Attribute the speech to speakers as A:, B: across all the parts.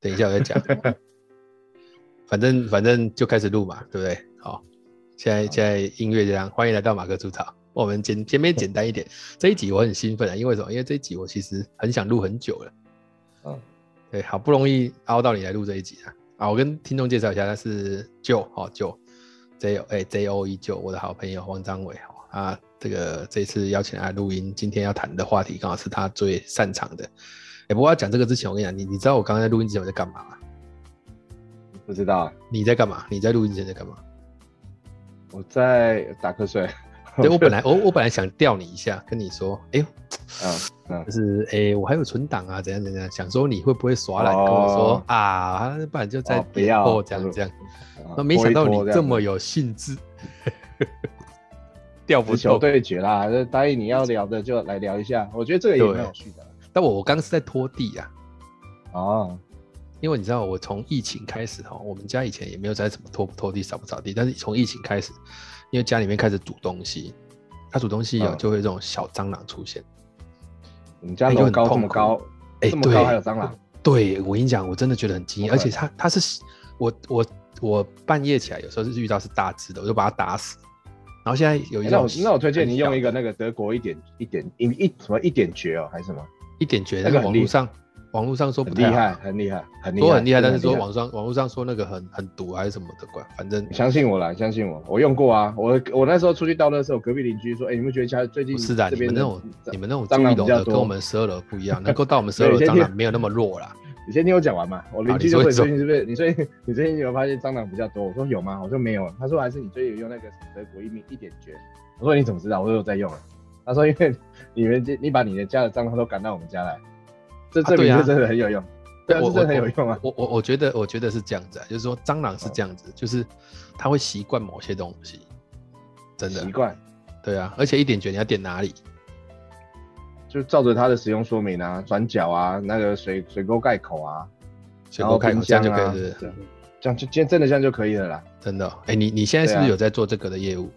A: 等一下我再讲。反正反正就开始录嘛，对不对？好，现在现在音乐这样，欢迎来到马克吐槽。我们简前面简单一点，这一集我很兴奋啊，因为什么？因为这一集我其实很想录很久了。
B: 嗯，
A: 对，好不容易熬到你来录这一集啊！啊，我跟听众介绍一下，他是舅，好舅，J O 哎 J O E 舅，我的好朋友王张伟哦。啊，这个这次邀请他录音，今天要谈的话题刚好是他最擅长的。哎、不过要讲这个之前，我跟你讲，你你知道我刚才在录音之前我在干嘛吗？
B: 不知道啊，
A: 你在干嘛？你在录音之前在干 嘛？
B: 我在打瞌 睡。
A: 对我本来我我本来想吊你一下，跟你说，哎、呦，
B: 嗯嗯
A: 就，是哎、我还有存档啊，怎样怎样，想说你会不会耍懒，跟我说
B: 哦
A: 啊，不然就再
B: 哦不要
A: 延后这样这样。
B: 嗯
A: 那没想到
B: 拖一拖
A: 你这
B: 样
A: 么有兴致， 调不
B: 直球
A: 动。
B: 对决啦，就答应你要聊的就来聊一下，我觉得这个也蛮有趣的。
A: 但我我刚刚是在拖地啊，
B: 哦，
A: 因为你知道我从疫情开始哈，我们家以前也没有在怎么拖不拖地、扫不扫地，但是从疫情开始，因为家里面开始煮东西，它煮东西有
B: 嗯
A: 就会有这种小蟑螂出现。
B: 你们家楼高这么高，
A: 哎、
B: 这么
A: 对，
B: 高还有蟑螂，
A: 对我跟你讲，我真的觉得很惊艳，
B: 好
A: 而
B: 可
A: 且它它是我我我半夜起来有时候是遇到是大只的，我就把它打死。然后现在有一种、
B: 哎那我那我推荐你用一
A: 个。
B: 个那个德国一点一点一一什么一点绝哦，还是什么，
A: 一点绝，那个
B: 那个很
A: 网
B: 厉
A: 络上网络上说不
B: 很厉
A: 太好
B: 害，，很厉害，很厉害，
A: 说很厉害，但是
B: 真
A: 说
B: 的很
A: 网上网络上说那个很很毒还是什么的，管反正
B: 你相信我啦，你相信我，我用过啊，我我那时候出去倒垃圾，我隔壁邻居说，哎、你们觉得家最近
A: 不是的。
B: 这
A: 你
B: 边
A: 们
B: 的
A: 那种你们那种
B: 蟑
A: 住
B: 螂
A: 一
B: 比
A: 楼
B: 较
A: 的跟
B: 多
A: 我们十二楼不一 样，能够到我们十二
B: 没
A: 楼
B: 有先
A: 蟑
B: 听
A: 螂没有那么弱啦。
B: 你先听我讲完嘛。我邻居就
A: 好
B: 说
A: 你说
B: 你最近是不是你最近你最近有发现蟑螂比较多？我说有吗？我说没有。他说还是你最近有用那个什么德国一米一点绝。我说你怎么知道？我说我在用了。啊他说因为你们这你把你的家的蟑螂都赶到我们家来，这
A: 啊
B: 证
A: 对
B: 明
A: 啊
B: 是真的很有用。 对啊，
A: 我
B: 是
A: 我
B: 真的很有用啊。
A: 我我我觉得我觉得是这样子，啊，就是说蟑螂是这样子，就是它会习惯某些东西，真的
B: 习惯
A: 对啊。而且一点绝你要点哪里？
B: 就照着它的使用说明啊，转角啊，那个水水沟盖口啊，
A: 水
B: 然
A: 果
B: 后
A: 开口
B: 冰
A: 这样
B: 箱
A: 就可
B: 啊
A: 以了，，
B: 对这样就今天真的这样就可以了啦。
A: 真的哦。哎，你你现在是不是
B: 对啊
A: 有在做这个的业务？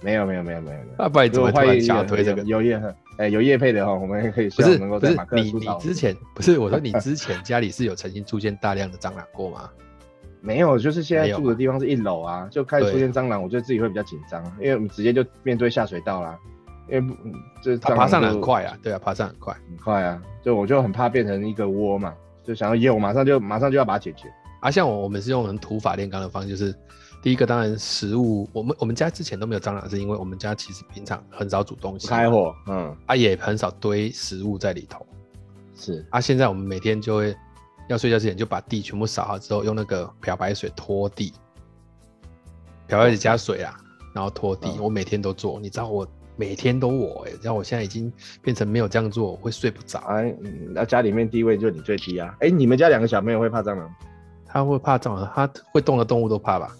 B: 没有没有没有没有没有。
A: 啊，不然你怎
B: 如
A: 么
B: 果
A: 突
B: 欢
A: 然
B: 迎
A: 想要
B: 有
A: 推这个？
B: 有有业哎有业配的哈，我们可以希
A: 不是
B: 望能够
A: 不
B: 在
A: 是
B: 马克
A: 你
B: 出
A: 你
B: 道。
A: 之前不是我说你 之前家里是有曾经出现大量的蟑螂过吗？
B: 没有，就是现在
A: 没有
B: 住的地方是一楼啊，就开始
A: 对
B: 出现蟑螂，我就自己会比较紧张，因为我们直接就面对下水道啦，因为不嗯这 蟑
A: 它
B: 螂
A: 爬上来
B: 就
A: 很，快啊，对啊，爬上很快
B: 很快啊，就我就很怕变成一个窝嘛，啊就想要有马上就马上就要把它解决，
A: 啊。像我我们是用很土法炼钢的方式，就是第一个当然食物，我们我们家之前都没有蟑螂，是因为我们家其实平常很少煮东西
B: 不
A: 嘛，
B: 开火，嗯，
A: 啊也很少堆食物在里头
B: 是
A: 啊。现在我们每天就会要睡觉之前就把地全部扫好之后，用那个漂白水拖地，漂白水加水啊，然后拖地，
B: 嗯
A: 我每天都做，你知道我。每天都我哎、欸，然后我现在已经变成没有这样做，我会睡不着。
B: 哎，嗯那、家里面地位就你最低啊，哎、你们家两个小朋友会怕蟑螂？
A: 他会怕蟑螂，他会动的动物都怕 吧？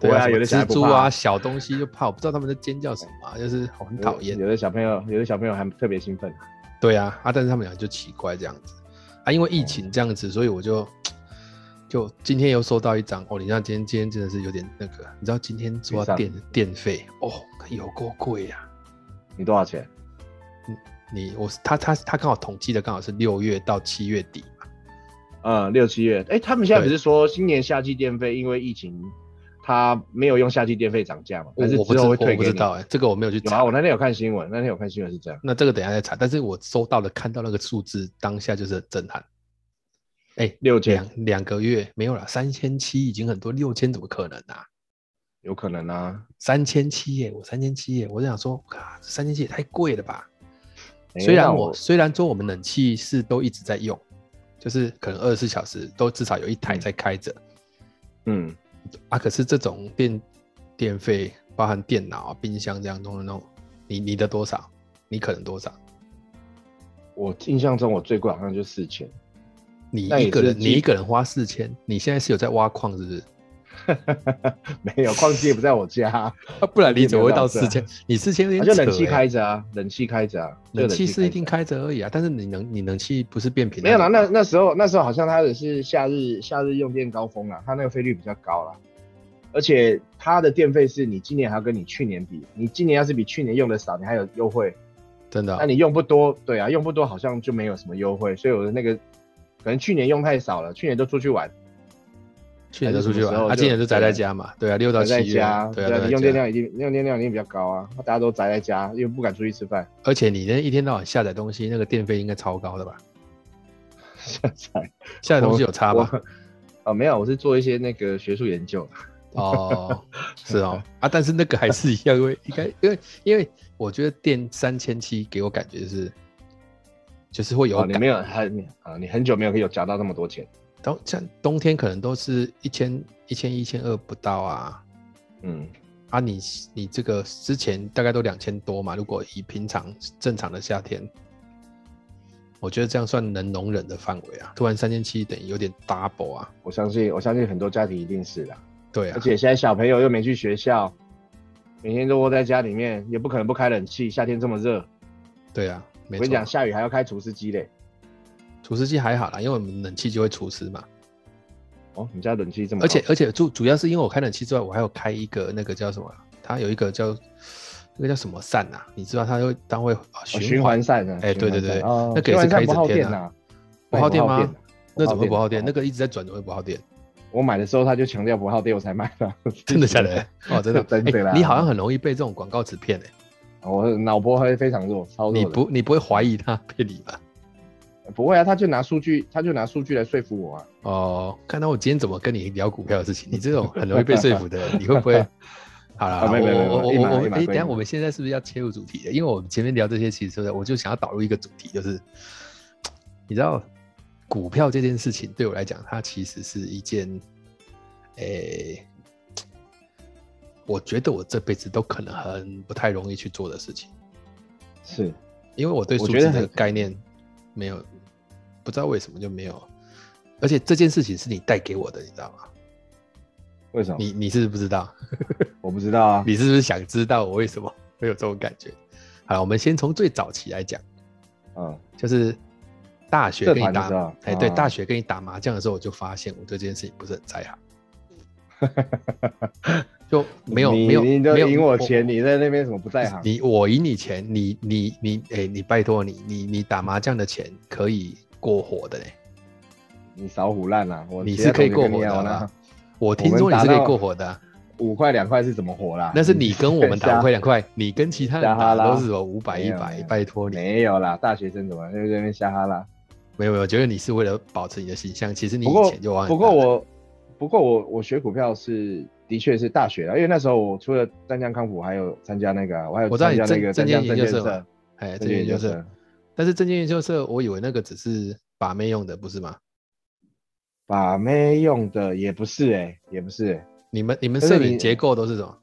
A: 对
B: 不会
A: 啊，
B: 啊
A: 什么
B: 有的小孩
A: 蜘
B: 不
A: 蛛
B: 怕
A: 啊，
B: 啊
A: 小东西就怕，我不知道他们在尖叫什么啊、就是好很讨厌。
B: 有的小朋友，有的小朋友还特别兴奋，
A: 对啊，啊，但是他们俩就奇怪这样子啊，因为疫情这样子，所以我就就今天又收到一张哦，你知道今天今天真的是有点那个，你知道今天说到
B: 悲
A: 电电费哦，有够贵呀、
B: 你多少钱？
A: 你我他他他刚好统计的刚好是六月到七月底嘛，
B: 嗯，六七月，哎、他们现在
A: 对
B: 不是说今年夏季电费因为疫情，他没有用夏季电费涨价嘛？
A: 我
B: 还是
A: 我不
B: 之
A: 知我
B: 后会退
A: 不
B: 给
A: 知
B: 你？
A: 道哎、这个我没有去
B: 有
A: 查
B: 啊，我那天有看新闻，那天有看新闻是这样，
A: 那这个等一下再查，但是我收到的看到那个数字，当下就是很震撼。哎、
B: 六千
A: 两两个月没有了，三千七已经很多，六千怎么可能啊？
B: 有可能啊，
A: 三千七耶，我三千七耶，我就想说，啊，三千七也太贵了吧？
B: 哎
A: 虽然
B: 那
A: 我虽然说我们冷气是都一直在用，就是可能二十四小时都至少有一台
B: 嗯
A: 在开着、
B: 嗯，
A: 啊，可是这种电电费包含电脑、啊、冰箱这样弄的弄，你你的多少？你可能多少？
B: 我印象中我最贵好像就四千，
A: 你
B: 那也
A: 一个人，
B: 是
A: 你
B: 基
A: 一个人花四千，你现在是有在挖矿是不是？
B: 没有，矿机也不在我 家，啊
A: 啊、不然你
B: 也
A: 怎
B: 没
A: 么
B: 有
A: 会到
B: 到
A: 四
B: 这啊
A: 千？你四千有点
B: 就冷
A: 扯
B: 气
A: 欸
B: 开着啊，冷气开着啊，就
A: 冷气是一定
B: 着。
A: 开着而已啊，但是你能你冷气不是变频？
B: 没有啦，那那时候那时候好像它也是夏日夏日用电高峰啦，它那个费率比较高啦，而且它的电费是你今年还要跟你去年比，你今年要是比去年用的少，你还有优惠，
A: 真的哦、
B: 啊那你用不多，对啊，用不多好像就没有什么优惠，所以我的那个可能去年用太少了，去年都出去玩，
A: 去年都出去玩，
B: 还是什么时候
A: 他、
B: 就
A: 今年都宅在家嘛，对啊，六到
B: 宅在
A: 七月
B: 家，，
A: 对
B: 对
A: 啊，都
B: 啊，
A: 在
B: 你用电
A: 家
B: 量一定用电量一定比较高啊，大家都宅在家，又不敢出去吃饭，
A: 而且你那一天到晚下载东西，那个电费应该超高的吧？
B: 下载
A: 下载东西有差吧？
B: 我哦，没有，我是做一些那个学术研究，
A: 哦，是哦，啊，但是那个还是一样，因为应该因为因为我觉得电三千七给我感觉是，就是会有
B: 哦，
A: 感
B: 你没有很你啊，你很久没有可以有夹到那么多钱，
A: 冬像冬天可能都是一千一千一千二不到啊
B: 嗯，
A: 啊你！你这个之前大概都两千多嘛，如果以平常正常的夏天，我觉得这样算能容忍的范围啊。突然三千七等于有点 double 啊，
B: 我相信我相信很多家庭一定是的，
A: 对啊
B: 而，且现在小朋友又没去学校，每天都窝在家里面，也不可能不开冷气，夏天这么热，
A: 对啊，没错
B: 我跟你。讲，下雨还要开除湿机嘞，
A: 除湿机还好啦，因为我们冷气就会除湿嘛，
B: 哦，你家冷气这么好，
A: 而且而且主主要是因为我开冷气之外，我还有开一个那个叫什么啊，它有一个叫那个叫什么扇啊，你知道它会它会、啊
B: 哦循环
A: 扇
B: 扇啊，
A: 哎对对
B: 循环扇
A: 对
B: 哦
A: 那个也
B: 循
A: 是
B: 环
A: 开
B: 扇
A: 一
B: 不
A: 整
B: 耗
A: 天
B: 电
A: 啊
B: 啊，
A: 不耗电吗
B: 电啊
A: 那怎么会不耗电？
B: 哦
A: 那个一直在转，怎么会不耗 电？
B: 我买的时候他就强调不耗电，我才买的。
A: 真的假的？哦，真 的，
B: 真的
A: 欸
B: 啦
A: 你好像很容易被这种广告词骗诶，
B: 哦我脑波会非常弱，超弱的。
A: 你不你不会怀疑他骗你吧？
B: 不会啊？他就拿数据，他就拿数据来说服我啊。
A: 哦，看到我今天怎么跟你聊股票的事情，你这种很容易被说服的人，你会不 会？好啦，
B: 啊没有没有没有
A: 我我
B: 一
A: 我
B: 码
A: 我
B: 一
A: 们
B: 码
A: 哎，
B: 归
A: 等一下
B: 一码
A: 我们现在是不是要切入主题了？因为我们前面聊这些，其实我就想要导入一个主题，就是你知道股票这件事情对我来讲，它其实是一件，诶、我觉得我这辈子都可能很不太容易去做的事情。
B: 是，
A: 因为我对数
B: 我
A: 字
B: 觉
A: 的
B: 得很
A: 概念没有，不知道为什么就没有。而且这件事情是你带给我的，你知道吗？
B: 为什么？
A: 你你是不是不知道？
B: 我不知道啊。
A: 你是不是想知道我为什么会有这种感觉？好了，我们先从最早期来讲，
B: 嗯，
A: 就是大学
B: 社
A: 跟你
B: 团的
A: 打
B: 时候，
A: 哎，对，
B: 啊
A: 大学跟你打麻将的时候，我就发现我对这件事情不是很在行， 就没有
B: 你
A: 没有
B: 你都
A: 没有
B: 赢我钱，你在那边怎么不在行？
A: 你我赢你钱，你你你，哎、你拜托你你你打麻将的钱可以过火的嘞、
B: 你少胡烂啦！我
A: 你是可以过火的好
B: 啦
A: 吧。我听说你是可以过火的啊、
B: 五块两块是怎么活啦？
A: 但是你跟我们打
B: 瞎
A: 五块两块，你跟其他人
B: 瞎
A: 打
B: 哈拉
A: 都是什么五百
B: 没
A: 一
B: 有没
A: 百，
B: 有
A: 拜托你，
B: 没有啦，大学生怎么就在那边瞎哈啦？
A: 没有没有，我觉得你是为了保持你的形象，其实你
B: 不
A: 以
B: 过
A: 前就玩很
B: 不过
A: 大的
B: 我不过我我学股票是的确是大学啦，因为那时候我除了湛江康普，还有参加那个啊，我还有
A: 我知道
B: 参
A: 你
B: 加那
A: 证
B: 个
A: 证券
B: 湛江
A: 研
B: 证
A: 究
B: 券
A: 社
B: 社
A: 嘛，，哎，证
B: 证券
A: 券研
B: 研究
A: 究
B: 社
A: 社，但是证券研究社，我以为那个只是把妹用的，不是吗？
B: 把妹用的也不是哎、也不是、欸，
A: 你们你们
B: 但是
A: 社员
B: 你
A: 结构都是什么？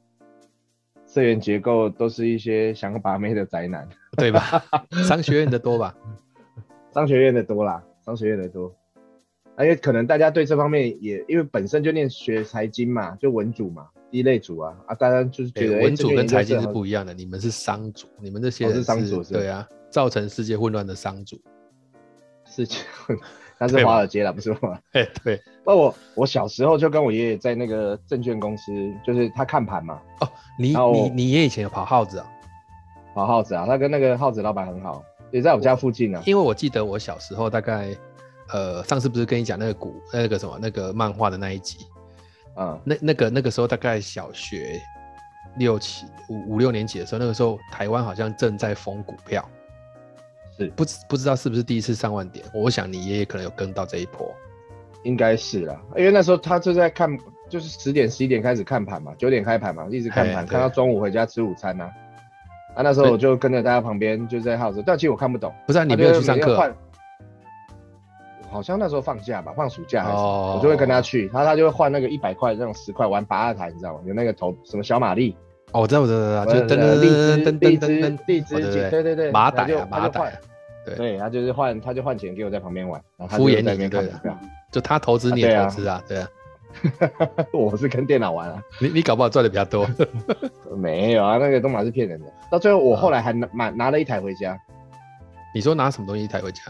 B: 社员结构都是一些想把妹的宅男，
A: 对 吧？商学院的多吧？
B: 商学院的多啦，商学院的多。而且可能大家对这方面也，因为本身就念学财经嘛，就文组嘛，第一类组啊，啊，大家就是
A: 对，
B: 觉得、哎
A: 文组跟财经是，
B: 证券研究社好
A: 不一样的，你们是商组，你们这些
B: 哦
A: 人
B: 是商组是
A: 对啊，造成世界混乱的商组。
B: 是， 那是华尔街啦，不是吗？
A: 哎，对，
B: 那我我小时候就跟我爷爷在那个证券公司，就是他看盘嘛，
A: 哦，你
B: 然后
A: 你你也以前有跑耗子啊？
B: 跑耗子啊，他跟那个耗子老板很好，也在我家附近啊。
A: 因为我记得我小时候大概，呃，上次不是跟你讲那个古那个什么那个漫画的那一集，
B: 嗯，
A: 那那个那个时候大概小学六七五五六年级的时候，那个时候台湾好像正在疯股票，
B: 是
A: 不知不知道是不是第一次上万点，我想你爷爷可能有跟到这一波。
B: 应该是啦，因为那时候他就在看，就是十点十一点开始看盘嘛，九点开盘嘛，一直看
A: 哎
B: 盘，
A: 对
B: 看到中午回家吃午餐呐、啊。啊，那时候我就跟着大家旁边就在耗子，但其实我看不懂。
A: 不是、啊、你
B: 他
A: 没有
B: 就
A: 去上
B: 每天
A: 课啊
B: 换？好像那时候放假吧，放暑假还是什么
A: 哦
B: 我就会跟他去，他他就会换那个一百块那种十块玩八二台，你知道吗？有那个头什么小马力，
A: 哦，我知道我知道我知道，就噔
B: 呃
A: 噔噔噔
B: 荔枝
A: 噔噔
B: 荔
A: 哦
B: 枝
A: 对
B: 荔枝
A: 对
B: 对对对，
A: 马仔
B: 他就
A: 啊马
B: 他就换
A: 仔，对
B: 对他就是换，他就换钱给我在旁边玩，然后他
A: 敷
B: 就
A: 衍
B: 在那
A: 你
B: 边
A: 就
B: 看
A: 对
B: 股票。
A: 就他投资你也
B: 啊对
A: 投
B: 啊
A: 资啊，对啊，
B: 我是跟电脑玩啊，
A: 你你搞不好赚的比较多。
B: 没有啊，那个东马是骗人的。到最后我
A: 啊
B: 后来还拿买拿了一台回家，
A: 你说拿什么东西抬回家？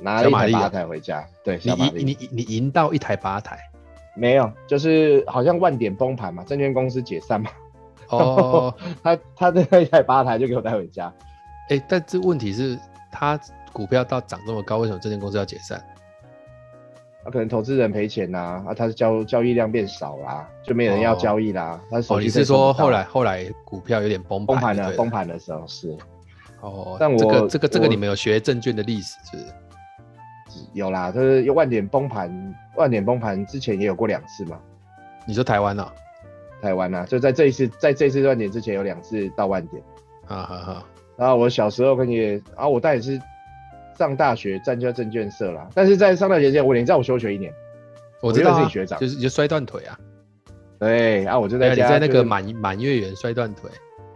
B: 拿了
A: 小
B: 一
A: 马
B: 台
A: 力啊
B: 八二台回家，对，
A: 你
B: 小马
A: 赢
B: 力
A: 你你赢到一台八台
B: 没有，就是好像万点崩盘嘛，证券公司解散嘛，
A: 哦，
B: 他他的那一台八台就给我带回家。
A: 哎、但这问题是，它股票到涨这么高，为什么这间公司要解散？
B: 啊，可能投资人赔钱呐、啊，他的交交易量变少啦，就没有人要
A: 哦
B: 交易啦。他手
A: 哦，
B: 机
A: 你
B: 再
A: 是
B: 收不
A: 说
B: 到
A: 后来后来股票有点崩
B: 崩
A: 盘
B: 盘
A: 就
B: 了？
A: 对
B: 崩？盘的时候是
A: 哦，
B: 但
A: 这个
B: 我
A: 这个这个
B: 我
A: 你们有学证券的历史是不是？
B: 有啦，就是有万点崩盘，万点崩盘之前也有过两次嘛，
A: 你说台湾哦呢、
B: 台湾啊，就在这一次，在这一次万点之前有两次到万点。
A: 啊？啊哈哈，
B: 然后我小时候跟爷爷，然后我当然是上大学参加证券社啦，但是在上大学之前，我连在我休学一年，
A: 我
B: 我
A: 知
B: 原
A: 道、
B: 本
A: 啊、
B: 是你学长
A: 就是你就摔断腿啊！
B: 对，啊，我就
A: 对啊，
B: 在
A: 你
B: 家、
A: 在那
B: 就
A: 个
B: 是，
A: 满满月圆摔断腿，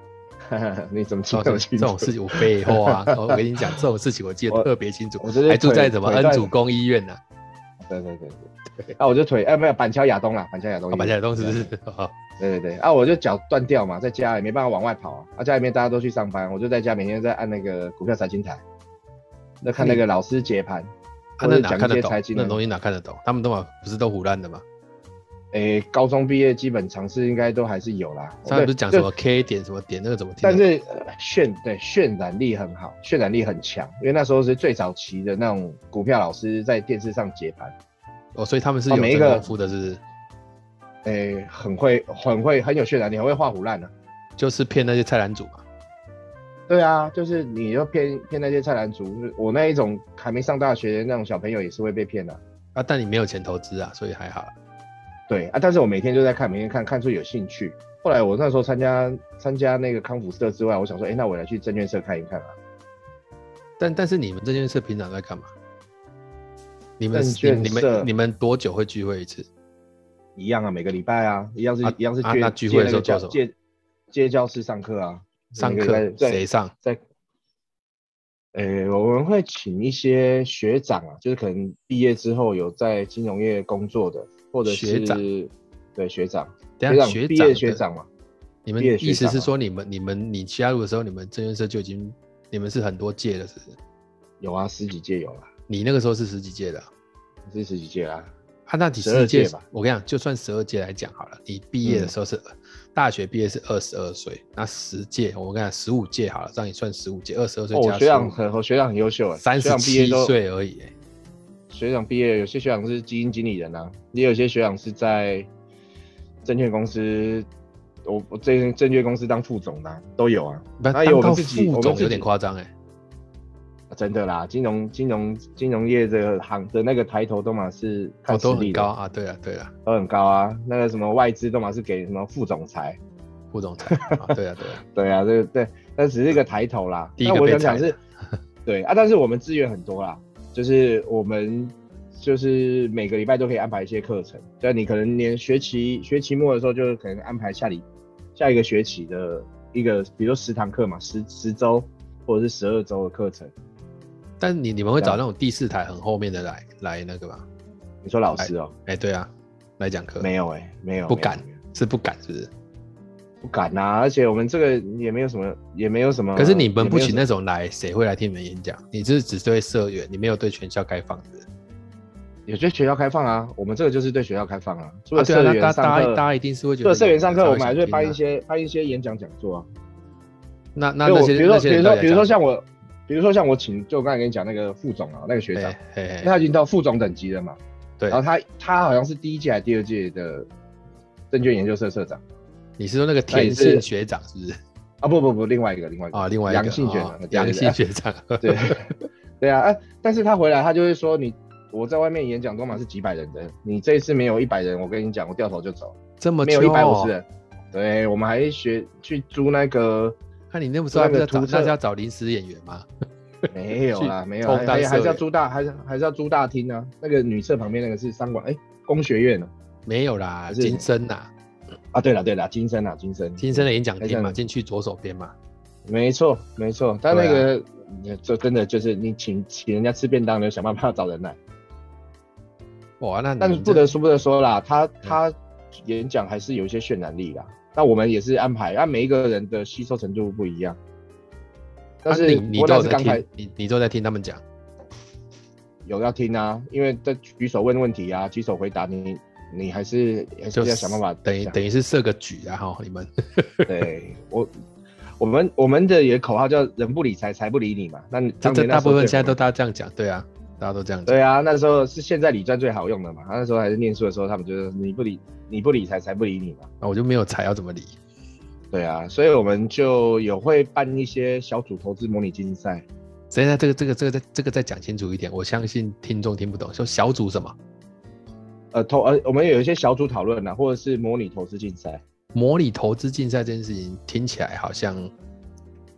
B: 你怎么记
A: 哦这种
B: 得那
A: 这
B: 么清
A: 种
B: 楚？
A: 事情我废 话、啊，哦我跟你讲，这种事情我记得
B: 我
A: 特别清楚，
B: 我这是
A: 还住
B: 腿
A: 在什么
B: 腿
A: 恩
B: 断
A: 主公医院呢、啊？
B: 对对对对，啊，我就腿，哎、没有板桥亚东啦，板桥亚东，
A: 啊板桥东是不是？哦
B: 对对对，啊，我就脚断掉嘛，在家里没办法往外跑啊，啊，家里面大家都去上班，我就在家每天在按那个股票财经台，那看那个老师解
A: 啊，
B: 盘，或
A: 那
B: 者
A: 哪
B: 讲
A: 看
B: 一
A: 得
B: 些
A: 懂
B: 财？经
A: 那
B: 的
A: 种
B: 哦
A: 东西哪看得懂？他们都嘛不是都胡乱的嘛？
B: 诶、高中毕业基本常识应该都还是有啦。
A: 上面不是讲什
B: 对
A: 么 K 点什么点那个怎么听
B: 但
A: 得懂？
B: 是呃渲对渲染力很好，渲染力很强，因为那时候是最早期的那种股票老师在电视上解盘，
A: 哦，所以他们是
B: 哦
A: 有
B: 每一
A: 真
B: 个
A: 功夫的，是不是？
B: 诶、很会很会很有渲染力，很会画虎烂的、啊。
A: 就是骗那些菜篮子嘛。
B: 对啊，就是你就骗骗那些菜篮族，我那一种还没上大学的那种小朋友也是会被骗的、
A: 啊，但你没有钱投资啊，所以还好啦。
B: 对啊，但是我每天就在看，每天看看出有兴趣。后来我那时候参加参加那个康复社之外，我想说，诶，那我来去证券社看一看啊。
A: 但但是你们这件事平常在干嘛？你们
B: 证
A: 你
B: 券
A: 们你
B: 社
A: 们你们多久会聚会一次？
B: 一样啊，每个礼拜啊，一样是、
A: 啊
B: 一样是
A: 啊
B: 借
A: 那聚会的时候
B: 借
A: 做
B: 那个
A: 什么
B: 教借借教室上课啊，
A: 上
B: 每个
A: 课
B: 礼拜在
A: 谁上？
B: 在，呃，我们会请一些学长啊，就是可能毕业之后有在金融业工作的，或者是
A: 学长
B: 对学长，
A: 等一下
B: 学
A: 学
B: 毕业
A: 长
B: 学
A: 的
B: 长嘛，
A: 你们
B: 毕业学
A: 意思
B: 长
A: 是
B: 啊
A: 说你们你们你加入的时候，你们证券社就已经你们是很多届了，是不是？
B: 有啊，十几届有啦，
A: 你那个时候是十几届的啊，
B: 是十几届啦，
A: 啊那你十
B: 12
A: 几
B: 届
A: 届
B: 吧，
A: 我跟你讲，就算十二届来讲好了，你毕业的时候是、大学毕业是二十二岁，那十届我跟你讲十五届好了，让你算十五届，二十二岁
B: 哦，我
A: 加
B: 学长
A: 15
B: 很，我学长很优秀啊，
A: 三十
B: 学长毕业
A: 七
B: 都
A: 岁而已欸、
B: 学长毕业，有些学长是基金经理人啊，也有些学长是在证券公司，我我证证券公司当副总的啊、都有啊。
A: 欸不，
B: 那
A: 当
B: 有我们
A: 到
B: 自己
A: 副
B: 我们
A: 总
B: 自
A: 有点
B: 己
A: 夸张哎、
B: 啊真的啦，金融金融金融业这个行的那个抬头都嘛是
A: 哦
B: 看实
A: 都很
B: 力的
A: 高，啊，对啊对啊，
B: 都很高啊。那个什么外资都嘛是给什么副总裁，
A: 副总裁啊，对啊对 啊，
B: 对啊，对对，那只是一个抬头 啦。
A: 第一个
B: 那我
A: 被
B: 想讲
A: 裁的
B: 是，对啊，但是我们资源很多啦，就是我们就是每个礼拜都可以安排一些课程，但你可能连学期学期末的时候，就可能安排下礼下一个学期的一个，比如说十堂课嘛，十十周或者是十二周的课程。
A: 但你你们会
B: 这
A: 找
B: 样
A: 那种第四台很后面的来来那个吧？
B: 你说老师哦、
A: 哎、对啊，来讲课
B: 没有嗯哎、没有，
A: 不
B: 没有
A: 敢
B: 没有
A: 是不敢是不是？
B: 不敢呐、而且我们这个也没有什么，也没有什么。
A: 可是你们不
B: 也没有
A: 请
B: 什么
A: 那种来，谁会来听你们演讲？你这只是对社员，你没有对全校开放的。
B: 有些学校开放啊，我们这个就是对学校开放啊。除
A: 啊，
B: 了
A: 对啊，
B: 社
A: 那大
B: 员
A: 大
B: 上
A: 家
B: 课，
A: 大家一定是会觉
B: 除
A: 得
B: 了社员上课，我们还是会
A: 帮
B: 办一。些办一些演讲讲座啊。
A: 那那
B: 因
A: 那
B: 为我
A: 些
B: 比如说
A: 啊那
B: 比
A: 些人
B: 如
A: 到
B: 说
A: 底
B: 比如说
A: 在讲
B: 像我，比如说像我请，就我刚才跟你讲那个副总啊，那个学
A: 什么
B: 长，
A: 嘿嘿
B: 因为
A: 嘿
B: 他已经到副总等级了嘛。
A: 哎对
B: 然，后他他好像是第一届还是第二届的证券研究社社长
A: 你是说那个
B: 那
A: 田
B: 也是
A: 姓学长是不是？
B: 啊，不不不，另外一个另外一个
A: 啊，另外一个
B: 阳性学
A: 哦
B: 长，对对
A: 杨
B: 对
A: 姓学长，
B: 对，对啊，啊，但是他回来，他就会说你，我在外面演讲都嘛是几百人的，你这一次没有一百人，我跟你讲，我掉头就走，
A: 这么哦
B: 没有
A: 久
B: 一百五十人，对，我们还学去租那个，
A: 那你那么说还不是要
B: 那个
A: 找
B: 图册
A: 那是要找临时演员吗？
B: 没有啦，没有，
A: 充
B: 还
A: 当
B: 还还
A: 社
B: 是要
A: 员
B: 租大，还是还是要租大厅啊，那个女厕旁边那个是商管，哎、工学院啊，
A: 没有啦，
B: 还是
A: 金生呐，
B: 啊，对了对了，金生啊，金生，
A: 金生的演讲
B: 还是
A: 厅嘛，
B: 很
A: 进去左手边嘛。
B: 没错没错，但那
A: 对啊
B: 个。就真的就是你请请人家吃便当，你就想办法找人来。
A: 哇，那你
B: 但是
A: 们
B: 不
A: 这啊
B: 得说不得说啦，他
A: 嗯
B: 他演讲还是有一些渲染力啦。那我们也是安排，按、啊每一个人的吸收程度不一样。但
A: 啊
B: 是、
A: 你你
B: 我
A: 都
B: 那
A: 有
B: 是
A: 在
B: 刚开
A: 听，你你都在听他们讲。
B: 有要听啊，因为在举手问问题啊，举手回答你，你还是还是
A: 就
B: 要
A: 是
B: 想办法
A: 等于
B: 讲啊
A: 等于是设个局啊哈，你们
B: 对我。我们我们的也口号叫“人不理财，财不理你”嘛。那你
A: 这
B: 当年
A: 这
B: 那
A: 大
B: 时候
A: 部分
B: 最
A: 现在
B: 红
A: 都大家这样讲，对啊，大家都这样讲。
B: 对啊，那时候是现在理专最好用的嘛。那时候还是念书的时候，他们就是你不理你不理财，财不理你嘛。
A: 啊那我就没有财要怎么理？
B: 对啊，所以我们就有会办一些小组投资模拟竞赛，
A: 所以呢，这个这个这个再这个再讲清楚一点，我相信听众听不懂。说小组什么
B: 呃，投呃，我们有一些小组讨论啊，或者是模拟投资竞赛。
A: 模拟投资竞赛这件事情，听起来好像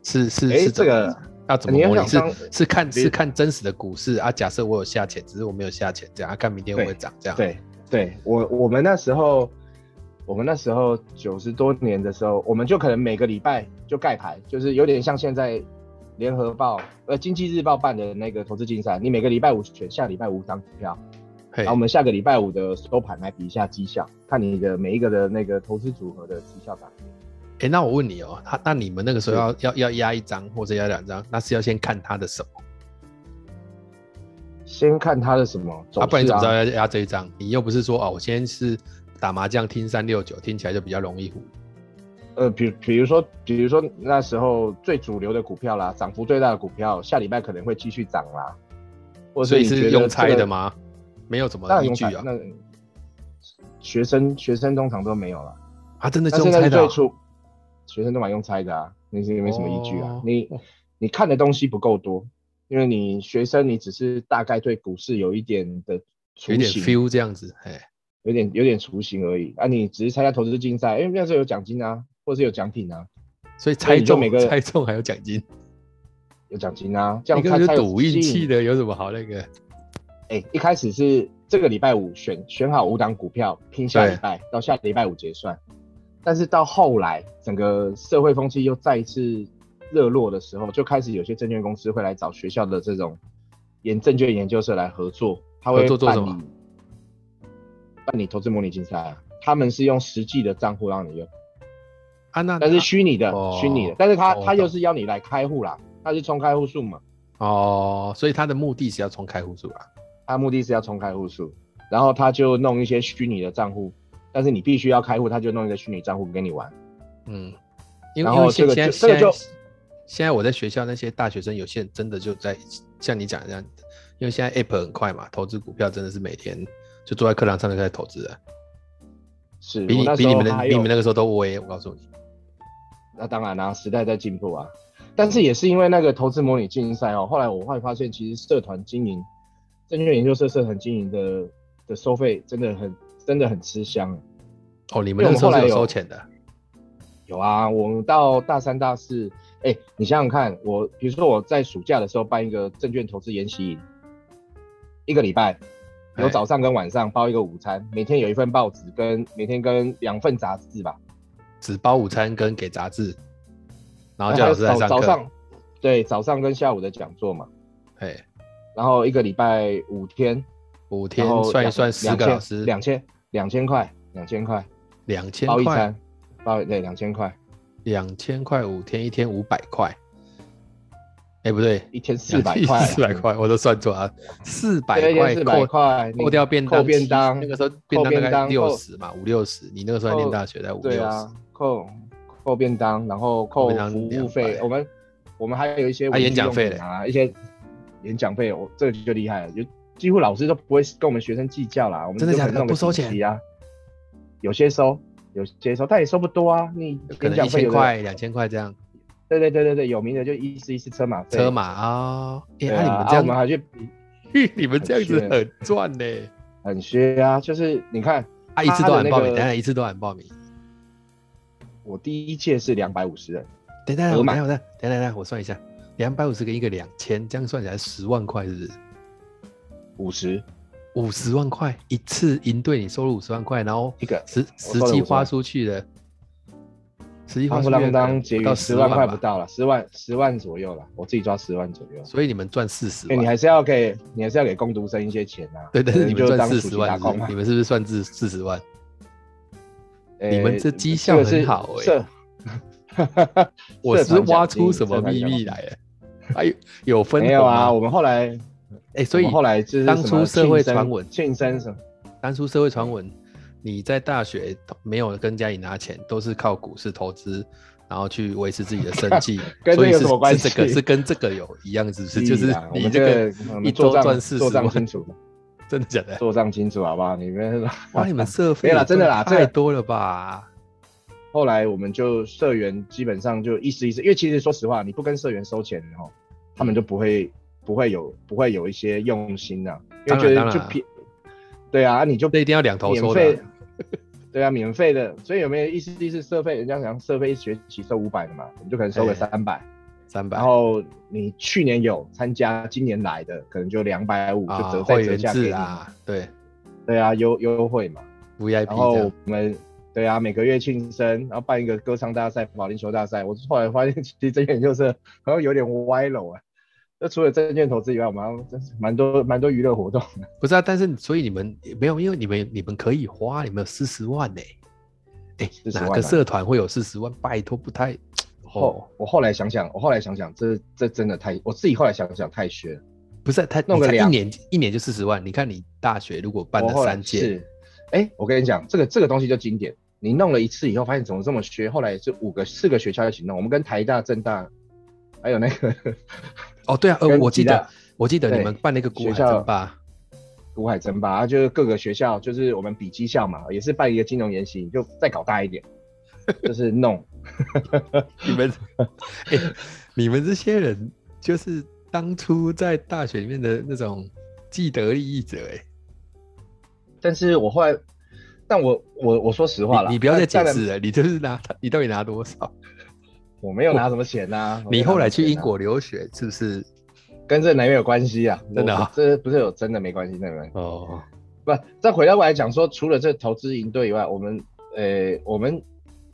A: 是是
B: 诶
A: 是怎么
B: 这个
A: 要怎么
B: 你要
A: 模拟？
B: 想当
A: 是是看
B: 你
A: 是看真实的股市啊？假设我有下钱，只是我没有下钱，这样、啊、看明天会不会涨？这样
B: 对，对我我们那时候，我们那时候九十多年的时候，我们就可能每个礼拜就盖牌，就是有点像现在联合报呃经济日报办的那个投资竞赛，你每个礼拜五选下礼拜五张股票，
A: 嘿
B: 然后我们下个礼拜五的收盘来比一下绩效，看你的每一个的那个投资组合的绩效打。
A: 哎、那我问你哦，他那你们那个时候
B: 嗯
A: 要要要压一张或者压两张，那是要先看他的什么？
B: 先看它的什么走势
A: 啊，不然你怎么知道
B: 啊
A: 要压这一张？你又不是说哦，我今天是打麻将听三六九，听起来就比较容易糊。
B: 呃，比比如说，比如说那时候最主流的股票啦，涨幅最大的股票，下礼拜可能会继续涨啦。或者
A: 所以
B: 你觉
A: 是
B: 得
A: 用猜
B: 这
A: 的
B: 个
A: 吗？没有怎么
B: 当然
A: 依
B: 用
A: 据
B: 猜
A: 啊，
B: 那学生学生通常都没有了，
A: 啊，真的是
B: 但
A: 用
B: 是那
A: 猜
B: 是
A: 的啊、
B: 最初学生都蛮用猜的啊，那是没什么依据啊。
A: 哦
B: 你你看的东西不够多，因为你学生你只是大概对股市有一点的雏
A: 有点
B: 形，
A: feel 这样子，哎，
B: 有点有点雏形而已啊。你只是参加投资竞赛，因为那时候有奖金啊，或是有奖品啊，
A: 所以
B: 所以
A: 猜
B: 你就
A: 中
B: 每个
A: 猜中还有奖金，
B: 有奖金啊，这样
A: 你根
B: 他
A: 本
B: 才
A: 就
B: 有
A: 赌运
B: 吸引
A: 气的，有什么好那个？
B: 哎、一开始是这个礼拜五选选好五档股票拼下
A: 对
B: 礼拜，到下礼拜五结算。但是到后来，整个社会风气又再一次热络的时候，就开始有些证券公司会来找学校的这种研证券研究社来合作，他会
A: 合作做
B: 办
A: 什么
B: 理？办理投资模拟竞赛啊，他们是用实际的账户让你用，
A: 啊，那
B: 但是虚拟的
A: 哦，
B: 虚拟、的，但是他、
A: 哦我
B: 他又
A: 懂
B: 是要你来开户啦，他是冲开户数嘛。
A: 哦，所以他的目的是要冲开户数啊，
B: 他目的是要冲开户数，然后他就弄一些虚拟的账户，但是你必须要开户，他就弄一个虚拟账户给你玩。
A: 嗯，因为
B: 然
A: 因为
B: 后
A: 现
B: 这个
A: 现在现
B: 就这个
A: 在
B: 就
A: 现在我在学校那些大学生，有些人真的就在像你讲的这样，因为现在 app 很快嘛，投资股票真的是每天就坐在课堂上就开始投资了，
B: 是
A: 比
B: 嗯我
A: 你
B: 那
A: 比
B: 时
A: 你
B: 候
A: 们的
B: 还
A: 比你
B: 有
A: 们那个时候都威，我告诉你，
B: 那当然啦、时代在进步啊。但是也是因为那个投资模拟竞赛哦，后来我会发现，其实社团经营、证券研究社社团经营的的收费真的很真的很吃香。啊
A: 哦，你们那个时候
B: 因为我们后来
A: 是有
B: 有
A: 收钱的，
B: 有啊，我们到大三、大四，哎、你想想看，我比如说我在暑假的时候办一个证券投资研习营，一个礼拜有
A: 哎
B: 早上跟晚上包一个午餐，每天有一份报纸跟每天跟两份杂志吧，
A: 只包午餐跟给杂志，然后哦叫
B: 那还
A: 老
B: 有
A: 师来
B: 早
A: 上
B: 早
A: 课，
B: 上对早上跟下午的讲座嘛，
A: 哎，
B: 然后一个礼拜五天，
A: 五天
B: 然后
A: 算一
B: 两
A: 算十
B: 两
A: 个
B: 千
A: 老师
B: 两千两千块，两千块
A: 两千
B: 包一
A: 块。
B: 餐，包对两千块
A: 两千块五天，一天五百块。哎，不对，
B: 一天四百块啊，
A: 四百块，我都算错啊，四百
B: 对，一
A: 块
B: 天四百
A: 扣
B: 块，你
A: 扣掉便当，
B: 扣便当
A: 其实那个时候便当大
B: 便
A: 概
B: 当
A: 六
B: 扣
A: 十嘛，五六十。你那个时候还念大学，在五
B: 对
A: 六
B: 啊
A: 十，，
B: 扣扣便当，然后
A: 扣
B: 扣
A: 便当
B: 服务
A: 200
B: 费，我们我们还有一些
A: 啊演讲费
B: 文具用品啊，一些演讲费，我这个就厉害了，有几乎老师都不会跟我们学生计较啦，我们
A: 真的
B: 就
A: 假的
B: 可能弄个
A: 不收
B: 几
A: 钱
B: 期啊？有些收，有些收，但也收不多啊，你
A: 可能
B: 演讲
A: 一
B: 费
A: 千
B: 有的
A: 块、两千块这样。
B: 对对对对对，有名的就一次一次车马费，
A: 车，马啊，哎，
B: 对
A: 那
B: 啊，
A: 你们
B: 啊
A: 这
B: 我们
A: 样，
B: 还去
A: 你们这样子
B: 很缺
A: 很赚呢。
B: 很削啊，就是你看
A: 啊，一次
B: 他
A: 都
B: 的
A: 喊
B: 那
A: 报名，
B: 个
A: 等一下一次都喊报名。
B: 我第一届是两百五十人，
A: 等一下，
B: 额
A: 我等一
B: 满
A: 下，我等一下等一下，等一下，我算一下，两百五十跟一个两千，这样算起来十万块是不是？
B: 五十
A: 五十万块一次赢对你收入五十万块，然后
B: 一个。
A: 实
B: 我
A: 实
B: 收了
A: 际
B: 50
A: 花
B: 万
A: 出去的，实际花
B: 当
A: 出
B: 不
A: 去的可
B: 啷
A: 能
B: 当
A: 不
B: 结
A: 到
B: 余
A: 十
B: 十万块
A: 吧
B: 不，到了，十万十万左右了，我自己抓十万左右。
A: 所以你们赚四十
B: 哎、你
A: 万。
B: 还是要给你还是要给工读生一些钱啊。
A: 对，但是你们
B: 就
A: 赚
B: 当
A: 四
B: 暑
A: 十
B: 期
A: 万
B: 打
A: 是不
B: 工
A: 是，
B: 嘛
A: 你。们是不是算至四十万？你
B: 哎
A: 们这绩效
B: 个是
A: 很好哎
B: 社
A: 我
B: 社
A: 是
B: 团奖
A: 挖出
B: 金
A: 什么
B: 社团
A: 秘
B: 奖
A: 密
B: 金
A: 来了？哎，有分
B: 没啊有
A: 红
B: 啊，
A: 吗？
B: 我们后来，
A: 哎，所以
B: 我们后来就是
A: 当
B: 什
A: 初
B: 么
A: 社会
B: 庆生
A: 传闻
B: 庆生什么，，
A: 当初社会传闻，你在大学没有跟家里拿钱，都是靠股市投资然后去维持自己的生计
B: 跟这
A: 所以
B: 有
A: 是
B: 什么关
A: 是这个
B: 系
A: 是跟这个有一样，是不是？
B: 屁
A: 就是
B: 啦我
A: 你
B: 们
A: 这个
B: 我们
A: 一
B: 做
A: 周
B: 账
A: 赚四
B: 做
A: 十
B: 账
A: 万，
B: 清楚，
A: 真的假的？
B: 做账清楚好不好？你们
A: 哇，你们社 费
B: 没有啦
A: 也赚
B: 真的啦这个
A: 太多了吧？
B: 后来我们就社员基本上就意思意思，因为其实说实话，你不跟社员收钱哦，他们就不会不会有不会有一些用心呐、因为觉
A: 当然
B: 得
A: 当
B: 就
A: 然啊
B: 便，对啊，你就
A: 这一定要两头
B: 免
A: 收的
B: 费
A: 啊，，
B: 对啊，免费的，所以有没有意思意思社费？人家想社费一学期收五百的嘛，我们就可能收个
A: 哎
B: 三百、
A: 三百
B: 然。后你去年有参加，今年来的可能就两百五，就
A: 啊，
B: 折再
A: 会
B: 折
A: 员
B: 价给
A: 制
B: 你，
A: 啊，对
B: 对啊，优优惠嘛。然
A: ，VIP
B: 后
A: 这样
B: 我，们对啊，每个月庆生，然后办一个歌唱大赛、保龄球大赛。我后来发现，其实证券就是好像有点歪楼啊。 那除了证券投资以外，我们好像真是蛮多蛮多娱乐活动。
A: 不是啊，但是所以你们没有，因为你们你们可以花，你们有四十万呢、哎、
B: 40
A: 哪
B: 万啊
A: 个社团会有四十万？拜托，不太哦
B: 后，我后来想想，我后来想想，这这真的太，我自己后来想想太虚了。
A: 不是啊、他
B: 弄
A: 你
B: 个
A: 才一
B: 两
A: 年一年就四十万，你看你大学如果办
B: 我
A: 了
B: 后来
A: 三届，
B: 是，哎，我跟你讲，这个这个东西就经典。你弄了一次以后，发现怎么这么缺？后来是五个四个学校一起弄，我们跟台大、政大，还有那个
A: 哦，对啊，呃，
B: 跟
A: 我记
B: 其他
A: 得我记得
B: 对
A: 你们办了一个国
B: 学
A: 海
B: 校
A: 争 霸，
B: 古海争吧，啊就是各个学校，就是我们比绩效嘛，也是办一个金融研习，就再搞大一点，就是弄。
A: 你们 哎、你们这些人就是当初在大学里面的那种既得利益者、哎。
B: 但是我后来，但我我我说实话了，
A: 你你不要再解
B: 但，
A: 释了，你就是拿 你到底拿多少？
B: 我没有拿什么钱呐、 我没有
A: 你后
B: 拿
A: 来
B: 什么
A: 去
B: 钱
A: 英
B: 啊
A: 国留学是不是？
B: 跟这男没有关系啊，
A: 真的啊
B: 我这不是有真的没关系，真的没关系。
A: 哦，
B: 不，再回到我来讲说，除了这投资营队以外，我们呃，我们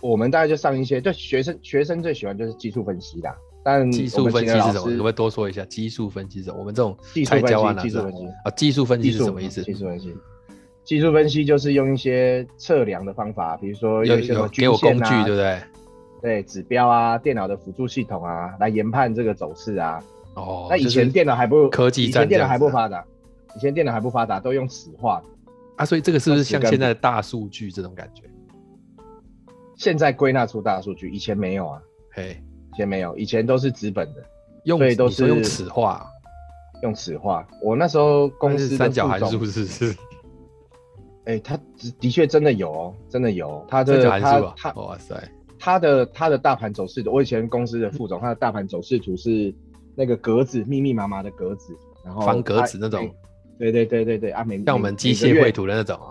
B: 我们大概就上一些，对学生学生最喜欢就是技术分析啦。但
A: 技
B: 我
A: 术
B: 们
A: 分
B: 请
A: 析是
B: 的老
A: 什么？可
B: 师
A: 不可以多说一下？技术分析是什么？我们这种
B: 技术
A: 菜
B: 分
A: 椒啊，
B: 析，
A: 哪
B: 技
A: 知
B: 术
A: 道
B: 分析。
A: 啊？技术分析
B: 技
A: 是
B: 术
A: 什么意思？
B: 技术分析，技术分析就是用一些测量的方法，比如说
A: 有
B: 一些什么
A: 有
B: 均
A: 给我工
B: 线
A: 具，
B: 啊
A: 对不对？
B: 对指标啊、电脑的辅助系统啊，来研判这个走势啊。
A: 哦，
B: 那以
A: 就是
B: 前电脑还不
A: 科技
B: 以
A: 战
B: 前电
A: 这样
B: 脑还不
A: 子啊
B: 发达，以前电脑还不发达，都用尺画。
A: 啊，所以这个是不是
B: 用纸
A: 像
B: 跟
A: 现
B: 笔
A: 在的大数据这种感觉？
B: 现在归纳出大数据，以前没有啊，
A: 嘿，
B: 以前没有，以前都是纸本的，
A: 用
B: 对都
A: 你说用
B: 是
A: 尺画，
B: 用尺画。我那时候公
A: 但
B: 司
A: 是
B: 的
A: 三角
B: 副
A: 函
B: 总
A: 数是不是？
B: 哎、他的确真的有哦，真的有哦， 他
A: 三
B: 的
A: 角函
B: 他
A: 数啊
B: 他！
A: 哇塞，
B: 它的它的大盘走势图，我以前公司的副总，他的大盘走势图是那个格子密密麻麻的格子，然后
A: 方格子那种
B: 哎对对对对对啊，每
A: 像我们机械绘，图的那种啊，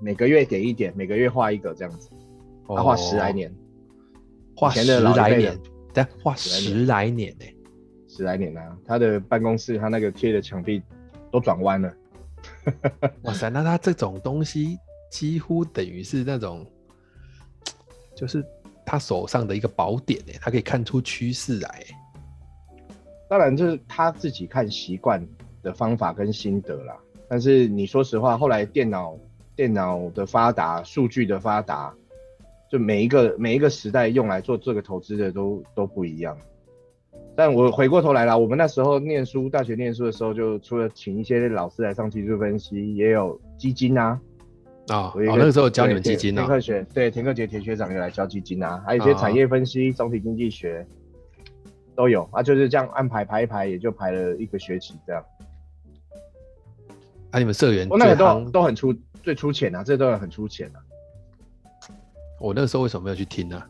B: 每个月每个月点一点，每个月画一个这样子，他
A: 哦
B: 画十来，年，
A: 画
B: 以
A: 十
B: 前的老一
A: 来
B: 辈
A: 年
B: 人，
A: 但画
B: 十来
A: 十来年欸呢？
B: 十来年啊，他的办公室他那个贴的墙壁都转弯了，
A: 哇塞，那它这种东西几乎等于是那种，就是他手上的一个宝典哎，他可以看出趋势来欸。
B: 当然就是他自己看习惯的方法跟心得啦。但是你说实话，后来电脑电脑的发达，数据的发达，就每一个每一个时代用来做这个投资的都都不一样。但我回过头来啦，我们那时候念书，大学念书的时候，就除了请一些老师来上技术分析，也有基金啊。
A: 哦，
B: 我有一
A: 哦，
B: 个
A: 那个时候教你
B: 对
A: 们
B: 田
A: 基金啊
B: 田
A: 呢、
B: 克学对田克杰田学长也来教基金啊，还有一些
A: 啊
B: 产业分析、总体经济学都有啊，就是这样安排排一排，也就排了一个学期这样。
A: 啊，你们社员
B: 我那
A: 最
B: 个都
A: 夯，
B: 都很粗，最粗浅啊，这都很粗浅啊，
A: 我那个时候为什么没有去听呢、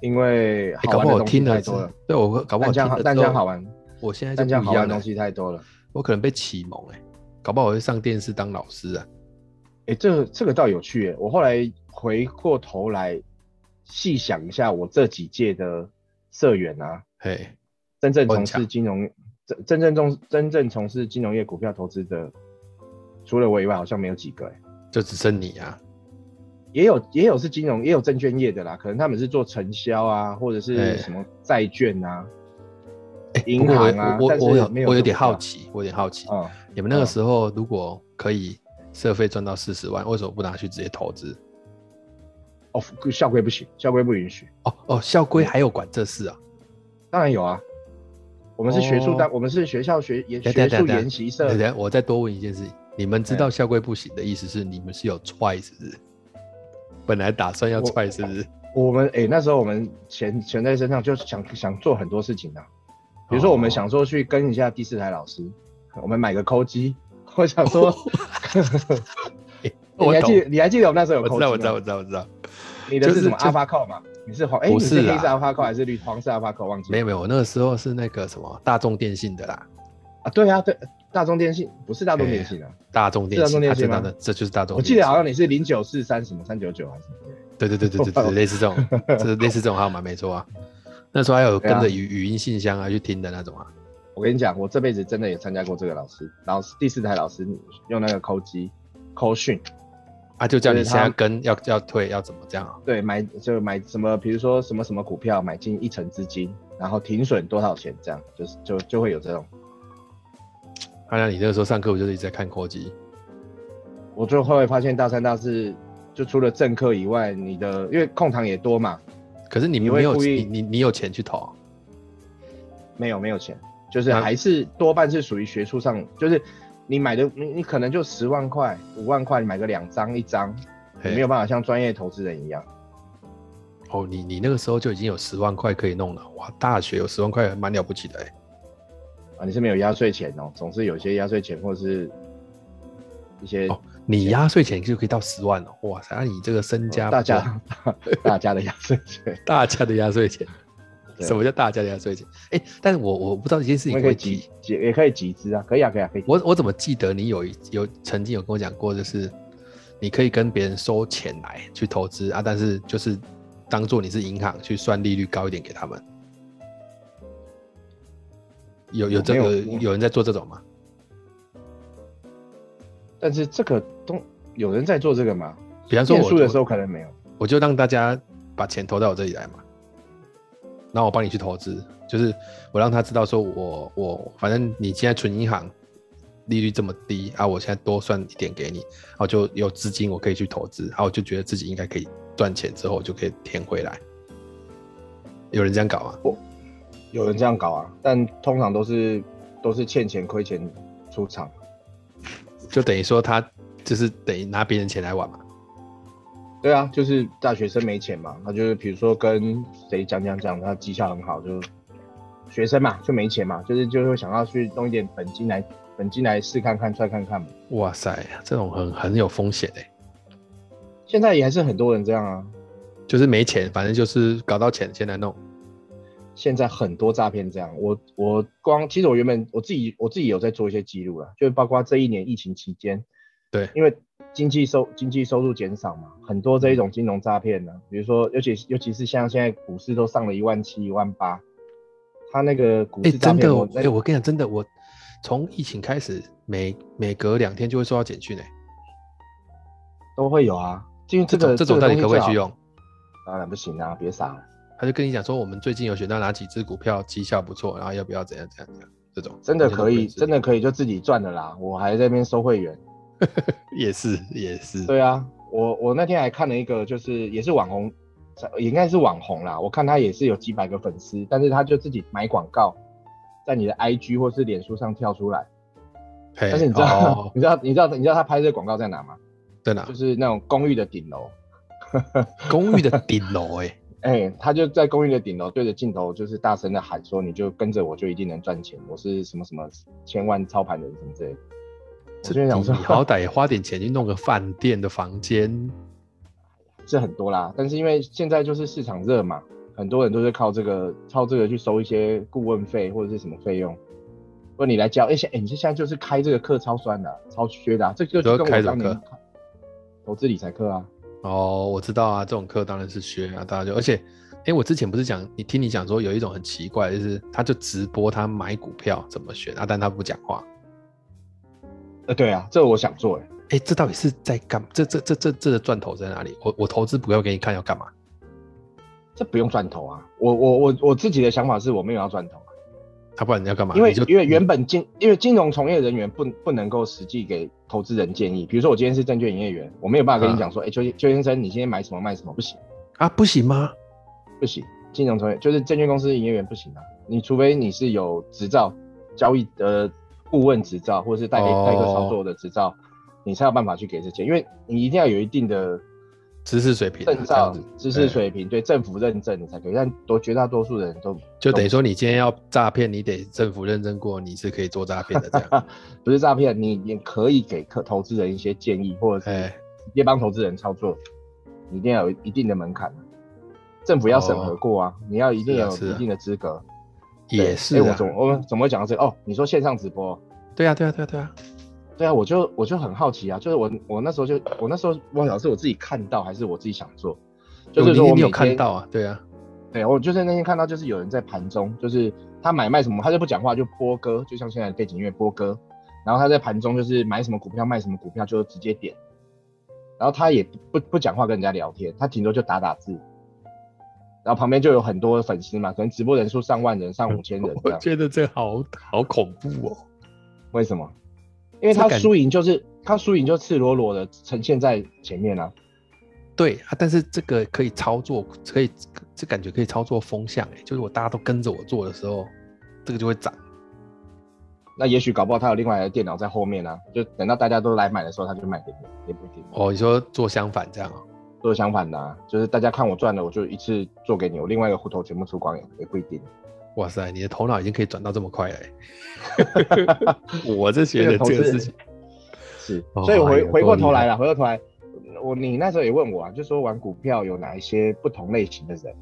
B: 因为
A: 欸
B: 好
A: 搞
B: 玩
A: 不
B: 的
A: 好我
B: 东西
A: 听
B: 太
A: 了
B: 多了
A: 是，，对我搞不好听了
B: 但这样好但
A: 之
B: 这样
A: 后
B: 好玩，
A: 我现在
B: 但
A: 就
B: 这样
A: 不
B: 好
A: 一样
B: 玩的
A: 了
B: 东，西太多了。
A: 我可能被启蒙哎、搞不好我会上电视当老师啊。
B: 哎、这个这个倒有趣耶！我后来回过头来细想一下，我这几届的社员啊，
A: 嘿，
B: 真正
A: 都很
B: 从
A: 强
B: 事金融，真真正从真正从事金融业股票投资的，除了我以外，好像没有几个、欸。
A: 就只剩你啊。
B: 也有也有是金融，也有证券业的啦，可能他们是做承销啊，或者
A: 哎
B: 是什么债券啊，
A: 哎、
B: 银
A: 不过
B: 行啊
A: 我我
B: 但是
A: 我有
B: 没有
A: 我有
B: 这
A: 点
B: 么
A: 好
B: 大
A: 奇，我有点好奇，
B: 嗯，
A: 你们那个
B: 嗯
A: 时候如果可以社费赚到四十万，为什么不拿去直接投资？
B: 哦，校规不行，校规不允许。
A: 哦哦，校规还有管这事啊？
B: 当然有啊，我们是学术
A: 哦
B: 单，我们是学校学研
A: 等一下
B: 学
A: 等一
B: 术
A: 下
B: 研习社
A: 等一下，我再多问一件事情，你们
B: 哎
A: 知道校规不行的意思是你们是有踹是不是？本来打算要踹是不是？
B: 我们哎、那时候我们钱钱在身上，就想想做很多事情啊。比如说我
A: 哦
B: 们想说去跟一下第四台老师，我们买个抠机。 我想说，你
A: 哦我
B: 还
A: 懂
B: 记，得你还记得我们那时候有
A: 我
B: 抠
A: 知
B: 机吗？
A: 道，我知道，我知道，我知道。
B: 你的
A: 就是是
B: 什么
A: 就
B: 阿巴扣嘛？你是黄哎、
A: 不
B: 你
A: 是
B: 黑
A: 啦
B: 色阿巴扣还是绿黄色阿巴扣？忘记了
A: 没有没有，我那个时候是那个什么大众电信的啦，
B: 啊？对啊，对，大众电信不是大众电信啊，
A: 哎大众电
B: 是大
A: 信，
B: 众电
A: 它
B: 信
A: 知道
B: 吗
A: 的，这就是大众电信。
B: 我记得好像你是零九四三什么三九九还是什么之类的？
A: 对对对对对对，类似这种，就是类似这种号码，没错啊。那时候还有跟着
B: 对啊
A: 语语 音信箱啊去听的那种啊，
B: 我跟你讲，我这辈子真的也参加过这个老师，老师第四台老师用那个抠机抠讯，
A: 啊就叫
B: 就
A: 你
B: 是
A: 现在
B: 他
A: 跟要要退要怎么这样啊？
B: 对，买就买什么，比如说什么什么股票买进一成资金，然后停损多少钱，这样就是就就会有这种，
A: 啊，那你那个时候上课我就是一直在看科技，
B: 我就后来发现大三大四就除了正课以外，你的因为空堂也多嘛，
A: 可是你
B: 你会
A: 没有
B: 故
A: 你
B: 意
A: 你你有钱去投，啊
B: 没有没有钱，就是
A: 那
B: 还是多半是属于学术上，就是你买的你你可能就十万块五万块，你买个两张一张，你
A: 嘿
B: 没有办法像专业投资人一样。
A: 哦，你你那个时候就已经有十万块可以弄了，哇，大学有十万块蛮了不起的哎、
B: 啊，你是没有压岁钱哦，总是有一些压岁钱或者是一些
A: 哦你压岁钱就可以到十万了、哇塞，那、你这个身家
B: 呃哦大
A: 不错
B: 家大 大家的压岁 钱，
A: 大家的压岁钱，
B: 对
A: 什么叫大家的压岁钱？哎、但是我我不知道一件事情
B: 我们
A: 可
B: 可以
A: 会
B: 集
A: 提，
B: 集也可以集资啊，可以啊，可以啊，可以。
A: 我我怎么记得你有一有曾经有跟我讲过，就是你可以跟别人收钱来去投资啊，但是就是当做你是银行去算利率高一点给他们。有有这
B: 我没
A: 有
B: 有
A: 有人在做这种吗？
B: 但是这个东有人在做这个吗？
A: 比方说
B: 念
A: 我
B: 书的时
A: 我
B: 候可能没有，
A: 我就让大家把钱投到我这里来嘛，然后我帮你去投资，就是我让他知道说我我反正你现在存银行利率这么低啊，我现在多算一点给你，然后就有资金我可以去投资，然后我就觉得自己应该可以赚钱，之后我就可以填回来。有人这样搞吗？
B: 有人这样搞啊，但通常都是都是欠钱亏钱出场，
A: 就等于说他就是等于拿别人钱来玩嘛。
B: 对啊，就是大学生没钱嘛，他就是比如说跟谁讲讲讲，他绩效很好，就学生嘛就没钱嘛，就是就是会想要去弄一点本金来本金来试看看、踹看看嘛。
A: 哇塞，这种很很有风险哎、
B: 现在也还是很多人这样啊，
A: 就是没钱，反正就是搞到钱先来弄。
B: 现在很多诈骗这样。我我光其实我原本我自己我自己有在做一些记录啊，就是包括这一年疫情期间，
A: 对
B: 因为经济收经济收入减少嘛，很多这
A: 嗯
B: 一种金融诈骗呢，比如说尤其尤其是像现在股市都上了一万七、一万八，他那个股
A: 哎、
B: 市诈
A: 真
B: 骗，
A: 的
B: 我
A: 我，
B: 在
A: 哎、我跟你讲，真的，我从疫情开始，每每隔两天就会收到简讯、哎，
B: 都会有啊。因为这
A: 这种
B: 个
A: 这种
B: 个
A: 到底
B: 东西
A: 可不可以
B: 最好
A: 去？用？
B: 当然不行啊，别傻了，
A: 他就跟你讲说，我们最近有选到哪几只股票，绩效不错，然后要不要怎样怎样怎样？这种
B: 真的可以，真
A: 的
B: 的可以就自己赚的啦。我还在那边收会员。
A: 也是也是，
B: 对啊，我我那天还看了一个，就是也是网红，也应该是网红啦。我看他也是有几百个粉丝，但是他就自己买广告，在你的 IG 或是脸书上跳出来。
A: 嘿，
B: 但是你知道，
A: 哦
B: 你知道，你知道，你知道他拍这个广告在哪吗？
A: 在哪
B: 就？是那种公寓的顶楼。
A: 公寓的顶楼、哎，
B: 哎、他就在公寓的顶楼对着镜头，就是大声的喊说：“你就跟着我，就一定能赚钱。我是什么什么千万操盘人什么之类的。”我就
A: 你
B: 想说，
A: 你好歹也花点钱去弄个饭店的房间，
B: 是很多啦，但是因为现在就是市场热嘛，很多人都是靠这个靠这个去收一些顾问费或者是什么费用，问你来教。哎、现哎、你现在就是开这个课超酸的啊、超缺的、啊，这就
A: 你说
B: 跟我
A: 开什么
B: 当年
A: 课
B: 看投资理财课啊，
A: 哦，我知道啊，这种课当然是学啊，大家就而且，哎，我之前不是讲你听你讲说有一种很奇怪，就是他就直播他买股票怎么选啊，但他不讲话，
B: 呃，对啊，这我想做哎、
A: 哎，这到底是在干？这这这这这的赚头在哪里？我我投资股票给你看要干嘛？
B: 这不用赚头啊，我我我我自己的想法是我没有要赚头啊、
A: 他、不然你要干嘛？
B: 因为
A: 你就嗯
B: 因为原本金因为金融从业人员不不能够实际给投资人建议，比如说我今天是证券营业员，我没有办
A: 嗯
B: 法跟你讲说，哎、邱邱先生，你今天买什么卖什么不行。
A: 啊不行吗？
B: 不行，金融从业就是证券公司营业员不行啊。你除非你是有执照，交易的顾问执照，或者是代理
A: 哦
B: 代客操作的执照，你才有办法去给这些，因为你一定要有一定的
A: 知识水平啊、
B: 证
A: 这样
B: 照
A: 子、
B: 知识水平，对政府认证的才可以，但多绝大多数的人都
A: 哎就等于说你今天要诈骗，你得政府认证过你是可以做诈骗的这 样。
B: 不是诈骗，你也可以给客投资人一些建议，或者是
A: 哎，
B: 直接帮投资人操作，你一定要有一定的门槛，啊政府要审核过啊，你要一定
A: 哦是
B: 要
A: 啊
B: 有
A: 是啊
B: 一定的资格。
A: 也
B: 对
A: 是啊
B: 哎我怎么我们怎么会讲到这个？哦，你说线上直播，
A: 对啊，对啊，对啊，对啊，
B: 对啊，我就我就很好奇啊，就是我我那时候就我那时候忘了是我自己看到还是我自己想做，就是说
A: 你
B: 我
A: 你有
B: 每
A: 看
B: 天
A: 到啊？对啊，
B: 对，我就是那天看到，就是有人在盘中，就是他买卖什么，他就不讲话，就播歌，就像现在的背景音乐播歌。然后他在盘中就是买什么股票卖什么股票，就直接点。然后他也不不讲话跟人家聊天，他顶多就打打字。然后旁边就有很多粉丝嘛，可能直播人数上万人、上五千人这
A: 我
B: 样。
A: 觉得这好好恐怖哦。
B: 为什么？因为他
A: 这感
B: 输赢就是他输赢就赤裸裸的呈现在前面啊。
A: 对啊，但是这个可以操作，可以这感觉可以操作风向、欸，就是我大家都跟着我做的时候，这个就会涨。
B: 那也许搞不好他有另外一台电脑在后面啊，就等到大家都来买的时候，他就卖给你，也不一定。
A: 哦，你说做相反这样哦？
B: 做相反的、啊，就是大家看我赚了，我就一次做给你，我另外一个户头全部出光也也不一定。
A: 哇塞，你的头脑已经可以转到这么快了、欸。我这学的
B: 这个投
A: 这个
B: 资
A: 事情，
B: 是，
A: 哦
B: 所以我
A: 哎
B: 回
A: 呀
B: 回过头来
A: 够
B: 了，回过头来，我你那时候也问我啊，就说玩股票有哪一些不同类型的人，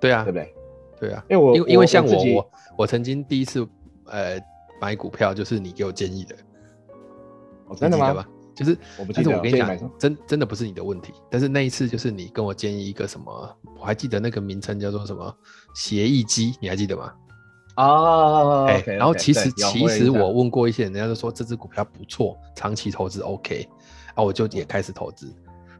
A: 对啊
B: 对不，对？
A: 对啊，
B: 因为我
A: 因为因为像
B: 我
A: 我
B: 自己
A: 我我曾经第一次呃买股票就是你给我建议的，
B: 哦真的
A: 你记得
B: 吗
A: 吧？？就是
B: 我不记
A: 但是
B: 得，
A: 我跟
B: 建
A: 你
B: 议买什
A: 讲
B: 么，
A: 真真的不是你的问题。但是那一次就是你跟我建议一个什么，我还记得那个名称叫做什么协议机，你还记得吗？
B: 啊
A: 哎、
B: ，OK，OK，
A: 然后其实
B: 对有
A: 其实
B: 有印象
A: 我问过一些人，人家就说这只股票不错，长期投资 OK，啊，我就
B: 嗯
A: 也开始投资。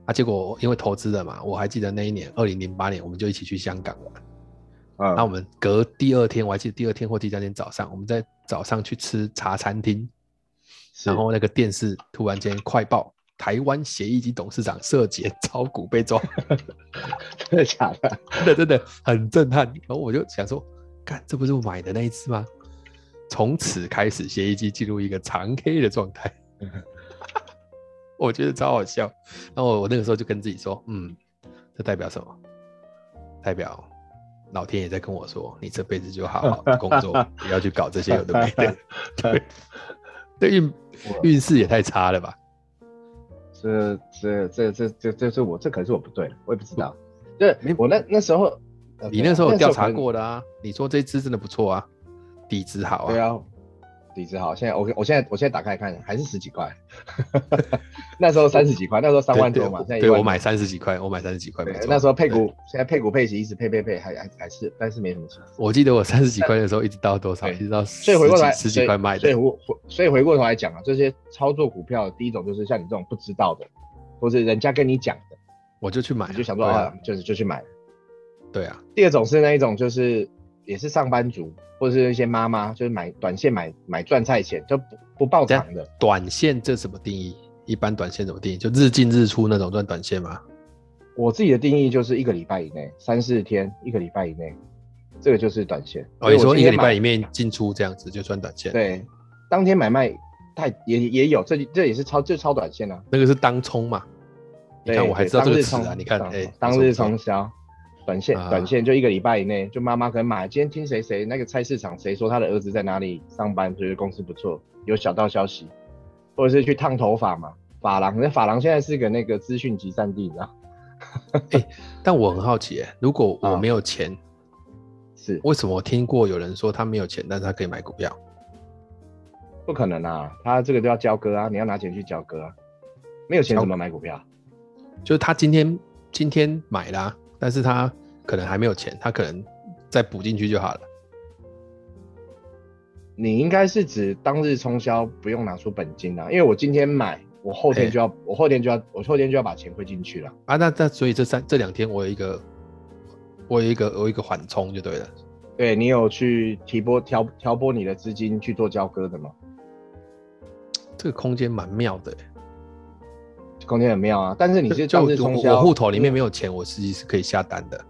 A: 啊，结果因为投资了嘛，我还记得那一年，二零零八年，我们就一起去香港玩。那
B: 嗯
A: 我们隔第二天，我还记得第二天或第三天早上，我们在早上去吃茶餐厅，
B: 是
A: 然后那个电视突然间快报，台湾协议及董事长涉嫌 炒股被抓，
B: 真的假的？
A: 真的真的很震撼。然后我就想说，干，这不是我买的那一只吗？从此开始，协议机进入一个长黑的状态，我觉得超好笑。然后我那个时候就跟自己说，嗯，这代表什么？代表老天爷在跟我说，你这辈子就好好地工作，不要去搞这些有的没的。对，这运运势也太差了吧？
B: 这这这这这这这我这可能是我不对，我也不知道。对
A: 没，
B: 我那那时候，呃
A: 你那时候有调查
B: 可能
A: 过的啊？你说这支真的不错啊，底子好
B: 对
A: 啊。
B: 啊，底子好，现在我我现在我现在打开看，还是十几块， 那时候三十几块，那时候三万
A: 对
B: 多嘛，现在
A: 对
B: 一万
A: 我买三十几块，我买三十几块，没
B: 对
A: 错。
B: 那时候配
A: 对，
B: 股，现在配股配息一直配配配，还还还是，但是没什么钱。
A: 我记得我三十几块的时候，一直到多少？
B: 对
A: 一直到
B: 所
A: 十
B: 以回过
A: 几
B: 来，
A: 十
B: 所
A: 几
B: 以
A: 块卖
B: 所以
A: 的。
B: 回回所以回过头来讲啊，这些操作股票，第一种就是像你这种不知道的，或是人家跟你讲的，
A: 我就去买啊，
B: 你就想说
A: 对
B: 啊
A: 啊，，
B: 就是就去买。
A: 对啊，
B: 第二种是那一种就是也是上班族，或者是一些妈妈，就是买短线买买赚菜钱，就不不爆
A: 这样
B: 仓的。
A: 短线这怎么定义？一般短线怎么定义？就日进日出那种算短线吗？
B: 我自己的定义就是一个礼拜以内，三四天，一个礼拜以内，这个就是短线。
A: 哦，你
B: 所以我
A: 说
B: 今
A: 一个
B: 天
A: 礼拜
B: 买
A: 里面进出这样子就算短线？，
B: 对，当天买卖太也也有，这这也是超这超短线啊。
A: 那个是当冲嘛？你
B: 对，
A: 看我还
B: 对
A: 知道这
B: 当
A: 个
B: 日
A: 词啊，
B: 冲
A: 你看，
B: 当
A: 哎，
B: 当
A: 你
B: 日
A: 怎么
B: 冲
A: 知道
B: 销，短线
A: 啊
B: 短线就一个礼拜以内，就妈妈可能买，今天听谁谁那个菜市场谁说他的儿子在哪里上班，觉得公司不错，有小道消息，或者是去烫头发嘛，发廊，那发廊现在是个那个资讯集散地，你知道？
A: 但我很好奇，哎如果我
B: 啊
A: 没有钱，
B: 是
A: 为什么我听过有人说他没有钱，但是他可以买股票？
B: 不可能啊，他这个都要交割啊，你要拿钱去交割啊，没有钱
A: 交
B: 怎么买股票？
A: 就是他今天今天买啦、但是他可能还没有钱，他可能再补进去就好了。
B: 你应该是指当日冲销不用拿出本金啊，因为我今天买，我后
A: 哎
B: 天就要，我后天就要，我后天就要把钱汇进去了。
A: 啊，那那所以这三这两天我有一个，我有一个我有一个缓冲就对了。
B: 对你有去提拨调调拨你的资金去做交割的吗？
A: 这个空间蛮妙的、欸，
B: 空间很妙啊，但是你是
A: 就
B: 当日
A: 我
B: 冲
A: 我
B: 销，
A: 户头里面没
B: 有
A: 有钱，我实际是可以下单的。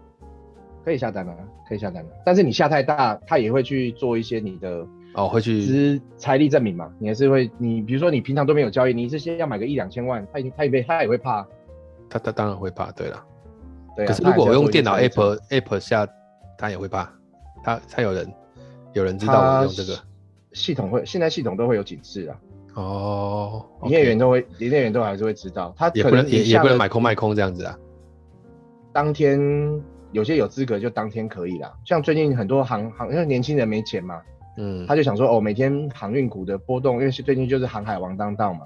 B: 可以下单啊，可以下单啊，但是你下太大，他也会去做一些你的
A: 哦，会去
B: 资财力证明嘛，你还是会你比如说你平常都没有交易，你这些要买个一两千万，他也他也没他也会怕，
A: 他他当然会怕，对了。
B: 对啊。
A: 可是如果我用电脑
B: 那还是要做
A: app app 下，他也会怕，他他有人有人知道我用这个
B: 它系统会，现在系统都会有警示啊，
A: 哦，
B: 营业
A: OK
B: 员都会，营业员都还是会知道，他
A: 也
B: 可
A: 不能
B: 能
A: 也
B: 你
A: 也
B: 下
A: 不能
B: 了
A: 买空卖空这样子啊。
B: 当天有些有资格就当天可以啦，像最近很多航航，因为年轻人没钱嘛，
A: 嗯，
B: 他就想说哦，每天航运股的波动，因为是最近就是航海王当道嘛，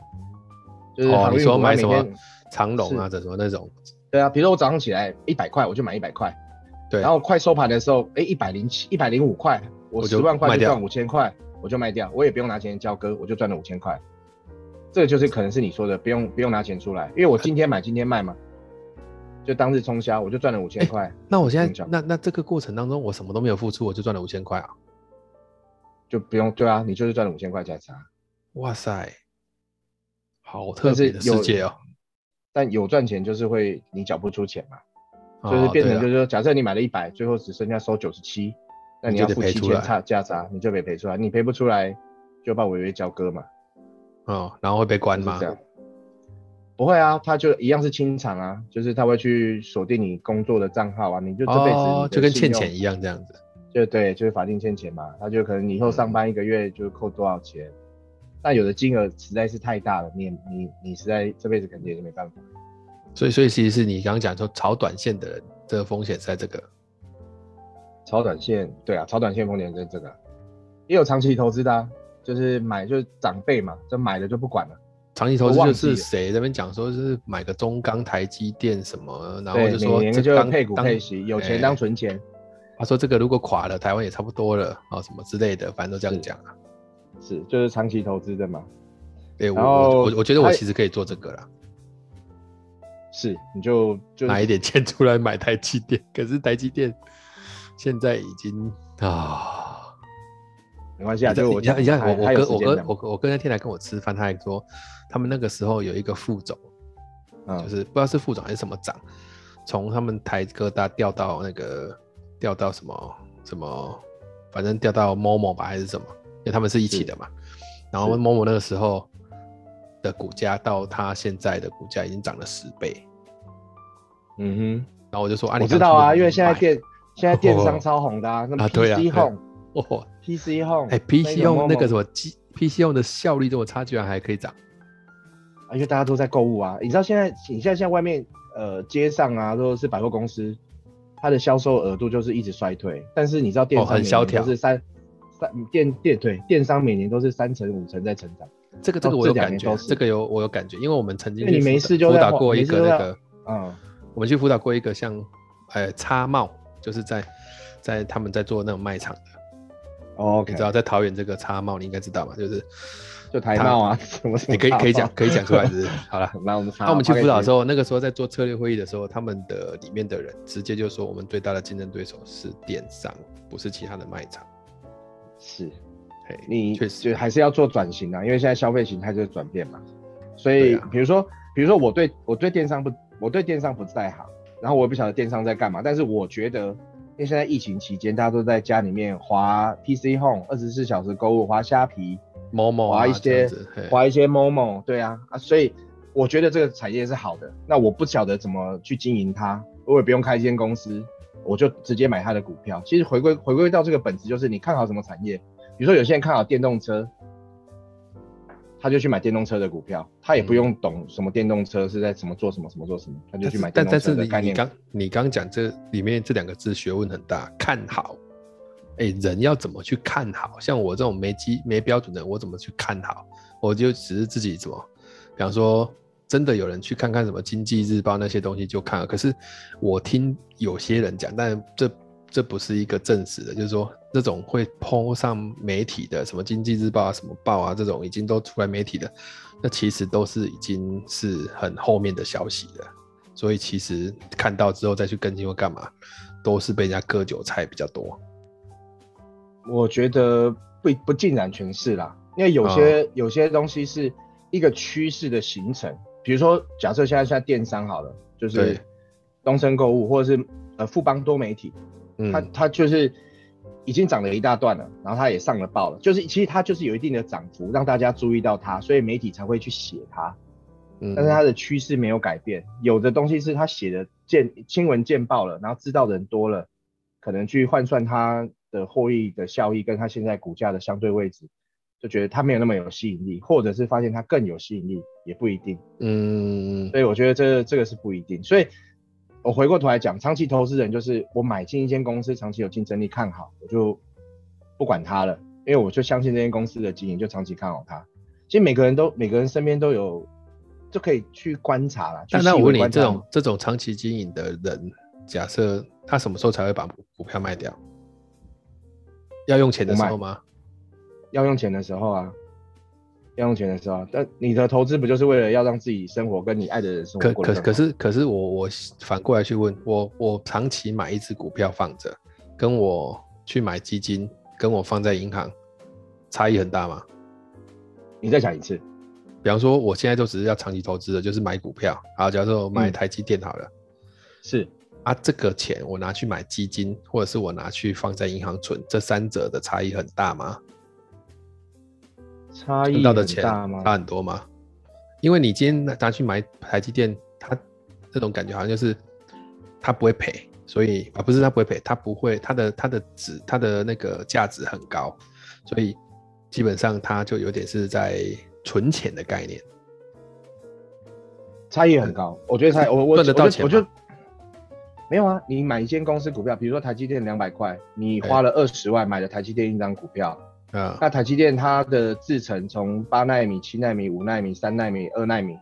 B: 就是
A: 哦
B: 航
A: 你
B: 运
A: 说
B: 股它
A: 买
B: 每
A: 什
B: 天、
A: 么长龙啊，这什么那种，
B: 对啊，比如说我早上起来一百块，我就买一百块，
A: 对
B: 然后快收盘的时候，哎，一百零七、一百零五块，我
A: 我就
B: 十万块
A: 卖
B: 就
A: 掉
B: 赚五千块，我就卖掉，我也不用拿钱交割，我就赚了五千块。这个就是可能是你说的，不用不用拿钱出来，因为我今天买今天卖嘛，就当日冲销，我就赚了五千块，
A: 那我现
B: 你
A: 在
B: 讲
A: 那那这个过程当中，我什么都没有付出，我就赚了五千块啊！
B: 就不用对啊，你就是赚了五千块价差。
A: 哇塞，好特
B: 但是
A: 别的世
B: 有
A: 界哦！
B: 但有赚钱就是会你缴不出钱嘛，
A: 哦
B: 就是变
A: 对
B: 成
A: 啊
B: 就是说，假设你买了一百，最后只剩下收九十七，那
A: 你就
B: 你要
A: 得
B: 付
A: 赔
B: 七
A: 出
B: 千
A: 来
B: 差价差，你就得赔出来，你赔不出来就把违约交割嘛，
A: 哦，然后会被关
B: 就是
A: 嘛
B: 这？样。不会啊，他就一样是清偿啊，就是他会去锁定你工作的账号啊，你就这辈子你
A: 哦
B: 的，
A: 就跟
B: 信
A: 欠
B: 用
A: 钱一样这样子。
B: 就对，就是法定欠钱嘛，他就可能你以后
A: 嗯
B: 上班一个月就扣多少钱，但有的金额实在是太大了，你也你你实在这辈子肯定也是没办法。
A: 所以所以其实是你刚刚讲说炒短线的人，这个风险是在这个。
B: 超短线，对啊，超短线风险就是这个，也有长期投资的、啊，就是买就是长辈嘛，就买了就不管了，
A: 长期投资
B: 我
A: 就
B: 忘记
A: 是
B: 了
A: 谁这边讲说是买个中钢、台积电什么，然后
B: 对，
A: 就
B: 每
A: 说
B: 年
A: 这
B: 就
A: 当
B: 配股
A: 当
B: 配息，有钱
A: 哎
B: 当存钱，
A: 他说这个如果垮了，台湾也差不多了啊、哦什么之类的，反正都这样讲啊。
B: 是就是长期投资的嘛，
A: 对我
B: 然后
A: 我我我觉得我
B: 他
A: 其实可以做这个啦，
B: 是你就就
A: 拿一点钱出来买台积电，可是台积电现在已经啊。
B: 没关系啊，
A: 你知
B: 就
A: 道
B: 是我
A: 你知道你知道
B: 还
A: 我我
B: 还有
A: 哥
B: 时
A: 我
B: 间
A: 哥
B: 的嘛
A: 我哥我哥那天来跟我吃饭，他还说他们那个时候有一个副总，
B: 嗯
A: 就是不知道是副总还是什么长，从他们台哥大调到那个调到什么什么，反正调到某某吧还是什么，因为他们是一起的嘛。然后
B: 是
A: 某某那个时候的股价到他现在的股价已经涨了十倍，
B: 嗯
A: 然后我就说啊，
B: 哼，
A: 你
B: 我知道
A: 当初
B: 啊，
A: 怎么
B: 因为现在
A: 买
B: 电现在电商
A: 哦
B: 超红的啊，那么
A: 啊对啊
B: PC
A: 对
B: Home
A: 哦，
B: PC Home，
A: 哎，PC
B: 种
A: 用那个
B: Momo
A: 什么机 PC 用的效率这么差，居然还可以涨，
B: 啊，因为大家都在购物啊。你知道现在，你现在像外面呃街上啊，都是百货公司，它的销售额度就是一直衰退。但是你知道电
A: 哦
B: 商
A: 很
B: 每
A: 萧
B: 年
A: 条
B: 都是三、三电电对电商每年都是三成五成在成长。
A: 这个这
B: 哦
A: 个我
B: 这
A: 有
B: 两
A: 感
B: 年
A: 觉
B: 都，是
A: 这个有我有感觉，因为我们曾经
B: 因为
A: 去
B: 你
A: 辅
B: 没
A: 导
B: 事就
A: 辅
B: 在
A: 导
B: 晃
A: 过一
B: 没事
A: 个
B: 就
A: 那
B: 在
A: 个，
B: 嗯，
A: 我们去辅导过一个像，呃，插帽，就是在在他们在做那种卖场的，
B: 哦，OK，
A: 你知道在桃园这个插帽，你应该知道吧？就是
B: 就台贸啊，什么什么
A: 你可 以可以
B: 插
A: 讲
B: 帽
A: 可以讲出来，是不是？好了。
B: 那我们
A: 那我们去辅导的时
B: 候，
A: 候，那个时候在做策略会议的时候，他们的里面的人直接就说，我们最大的竞争对手是电商，不是其他的卖场。
B: 是
A: 嘿，
B: 你
A: 确
B: 就
A: 实，
B: 还是要做转型啊，因为现在消费形态就是转变嘛。所
A: 对
B: 以
A: 啊
B: 比如说，比如说我对我对电商不我对电商不在行，然后我也不晓得电商在干嘛，但是我觉得，因为现在疫情期间大家都在家里面滑 PC Home，二十四小时购物，滑虾皮，
A: 某某
B: 划
A: 啊
B: 一
A: 这样
B: 些
A: 子，嘿
B: 滑一些 Momo，对啊啊，所以我觉得这个产业是好的，那我不晓得怎么去经营它，我也不用开一间公司。我就直接买它的股票。其实回归回归到这个本质，就是你看好什么产业。比如说有些人看好电动车，他就去买电动车的股票，他也不用懂什么电动车是在什么做什么什么做什么，他就
A: 但
B: 去
A: 是
B: 买
A: 但
B: 电动
A: 但是
B: 车的概
A: 你你
B: 念。
A: 刚你刚讲这里面这两个字学问很大，看好，哎，人要怎么去看好？像我这种没基没标准的，我怎么去看好？我就只是自己怎么，比方说真的有人去看看什么《经济日报》那些东西就看了，可是我听有些人讲，但这这不是一个证实的，就是说那种会 PO 上媒体的，什么《经济日报》啊、什么报啊，这种已经都出来媒体的，那其实都是已经是很后面的消息了。所以其实看到之后再去更新或干嘛，都是被人家割韭菜比较多。
B: 我觉得不不尽然全是啦，因为有些、
A: 嗯
B: 有些东西是一个趋势的形成，比如说假设现在现在电商好了，就
A: 对
B: 是东升购物或者是呃富邦多媒体，
A: 嗯，
B: 它它就是已经涨了一大段了，然后它也上了报了，就是其实它就是有一定的涨幅，让大家注意到它，所以媒体才会去写它。
A: 嗯，
B: 但是它的趋势没有改变。有的东西是他写的见新闻见报了，然后知道的人多了，可能去换算它的获利的效益跟它现在股价的相对位置，就觉得它没有那么有吸引力，或者是发现它更有吸引力，也不一定。
A: 嗯
B: 所以我觉得这这个是不一定。所以我回过头来讲，长期投资人就是我买进一间公司，长期有竞争力，看好我就不管它了，因为我就相信这间公司的经营，就长期看好它。其实每个人都每个人身边都有，就可以去观察啦。
A: 但
B: 去
A: 那
B: 细
A: 我
B: 微
A: 问你，
B: 观察
A: 这种这种长期经营的人，假设他什么时候才会把股股票卖掉？要用钱的时候吗？
B: 要用钱的时候啊，要用钱的时候啊，但你的投资不就是为了要让自己生活跟你爱的人生活
A: 可
B: 过
A: 可是可
B: 得更好
A: 是可是我我反过来去问，我我长期买一只股票放着，跟我去买基金，跟我放在银行，差异很大吗？
B: 你再讲一次，
A: 比方说，我现在就只是要长期投资的，就是买股票。好，假设我买
B: 嗯
A: 台积电好了，
B: 是
A: 啊，这个钱我拿去买基金，或者是我拿去放在银行存，这三者的差异很大吗？
B: 差
A: 存
B: 异
A: 到的
B: 很
A: 钱
B: 大吗？
A: 差很多吗？因为你今天拿拿去买台积电，它这种感觉好像就是它不会赔，所以啊不是它不会赔，它不会它的它的值它的那个价值很高，所以基本上它就有点是在存钱的概念。
B: 差异很高，我觉得差我我
A: 赚得到钱
B: 我
A: 吗
B: 就我就没有啊。你买一间公司股票，比如说台积电两百块，你花了二十万买了台积电一张股票，
A: 啊、
B: 那台积电它的制程从八纳米、七纳米、五纳米、三纳米、二纳米，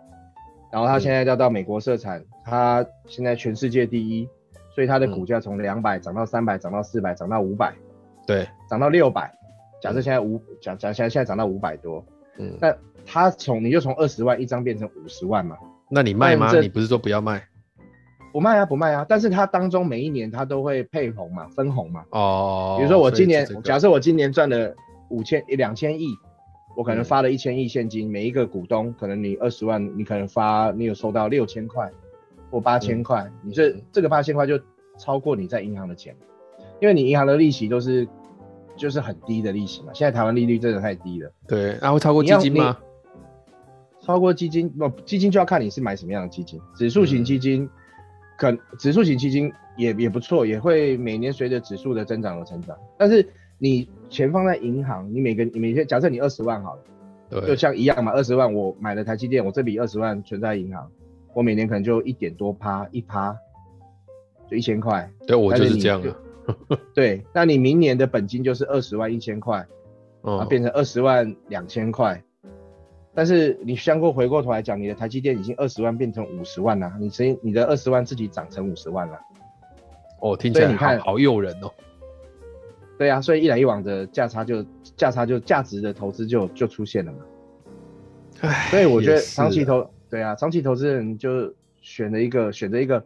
B: 然后它
A: 嗯
B: 现在要到美国设厂，它现在全世界第一，所以它的
A: 嗯
B: 股价从两百涨到三百，涨到四百，涨到五百，
A: 对，
B: 涨到六百。假设现在五，假假现在现在涨到五百多，
A: 嗯，
B: 那它从你就从二十万一张变成五十万嘛，
A: 那你卖吗？
B: 这
A: 你不是说不要卖？
B: 不卖啊，不卖啊。但是它当中每一年它都会配红嘛，分红嘛。
A: 哦，
B: 比如说我今年，
A: 所以是这个
B: 假设我今年赚了五千两千亿，我可能
A: 嗯
B: 发了一千亿现金，每一个股东可能你二十万，你可能发你有收到六千块或八千块，你这
A: 嗯
B: 这个八千块就超过你在银行的钱，因为你银行的利息都是就是很低的利息嘛。现在台湾利率真的太低了，
A: 对，那、会超过
B: 你
A: 基
B: 要
A: 金吗？
B: 超过基金，不基金就要看你是买什么样的基金，指数型基金，可指数型基金也也不错，也会每年随着指数的增长而成长。但是你钱放在银行，你每个你每天假设你二十万好了，就
A: 对，
B: 像一样嘛，二十万我买了台积电，我这笔二十万存在银行，我每年可能就一点多趴一趴，就一千块。
A: 对我就
B: 但是
A: 是
B: 你
A: 这样
B: 就
A: 啊。
B: 对，那你明年的本金就是二十万一千块，啊，
A: 嗯，
B: 变成二十万两千块。但是你相过回过头来讲，你的台积电已经二十万变成五十万啦，你所以你的二十万自己涨成五十万了。
A: 哦，听起
B: 所以
A: 来
B: 你
A: 好
B: 看
A: 好诱人哦。
B: 对啊，所以一来一往的价差就价差就价值的投资就就出现了嘛。
A: 唉
B: 所以我觉
A: 也
B: 得
A: 是
B: 长期
A: 啊
B: 投对啊，长期投资人就选了一个选择一个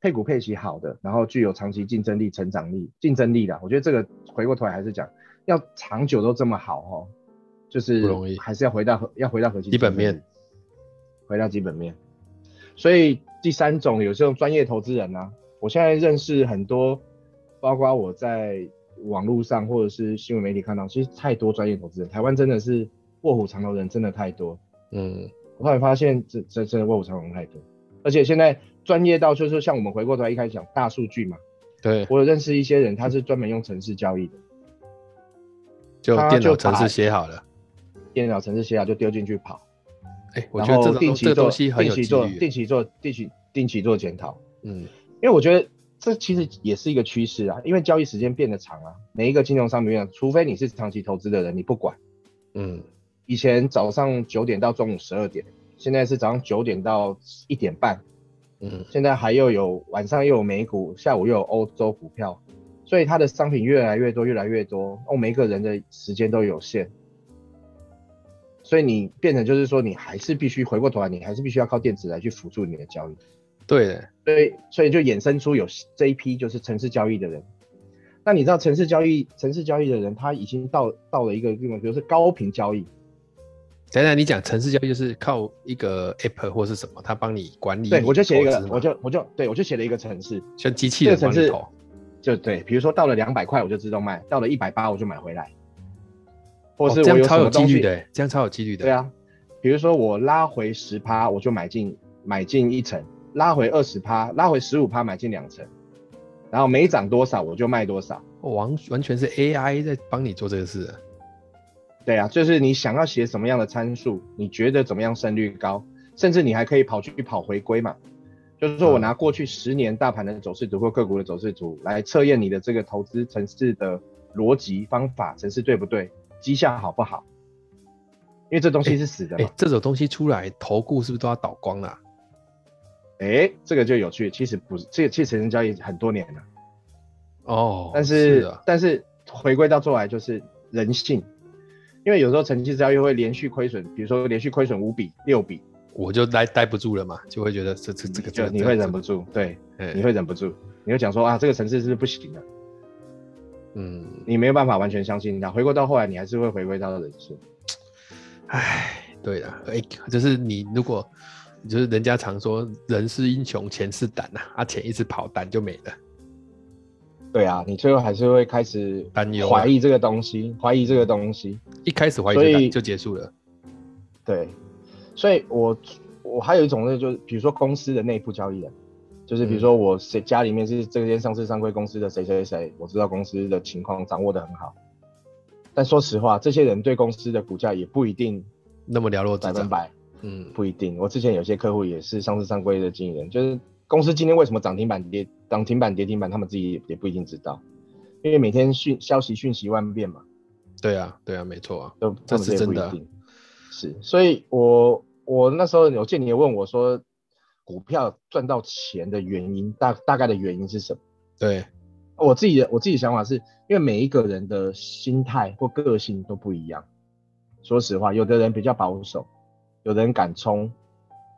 B: 配股配息好的，然后具有长期竞争力、成长力、竞争力的。我觉得这个回过头来还是讲，要长久都这么好哦，就是
A: 不容易
B: 还是要回到核要回到核心
A: 基本
B: 竞争力
A: 面，
B: 回到基本面。所以第三种有这种专业投资人啊，我现在认识很多，包括我在网络上或者是新闻媒体看到，其实太多专业投资人，台湾真的是卧虎藏龙人真的太多。
A: 嗯。
B: 我后来发现这这真的卧虎藏龙太多，而且现在专业到就是像我们回过头来一开始讲大数据嘛，
A: 对，
B: 我有认识一些人，他是专门用城市交易的，
A: 就
B: 他
A: 电脑
B: 就
A: 程式
B: 把
A: 写好了。
B: 电脑城市写好就丢进去跑，
A: 哎、我
B: 然
A: 觉得这
B: 后
A: 种
B: 定
A: 东这
B: 期
A: 个
B: 做
A: 东西很
B: 定
A: 有
B: 期
A: 机
B: 做
A: 遇
B: 定
A: 耶。
B: 期做定期定期做检讨，
A: 嗯，
B: 因为我觉得这其实也是一个趋势啊，因为交易时间变得长啊，每一个金融商品一样，除非你是长期投资的人，你不管。
A: 嗯，
B: 以前早上九点到中午十二点，现在是早上九点到一点半，
A: 嗯，
B: 现在还又有晚上又有美股，下午又有欧洲股票，所以它的商品越来越多，越来越多。哦，每一个人的时间都有限，所以你变成就是说，你还是必须回过头来，你还是必须要靠电子来去辅助你的交易。
A: 对的，
B: 所以所以就衍生出有这一批就是城市交易的人。那你知道城市交易，城市交易的人他已经到到了一个地方，比如说高频交易，
A: 等等，你讲城市交易就是靠一个 app 或是什么，它帮你管理你的
B: 对
A: 投资嘛。
B: 我就写一个，我就我就对我就写了一个城市，
A: 像机器人
B: 这个
A: 帮
B: 城
A: 你
B: 市
A: 投。
B: 就对，比如说到了两百块我就自动卖，到了一百八我就买回来，或
A: 哦，
B: 是
A: 这样
B: 我有
A: 超
B: 什
A: 有
B: 么
A: 几
B: 东西，
A: 率的耶，这样超有几率的。
B: 对，啊，比如说我拉回十趴，我就买进买进一层，拉回二十趴，拉回十五趴买进两层，然后每涨多少我就卖多少。
A: 哦完完全是 AI 在帮你做这个事啊。
B: 对啊，就是你想要写什么样的参数，你觉得怎么样胜率高，甚至你还可以跑去跑回归嘛。就是说我拿过去十年大盘的走势图或个股的走势图来测验你的这个投资城市的逻辑方法，城市对不对，绩效好不好？因为这东西是死的
A: 哎、
B: 嘛。
A: 这种东西出来，投顾是不是都要倒光了啊、
B: 哎、这个就有趣。其实不是，这个其实成交易很多年了，
A: 哦，
B: 但是,、
A: 啊，
B: 但是回归到最后来就是人性，因为有时候成绩交易会连续亏损，比如说连续亏损五笔、六笔，
A: 我就待待不住了嘛，就会觉得这这这个这
B: 就
A: 个
B: 你
A: 这个
B: 会
A: 这
B: 忍
A: 个
B: 不住，对，
A: 哎
B: 你会忍不住，你会讲说啊，这个城市是不是不行的，
A: 嗯，
B: 你没有办法完全相信它。回过到后来，你还是会回归到人性。
A: 唉，对啦，哎、就是你如果就是人家常说人是英雄，钱是胆呐、啊，钱一直跑，胆就没了。
B: 对啊，你最后还是会开始
A: 担忧啊
B: 怀疑这个东西，怀疑这个东西。
A: 一开始怀疑
B: 所
A: 是胆
B: 以
A: 就结束了。
B: 对，所以我我还有一种呢，就是比如说公司的内部交易人，就是比如说我谁家里面是这间上市上柜公司的谁谁谁，我知道公司的情况掌握的很好，但说实话，这些人对公司的股价也不一定
A: 那么寥落指
B: 百分
A: 掌，
B: 百，
A: 嗯，
B: 不一定。我之前有些客户也是上市上柜的经理人，就是公司今天为什么涨停板跌涨停板跌停板，他们自己也也不一定知道，因为每天讯消息讯息万变嘛。
A: 对啊，对啊，没错啊，
B: 都
A: 这
B: 他们
A: 是
B: 也
A: 真
B: 不一
A: 的啊
B: 定是，所以我我那时候有见你也问我说，股票赚到钱的原因大大概的原因是什么？
A: 对，
B: 我自己的我自己想法是因为每一个人的心态或个性都不一样。说实话，有的人比较保守，有的人敢冲，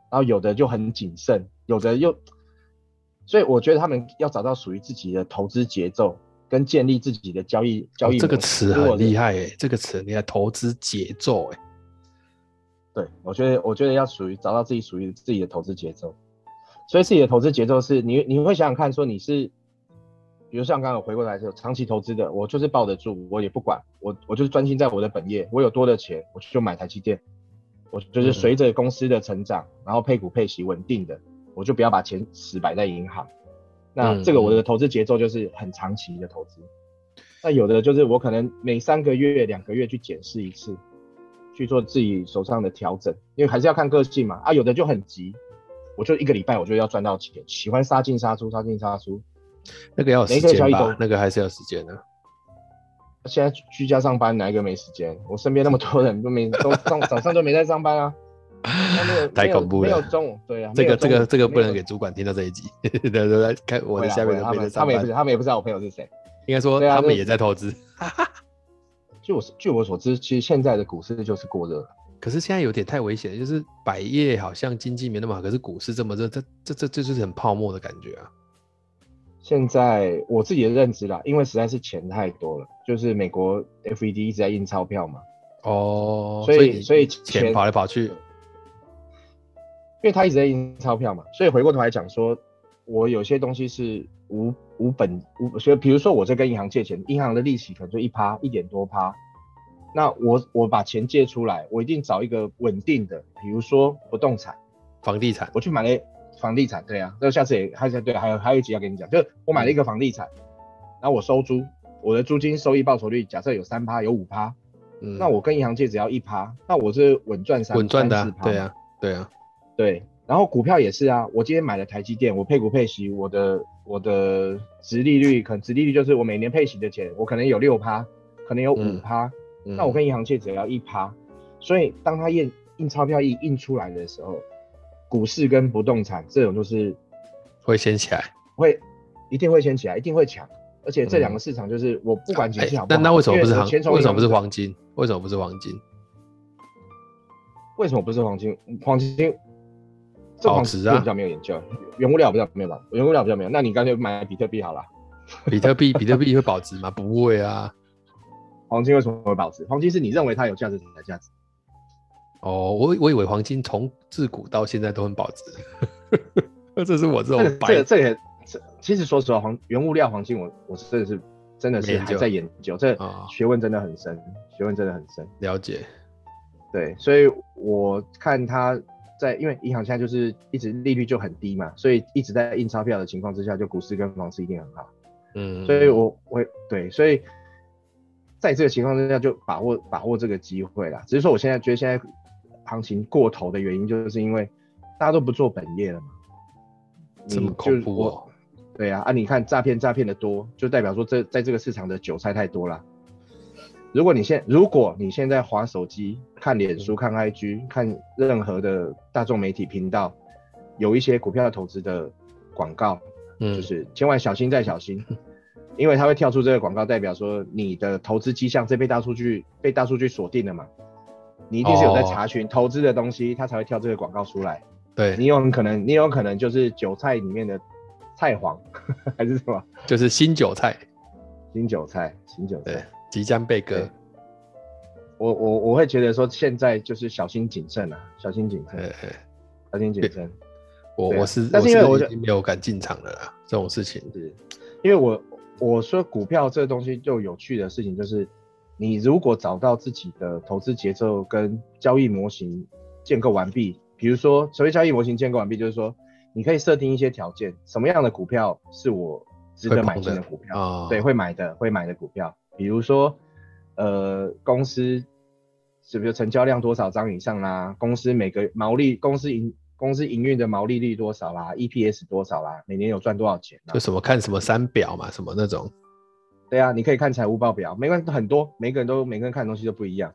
B: 然后有的就很谨慎，有的又，所以我觉得他们要找到属于自己的投资节奏，跟建立自己的交易交易、
A: 哦这个词很厉
B: 害。
A: 害哎、这个词很厉害，投资节奏哎、
B: 对，我觉得我觉得要属于找到自己属于自己的投资节奏，所以自己的投资节奏是你你会想想看，说你是，比如像刚刚我回过来说，长期投资的，我就是抱得住，我也不管，我我就是专心在我的本业，我有多的钱，我就买台积电，我就是随着公司的成长，然后配股配息稳定的，我就不要把钱死摆在银行。那
A: 嗯
B: 这个我
A: 嗯
B: 的投资节奏就是很长期的投资，那有的就是我可能每三个月、两个月去检视一次，去做自己手上的调整，因为还是要看个性嘛。啊，有的就很急，我就一个礼拜我就要赚到钱，喜欢杀进杀出，杀进杀出。
A: 那个要有时
B: 每个交
A: 间
B: 易
A: 吧
B: 都，
A: 那个还是要有时间的、啊
B: 现在居居家上班，哪一个没时间？我身边那么多人都没都上早上都没在上班啊，那没有
A: 太恐怖了
B: 没有没有中午对啊，
A: 这
B: 没
A: 个
B: 有
A: 这
B: 中午
A: 个这个不能
B: 没
A: 给
B: 有
A: 主管听到这一集， 对对对，看我的
B: 会啦
A: 下面的
B: 会啦啊他
A: 没在
B: 们他
A: 上
B: 们也
A: 班
B: 不，知他们也不知道我朋友是谁。
A: 应该说
B: 对啊
A: 他们
B: 这
A: 也在投资，
B: 据我据我所知，其实现在的股市就是过热了。
A: 可是现在有点太危险了，就是百业好像经济没那么好，可是股市这么热，这这这这就是很泡沫的感觉啊。
B: 现在我自己的认知啦，因为实在是钱太多了，就是美国 FED 一直在印钞票嘛，
A: 哦，
B: 所以
A: 你
B: 所以
A: 钱
B: 钱
A: 跑来跑去，
B: 因为他一直在印钞票嘛，所以回过头来讲说，我有些东西是无无本无，所以比如说我在跟银行借钱，银行的利息可能就一趴一点多趴，那我我把钱借出来，我一定找一个稳定的，比如说不动产，
A: 房地产
B: 我去买了房地产，对啊，那下次也还是对，还有还有一集要跟你讲，就是我买了一个房地产，然后我收租，我的租金收益报酬率假设有三趴，有五趴，
A: 嗯
B: 那我跟银行借只要一趴，那我是稳赚三
A: 稳赚的啊、
B: 三四趴
A: 对啊，对啊，
B: 对，然后股票也是啊，我今天买了台积电，我配股配息，我的我的值利率，可能值利率就是我每年配息的钱，我可能有六趴，可能有五
A: 嗯
B: 趴，
A: 嗯
B: 那我跟银行借只要一趴，所以当它印印钞票印印出来的时候，股市跟不动产这种就是
A: 会先起来。
B: 会一定会先起来，一定会抢，而且
A: 嗯
B: 这两个市场就是我不管景
A: 哎
B: 气好不
A: 那
B: 好，
A: 那为什么不是
B: 因我
A: 行
B: 钱？从
A: 为什
B: 银
A: 么
B: 行
A: 不是黄金？为什么不是黄金？
B: 为什么不是黄金？黄金这
A: 保
B: 黄
A: 值
B: 金
A: 啊
B: 比较没有研究，原物料比较没有吧？原物料比较没有。那你干脆买比特币好了。
A: 比特币，比特币会保值吗？不会啊。
B: 黄金为什么会保值？黄金是你认为它有价值才价值。
A: 哦，我我以为黄金从自古到现在都很保值，这是我这
B: 这个
A: 种
B: 这
A: 白
B: 个这个也这其实说实话，黄原物料黄金我我真的是真的
A: 没
B: 是
A: 研究
B: 还在研究，这
A: 啊
B: 学问真的很深，学问真的很深。
A: 了解。
B: 对，所以我看他在，因为银行现在就是一直利率就很低嘛，所以一直在印钞票的情况之下，就股市跟房市一定很好。
A: 嗯，
B: 所以我我对，所以在这个情况之下就把握把握这个机会啦。只是说我现在觉得现在行情过头的原因，就是因为大家都不做本业了嘛。
A: 这么
B: 你
A: 恐
B: 就
A: 怖
B: 我
A: 哦，
B: 对啊，啊，你看诈骗诈骗的多，就代表说这在这个市场的韭菜太多啦。如果你现如果你现在划手机、看脸
A: 嗯
B: 书、看 IG、看任何的大众媒体频道，有一些股票投资的广告，
A: 嗯，
B: 就是千万小心再小心，因为它会跳出这个广告，代表说你的投资迹象这被大数据被大数据锁定了嘛。你一定是有在
A: 哦
B: 查询投资的东西，它才会跳这个广告出来。
A: 对，
B: 你有可能，你有可能就是韭菜里面的菜黄，还是什么
A: 就是新韭菜，
B: 新韭菜？新韭
A: 对
B: 菜。，
A: 即将被割
B: 对，我我我会觉得说，现在就是小心谨慎啊，小心谨慎，
A: 呃，哎
B: 小心谨慎。
A: 我
B: 对啊
A: 我是，
B: 但是因为
A: 我
B: 我
A: 已
B: 就
A: 经没有敢进场了啦，这种事情，
B: 是，因为我我说股票这东西就有趣的事情就是，你如果找到自己的投资节奏跟交易模型建构完毕，比如说所谓交易模型建构完毕，就是说你可以设定一些条件，什么样的股票是我值
A: 会
B: 得
A: 碰
B: 买进
A: 的
B: 的股票，
A: 啊，
B: 对，，会买的会买的股票，比如说，呃，公司是不是成交量多少张以上啦？公司每个毛利，公司营公司营运的毛利率多少啦？EPS 多少啦？每年有赚多少钱啦
A: 就？什么看什么三表嘛，什么那种，
B: 对啊，你可以看财务报表，没关系，很多每个人都每个人看的东西都不一样，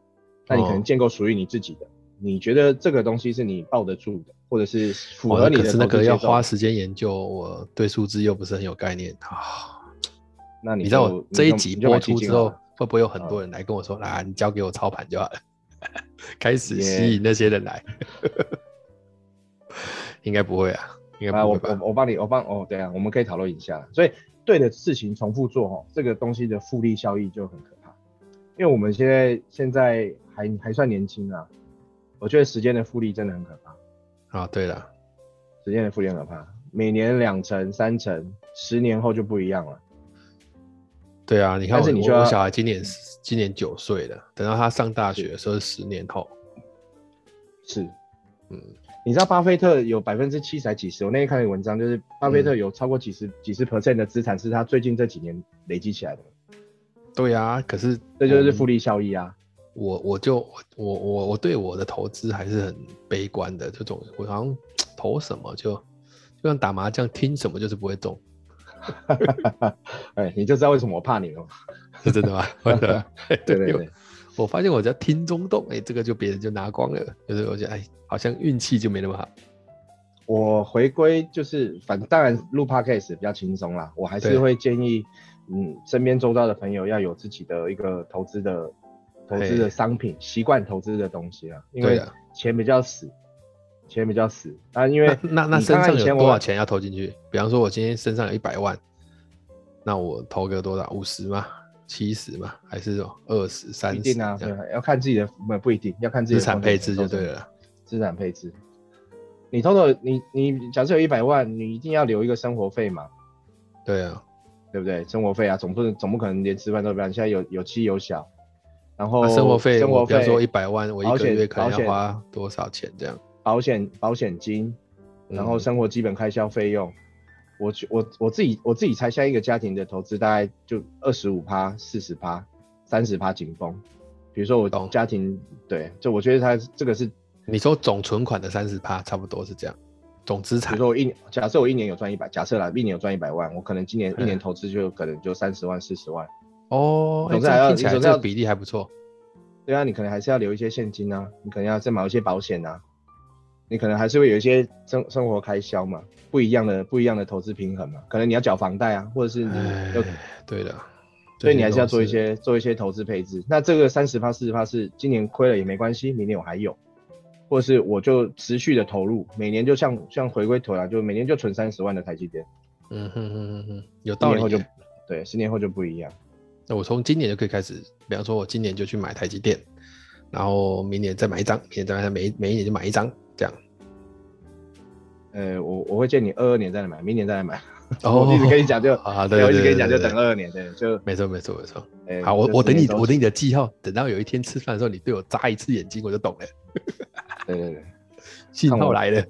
B: 那你可
A: 哦
B: 能建构属于你自己的，你觉得这个东西是你抱得住的，或者是符
A: 哇
B: 合
A: 哦那
B: 你
A: 可
B: 的
A: 是那
B: 投资
A: 个
B: 节
A: 要
B: 奏
A: 花时间研究，我对数字又不是很有概念啊。
B: 那
A: 你
B: 你
A: 知道
B: 就
A: 我
B: 你
A: 这一
B: 就
A: 集
B: 你就买
A: 播
B: 基
A: 出
B: 金
A: 之
B: 好
A: 后
B: 了，嗯
A: 会不会有很多人来跟我说啊，你交给我操盘就好了？开始吸
B: 也
A: 引那些人来， 应该不会啊，应该
B: 啊，
A: 不
B: 我
A: 会吧？
B: 我我帮你，我帮哦，对啊，我们可以讨论一下。所以对的事情重复做哦，这个东西的复利效益就很可怕。因为我们现在现在还还算年轻啊，我觉得时间的复利真的很可怕，
A: 啊，对了，
B: 时间的复利很可怕，每年两成、三成，十年后就不一样了。
A: 对啊，你看
B: 但
A: 我
B: 是你就
A: 我我
B: 要
A: 小孩今年今年九岁了，等到他上大学的时候是十年后，
B: 是，
A: 嗯，
B: 你知道巴菲特有百分之七十还几十？我那天看了一个文章，就是巴菲特有超过几十、几十 percent 的资产是他最近这几年累积起来的，
A: 对啊，可是
B: 这就是复
A: 利。
B: 利效益啊。
A: 我我就我我我我对我的投资还是很悲观的，这种我好像投什么就就像打麻将，听什么就是不会中，
B: 哎，你就知道为什么我怕你了。
A: 是真的 吗？真的，
B: 对对
A: 因为
B: 对。
A: 哎我发现我只要听中动，哎、这个就别人就拿光了，就是我觉得哎，好像运气就没那么好。
B: 我回归就是，反当然录 podcast 比较轻松啦，我还
A: 对
B: 是会建议，嗯，身边周遭的朋友要有自己的一个投资的投资
A: 嘿
B: 的商品，习惯投资的东西啊，因
A: 对
B: 为
A: 啊，
B: 钱比较死，钱比较死啊，因为
A: 那那那
B: 你
A: 身
B: 看
A: 上
B: 看以
A: 有
B: 前
A: 多
B: 我
A: 少钱要投进去？比方说，我今天身上有一百万，那我投个多少？五十吗？七十吗？还是二十、
B: 不
A: 三
B: 一
A: 十？
B: 定啊，
A: 这
B: 对
A: 样
B: 啊，要看自己的，不不一定要看自己
A: 资
B: 的
A: 产
B: 风
A: 配
B: 险
A: 置
B: 承
A: 就
B: 受
A: 对
B: 程度
A: 了。
B: 资产配置。你偷偷你你假设有一百万，你一定要留一个生活费嘛，
A: 对啊，
B: 对不对？生活费啊，总不能总不可能连吃饭都不要。现在有有妻有小，然后、
A: 那啊生活费，
B: 生
A: 我
B: 活
A: 比方
B: 费
A: 说一百万，我一
B: 保
A: 个
B: 险
A: 月可能
B: 保
A: 要
B: 险
A: 花多少钱这样？
B: 保险保险金，然后
A: 嗯
B: 生活基本开销费用，我去我我自己我自己猜，下一个家庭的投资大概就二十五趴、四十趴、三十趴紧绷。比如说我
A: 懂
B: 家庭对，就我觉得他这个是，比
A: 你说总存款的三十趴，差不多是这样，总资
B: 如
A: 产
B: 说我一假设我一年有赚一百，假设啦，一年有赚一百万，我可能今年
A: 嗯
B: 一年投资就可能就三十万、四十万。
A: 哦，哎
B: 总之
A: 这样
B: 还要
A: 听起来
B: 你
A: 这
B: 总是
A: 个
B: 要
A: 比例还不错，
B: 对啊，你可能还是要留一些现金啊，你可能要再买一些保险啊，你可能还是会有一些生生活开销嘛，不一样的不一样的投资平衡嘛，可能你要缴房贷啊，或者是你
A: 哎
B: 要，
A: 对的，
B: 所
A: 这
B: 以你
A: 些
B: 还是要
A: 都
B: 做一些做一些投资配置。那这个三十趴、四十趴是今年亏了也没关系，明年我还有，或是我就持续的投入，每年就像像回归头来，就每年就存三十万的台积电，
A: 嗯哼哼哼哼，有
B: 十
A: 道
B: 年后
A: 理
B: 就
A: 耶。
B: 对，十年后就不一样。
A: 那我从今年就可以开始，比方说我今年就去买台积电，然后明年再买一张，明年再买一张，每每一年就买一张，这样
B: 呃，我我会建议你二二年再来买，明年再来买。
A: 哦
B: 我一直跟你讲就，
A: 啊，对对
B: 对，我一直
A: 对，
B: 跟你讲就
A: 对对
B: 等二二年，对，就
A: 没错没错没错。
B: 哎
A: 好，我
B: 就
A: 我等你，
B: 10年
A: 我等你的记号，等到有一天吃饭的时候，你对我眨一次眼睛，我就懂了，
B: 对对对
A: 信
B: 看
A: 号
B: 我
A: 来了。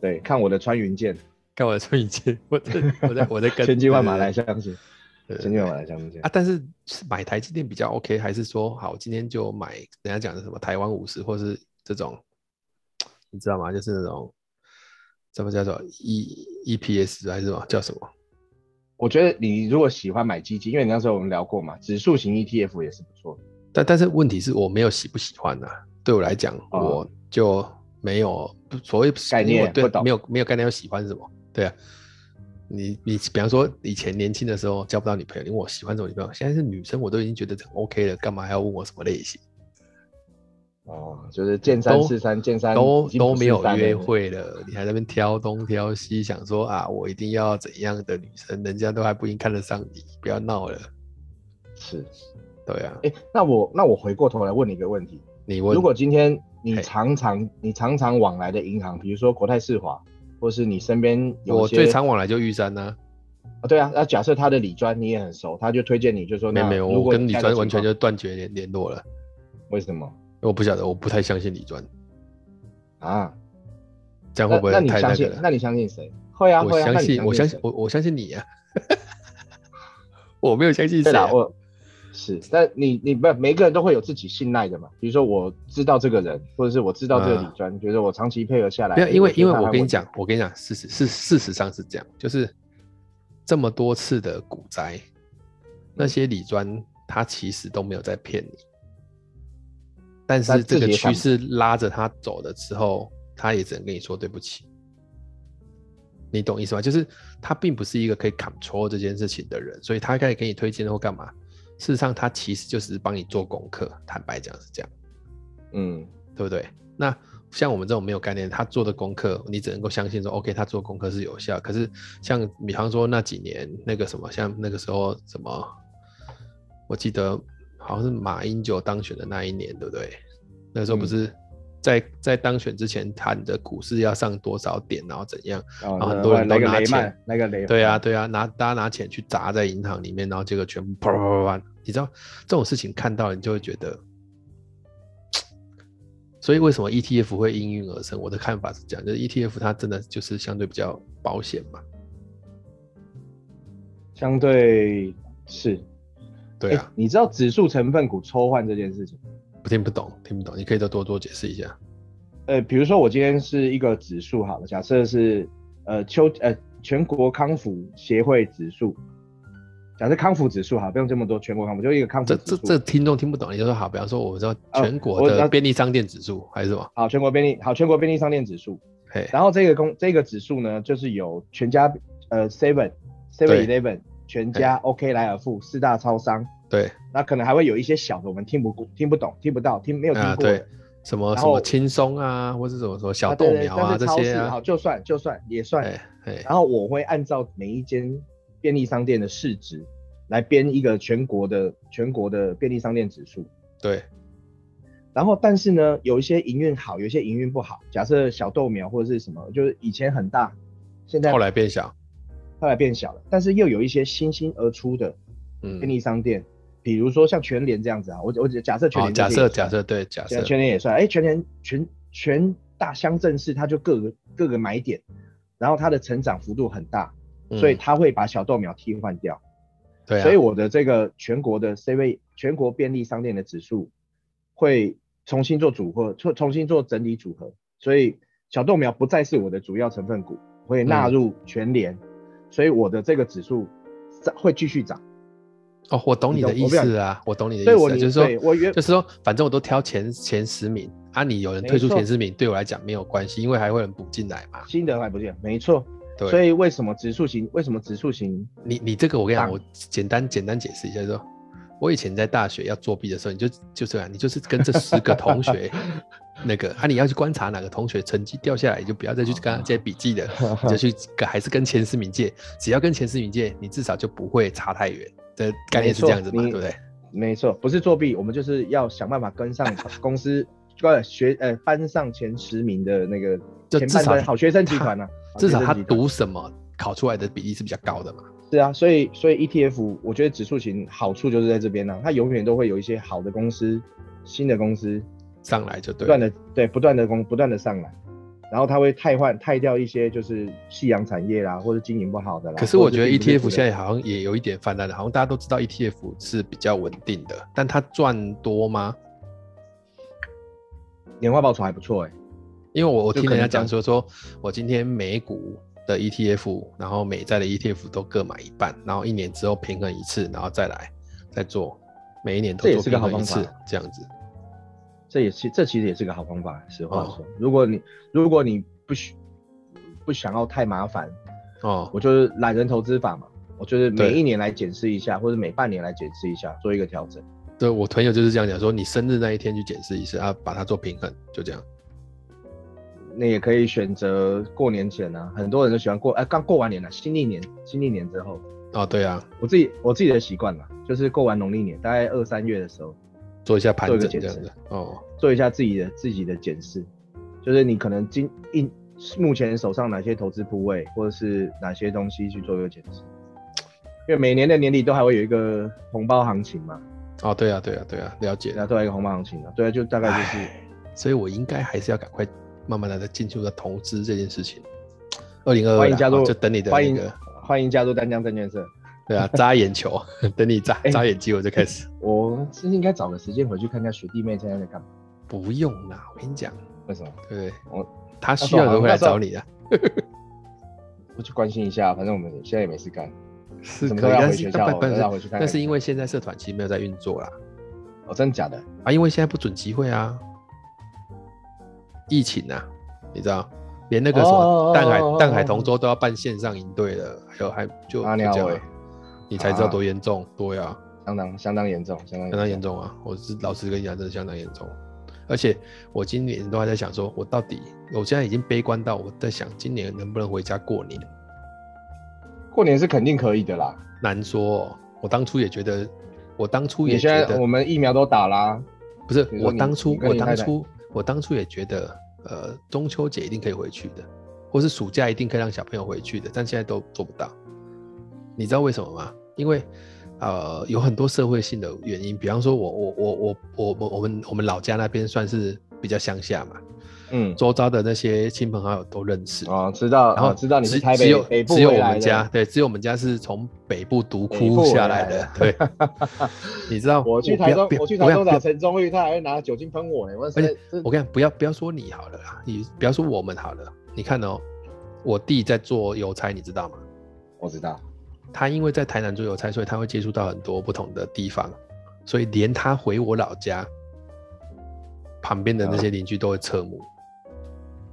B: 对，看我的穿云箭，
A: 看我的春雨间，我在我在我在跟
B: 千军万马来
A: 对
B: 相见，
A: 对对
B: 千军万马来相见
A: 啊，。但是是买台积电比较 OK，还是说好今天就买人家讲的什么台湾五十，或是这种，你知道吗？就是那种什么叫做 E EPS 还是什么叫什么？
B: 我觉得你如果喜欢买基金，因为你那时候我们聊过嘛，指数型 ETF 也是不错。
A: 但但是问题是我没有喜不喜欢呐、啊对我来讲，
B: 哦
A: 我就没有不所谓
B: 概念
A: 因为我对
B: 不懂
A: 没有没有概念要喜欢什么，对啊。你你比方说以前年轻的时候交不到女朋友，你问我喜欢什么女朋友，现在是女生我都已经觉得很 OK 了，干嘛还要问我什么类型？
B: 哦，就是见三
A: 都
B: 是三，见三
A: 都
B: 已经
A: 都
B: 不是
A: 没有
B: 三了
A: 约。会了，你还在那边挑东挑西，想说啊我一定要怎样的女生，人家都还不一定看得上你，不要闹了。
B: 是，
A: 对啊，
B: 哎，那我那我回过头来问你一个问题：
A: 你问
B: 如果今天你
A: 嘿
B: 常常你常常往来的银行，比如说国泰世华，或是你身边有
A: 我
B: 一些
A: 最常往来就玉山呢、
B: 啊对啊，那假设他的理专你也很熟，他就推荐你，就说
A: 没
B: 那
A: 有没有，
B: 如
A: 我
B: 果
A: 跟
B: 你
A: 李
B: 现在
A: 专
B: 的
A: 完全
B: 情
A: 就断绝联联络了，
B: 况为什么
A: 因为我不晓得，我不太相信李专，
B: 啊？
A: 这样会
B: 那
A: 不会
B: 那你
A: 太
B: 相
A: 那个
B: 信？
A: 了？
B: 那你相信谁？会啊
A: 我
B: 会啊，
A: 相
B: 那你
A: 信，我相信
B: 谁，
A: 我我相信 你啊！我没有相信谁
B: 对
A: 啊、
B: 啦，我是，但你你不每个人都会有自己信赖的嘛。比如说我知道这个人，或者是我知道这个
A: 嗯
B: 理专，觉得我长期配合下来，
A: 没有，
B: 哎
A: 因为因为
B: 觉得他
A: 我跟你
B: 还
A: 讲，我跟你讲，事实事事实上是这样，就是这么多次的股灾，那些李专他其实都没有在骗你，但
B: 他
A: 是
B: 自
A: 这个
B: 己也
A: 趋
B: 想
A: 势拉着他走的时候，他也只能跟你说对不起。你懂意思吗？就是他并不是一个可以 control 这件事情的人，所以他可以给你推荐或干嘛。事实上，他其实就是帮你做功课。坦白讲是这样。
B: 嗯，
A: 对不对？那像我们这种没有概念，他做的功课，你只能够相信说，OK，他做功课是有效。可是像比方说那几年那个什么，像那个时候什么，我记得好像是马英九当选的那一年，对不对？那个时候不
B: 嗯
A: 是在、在当选之前谈着股市要上多少点，然后怎样？
B: 然
A: 后哦很多人都
B: 呃来个
A: 拿
B: 雷曼
A: 钱，
B: 来个雷，
A: 对啊，，对啊，拿大家拿钱去砸在银行里面，然后结果全部啪啪啪啪，你知道这种事情看到你就会觉得，所以为什么 ETF 会应运而生？我的看法是这样，就是 ETF 它真的就是相对比较保险嘛，
B: 相对是。
A: 对啊
B: 哎，你知道指数成分股抽换这件事情？
A: 我听不懂，听不懂，你可以再多多解释一下。
B: 呃，比如说我今天是一个指数好了，假设是呃秋呃全国康复协会指数，假设康复指数好，不用这么多，全国康复就一个康复
A: 这
B: 指
A: 这
B: 数。
A: 这听众听不懂，你就说好，比方说我们说
B: 哦
A: 全国
B: 我
A: 的
B: 了
A: 便利商店指数还是什么？
B: 好，全国便利好，全国便利商店指数，
A: 嘿，
B: 然后这个公这个指数呢，就是有全家呃 Seven Seven
A: 对
B: Eleven、全家、OK 莱尔富四大超商，
A: 对
B: 那可能还会有一些小的我们听不听不懂、听不到、听没有听
A: 啊，
B: 过的
A: 对，什么
B: 然
A: 什么
B: 后
A: 轻松啊，或是什么什么小
B: 啊
A: 豆
B: 对对
A: 苗啊这
B: 但是超
A: 些
B: 市好，
A: 啊，
B: 就算就算也算。
A: 哎哎
B: 然后我会按照每一间便利商店的市值来编一个全国的全国的便利商店指数。
A: 对
B: 然后，但是呢，有一些营运好，有一些营运不好。假设小豆苗或者是什么，就是以前很大，现在
A: 后来变小，
B: 后来变小了，但是又有一些新兴而出的
A: 嗯
B: 便。利商店，比如说像全联这样子啊，我我假设全
A: 好，
B: 联、
A: 哦假设假设对假设
B: 现在全联也算，哎、全联全全大乡镇市，它就各个各个买点，然后它的成长幅度很大，所以
A: 嗯
B: 它会把小豆苗替换掉，
A: 对啊，
B: 所以我的这个全国的 C 位全国便利商店的指数会重新做组合，重重新做整理组合，所以小豆苗不再是我的主要成分股，我也纳
A: 嗯
B: 入全联，所以我的这个指数会继续涨。
A: 哦，我懂你
B: 你
A: 的
B: 懂
A: 意
B: 我不想
A: 思啊，我懂你的意思啊，
B: 所以我
A: 就是
B: 对
A: 说，
B: 我原
A: 就是说，反正我都挑前前十名啊，你有人
B: 没
A: 退出
B: 错
A: 前十名，对我来讲没有关系，因为还会有人补进来嘛。
B: 新的还不见，没错。
A: 对，
B: 所以为什么指数型？为什么指 数型？
A: 你你这个我跟你讲，
B: 当
A: 我简单简单解释一下，就是说我以前在大学要作弊的时候，你就就这样，你就是跟这十个同 学那个啊，你要去观察哪个同学成绩掉下来，你就不要再去
B: 哦
A: 跟他借笔记了，你就去跟还是跟前十名借，只要跟前十名借，你至少就不会差太远。的概念是这样子嘛，
B: 没
A: 对
B: 错
A: 不对？
B: 没错，不是作弊，我们就是要想办法跟上公司不是学呃班上前十名的那个
A: 就
B: 前
A: 至
B: 半
A: 少
B: 段好学生集团呐、好
A: 至
B: 学
A: 少
B: 生
A: 他
B: 集团
A: 读什么考出来的比例是比较高的嘛。
B: 是啊，所以所以 ETF 我觉得指数型好处就是在这边呢、啊它永远都会有一些好的公司、新的公司
A: 上来就
B: 不
A: 对
B: 断
A: 了，
B: 的对不断的公不断的上来，然后它会汰换汰掉一些就是夕阳产业啦，或者经营不好的啦。
A: 可是我觉得
B: 或者并
A: ETF
B: 不是
A: 现在好像也有一点泛滥了，好像大家都知道 ETF 是比较稳定的，但它赚多吗？
B: 年化报酬还不错哎、
A: 因为我我
B: 就
A: 听
B: 可
A: 人家
B: 能
A: 讲
B: 涨
A: 说说，我今天美股的 ETF，然后美债的 ETF 都各买一半，然后一年之后平衡一次，然后再来再做，每一年都
B: 这也
A: 做
B: 是个
A: 平
B: 好
A: 衡一
B: 方
A: 次
B: 法，
A: 这样子。
B: 这也是这其实也是个好方法。实话
A: 哦
B: 说，如果你如果你不需不想要太麻烦，
A: 哦
B: 我就是懒人投资法嘛，我就是每
A: 对
B: 一年来检视一下，或者每半年来检视一下，做一个调整。
A: 对我朋友就是这样讲说，你生日那一天去检视一次啊，把它做平衡，就这样。
B: 那也可以选择过年前啊，很多人都喜欢过，哎、刚过完年了、新历年，新历年之后，
A: 哦，对啊，
B: 我自己我自己的习惯啦，就是过完农历年，大概二三月的时候，
A: 做一下盘
B: 做一个
A: 整这
B: 检
A: 样
B: 视
A: 子。哦，
B: 做一下自己的自己的检视，就是你可能今一目前手上哪些投资部位，或者是哪些东西去做一个检视，因为每年的年底都还会有一个红包行情嘛，
A: 哦，对啊，对啊，对啊，了解
B: 那
A: 了。
B: 都还有一个红包行情啊，对啊，就大概就是
A: 唉所以我应该还是要赶快慢慢的进入到投资这件事情。二零二二，
B: 欢迎加入
A: 哦就等你的
B: 欢
A: 那
B: 迎
A: 个，
B: 欢迎加入丹江证券社，
A: 对啊，扎眼球， 等你扎
B: 哎
A: 扎眼睛我就开始。
B: 我是应该找个时间回去看一下学弟妹现在在干嘛，
A: 不用啦，我跟你讲，
B: 为什么？
A: 对不对？
B: 我
A: 他需要的会来找你啊的，
B: 我去关心一下，反正我们现在也没事干，
A: 是
B: 什
A: 可以，
B: 么时候要
A: 但
B: 回
A: 是
B: 学
A: 但
B: 校？
A: 不
B: 我
A: 但
B: 要
A: 是
B: 回去看看。
A: 但是因为现在社团其实没有在运作啦，
B: 哦，真的假的？
A: 啊，因为现在不准集会啊，疫情啊，你知道，连那个什
B: 哦哦
A: 么
B: 哦
A: 淡海
B: 哦哦
A: 淡海同舟都要办线上营队了，还有还就就
B: 啊
A: 这
B: 鸟
A: 样
B: 尾
A: 啊，你才知道
B: 啊
A: 多严重，对啊，
B: 相当相当严重，相当
A: 相当严重啊！我是老实跟你讲，真的相当严重。而且我今年都还在想说，我到底我现在已经悲观到我在想，今年能不能回家过年？
B: 过年是肯定可以的啦。
A: 难说、哦。我当初也觉得，我当初
B: 你
A: 也
B: 现
A: 觉
B: 在
A: 得
B: 我们疫苗都打啦，
A: 不是
B: 你说
A: 我
B: 你
A: 当初
B: 你，跟
A: 我
B: 你
A: 当
B: 太太
A: 初，我当初也觉得，呃，中秋节一定可以回去的，或是暑假一定可以让小朋友回去的，但现在都做不到。你知道为什么吗？因为呃，有很多社会性的原因，比方说我我我我我我我们我们老家那边算是比较乡下嘛，
B: 嗯，
A: 周遭的那些亲朋好友都认识，
B: 哦，知道，
A: 然后
B: 哦知道你
A: 只
B: 是台
A: 只
B: 北
A: 有
B: 北部
A: 只有
B: 回
A: 我
B: 来
A: 们
B: 的
A: 家，对，只有我们家是从北部独
B: 北部
A: 窟
B: 回
A: 下
B: 来
A: 来的，对。 你知道
B: 我去
A: 不
B: 台
A: 要
B: 中
A: 哦不，要
B: 我去
A: 不
B: 台
A: 要
B: 中
A: 不
B: 找
A: 要
B: 陈忠玉，他还会拿酒精喷我呢。我
A: 而
B: 现
A: 且
B: 在这
A: 我跟你讲，不要不要说你好了啦，你不要说我们好了。你看哦，我弟在做邮差，你知道吗？
B: 我知道，
A: 他因为在台南做邮差，所以他会接触到很多不同的地方，所以连他回我老家旁边的
B: 啊
A: 那些邻居都会侧目。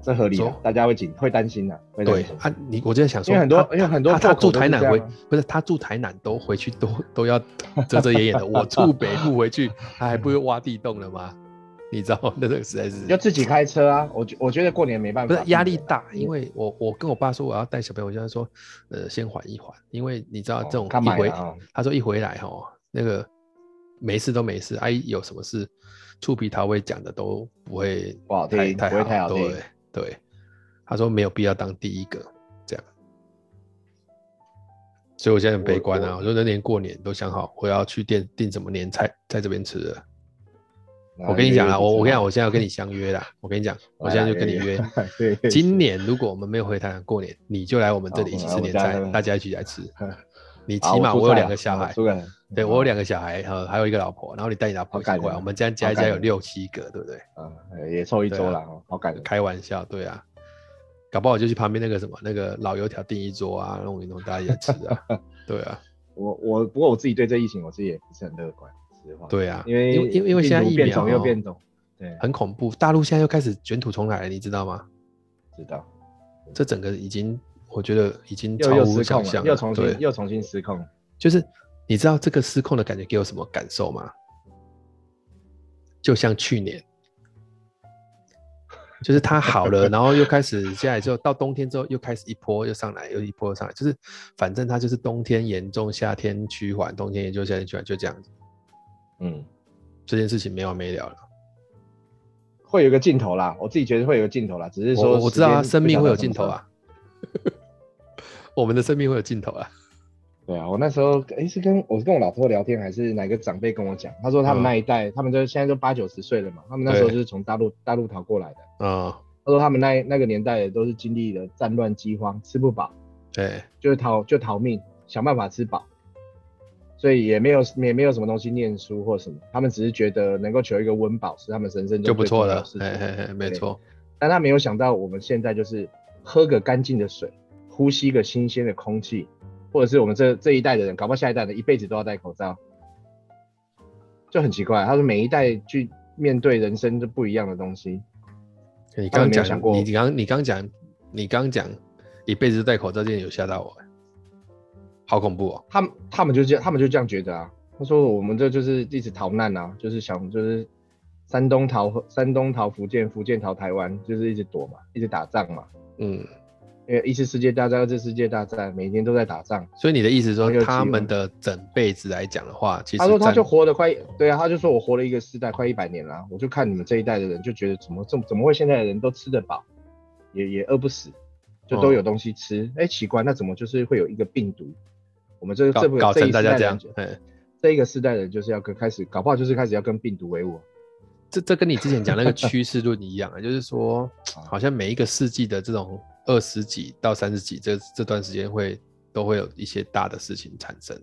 B: 这合理啊
A: 说，
B: 大家会紧会担心的，会担
A: 对
B: 心
A: 啊，你我就在想说，
B: 因为很多
A: 他
B: 因为很多
A: 他他
B: 破口
A: 住
B: 都
A: 台
B: 是
A: 南
B: 这
A: 回
B: 样啊，
A: 不是他住台南都回去都都要遮遮掩掩的，我住北部回去，他还不会挖地洞了吗？你知道吗？那这个实在是
B: 要自己开车啊。我觉我觉得过年没办
A: 不
B: 法，
A: 是压力
B: 避免
A: 大，因为我我跟我爸说我要带小朋友，我就他说，呃，先缓一缓，因为你知道
B: 哦
A: 啊这种
B: 干
A: 一
B: 嘛
A: 回，
B: 呀哦
A: 他说一回来哦，那个没事都没事，哎、有什么事，触皮桃会讲的都不会
B: 不好
A: 太
B: 听
A: 太
B: 不会太好听
A: 对对，他说没有必要当第一个这样，所以我现在很
B: 我
A: 悲观啊，
B: 我
A: 我说那年过年都想好我要去店订什么年菜在这边吃了。我跟你讲啦，啊我我跟你讲，我现在要跟你相约啦。我跟你讲，我现在就跟你约。
B: 对，
A: 今年如果我们没有回台南过年，你就来我们这里一起吃年
B: 好我来我家那
A: 菜，
B: 边
A: 大家一起来吃。你
B: 好
A: 起码
B: 出
A: 我有
B: 菜
A: 两
B: 了
A: 个小
B: 啊我
A: 孩，
B: 出个嗯
A: 对我有两个小孩，呃，还有一个老婆，然后你带你老婆
B: 好
A: 一起
B: 感
A: 过来，
B: 人
A: 我们这样加
B: 好
A: 一
B: 感
A: 加有
B: 人
A: 六七个，对不对？啊
B: 嗯，也凑一周了，哦好感人。
A: 开玩笑，对啊，搞不好我就去旁边那个什么那个老油条订一桌啊，弄一弄大家一起吃 啊，对啊，
B: 我我不过我自己对这疫情我自己也不是很乐观，实话。，
A: 对啊，
B: 因为
A: 因为因为因为
B: 病
A: 现在
B: 毒
A: 疫
B: 变
A: 苗
B: 种又
A: 哦
B: 变种，对，
A: 很恐怖，大陆现在又开始卷土重来了，你知道吗？
B: 知道。
A: 这整个已经我觉得已经
B: 又
A: 超
B: 又
A: 乎
B: 失
A: 想
B: 控了，
A: 象
B: 又
A: 了，
B: 重
A: 对
B: 新，又重新失控。
A: 就是你知道这个失控的感觉给我什么感受吗？就像去 年，就是它好了，然后又开始下来之后，到冬天之后又开始一波又上来，又一波又上来，就是反正它就是冬天严重，夏天趋缓，冬天严重，夏天趋缓，就这样子。
B: 嗯，
A: 这件事情没完没了了。
B: 会有个尽头啦，我自己觉得会有个尽头啦，只是说
A: 我我知道啊，
B: 时间
A: 生命
B: 不晓得
A: 会有
B: 什么
A: 尽头
B: 时候。
A: 啊， 我们的生命会有尽头啊。
B: 对啊，我那时候哎是跟我是跟我老婆聊天，还是哪个长辈跟我讲，他说他
A: 嗯
B: 们那一代，他们就现在都八九十岁了嘛，他们那时候
A: 对
B: 就是从大陆大陆逃过来的。
A: 嗯，
B: 他说他们那那个年代都是经历了战乱、饥荒，吃不饱，
A: 对，
B: 就是逃就逃命，想办法吃饱，所以也没有也没有什么东西念书或什么，他们只是觉得能够求一个温饱是他们人生中
A: 就不
B: 最
A: 错
B: 重要
A: 了
B: 的事。情
A: 嘿嘿嘿，没
B: 对
A: 错，
B: 但他没有想到，我们现在就是喝个干净的水，呼吸个新鲜的空气，或者是我们这这一代的人，搞不好下一代的一辈子都要戴口罩，就很奇怪。他说每一代去面对人生就不一样的东西，
A: 你
B: 他
A: 刚
B: 们没有
A: 讲
B: 想，过
A: 你刚你刚讲，你刚讲，一辈子戴口罩这点有吓到我，欸好恐怖哦。
B: 他们他们就这样，他们就这样觉得啊。他说我们这就是一直逃难啊，就是想就是山东逃山东逃福建，福建逃台湾，就是一直躲嘛，一直打仗嘛。
A: 嗯，
B: 因为一次世界大战、二次世界大战，每天都在打仗。
A: 所以你的意思说
B: 很有，机
A: 他
B: 会
A: 们的整辈子来讲的话，其实
B: 他说他
A: 占
B: 就活了快，对啊，他就说我活了一个世代，快一百年了啊、我就看你们这一代的人，就觉得怎么怎怎么会现在的人都吃得饱，也也饿不死，就
A: 哦
B: 都有东西吃。哎、奇怪，那怎么就是会有一个病毒？我们这
A: 搞
B: 这部
A: 搞
B: 这一
A: 成
B: 世
A: 大
B: 代
A: 家
B: 的
A: 这
B: 人
A: 样
B: 就，
A: 哎，
B: 这一个世代的人就是要跟开始，搞不好就是开始要跟病毒为伍。
A: 这这跟你之前讲那 个趋势论一样啊，就是说，好像每一个世纪的这种二十几到三十几这这段时间会都会有一些大的事情产生，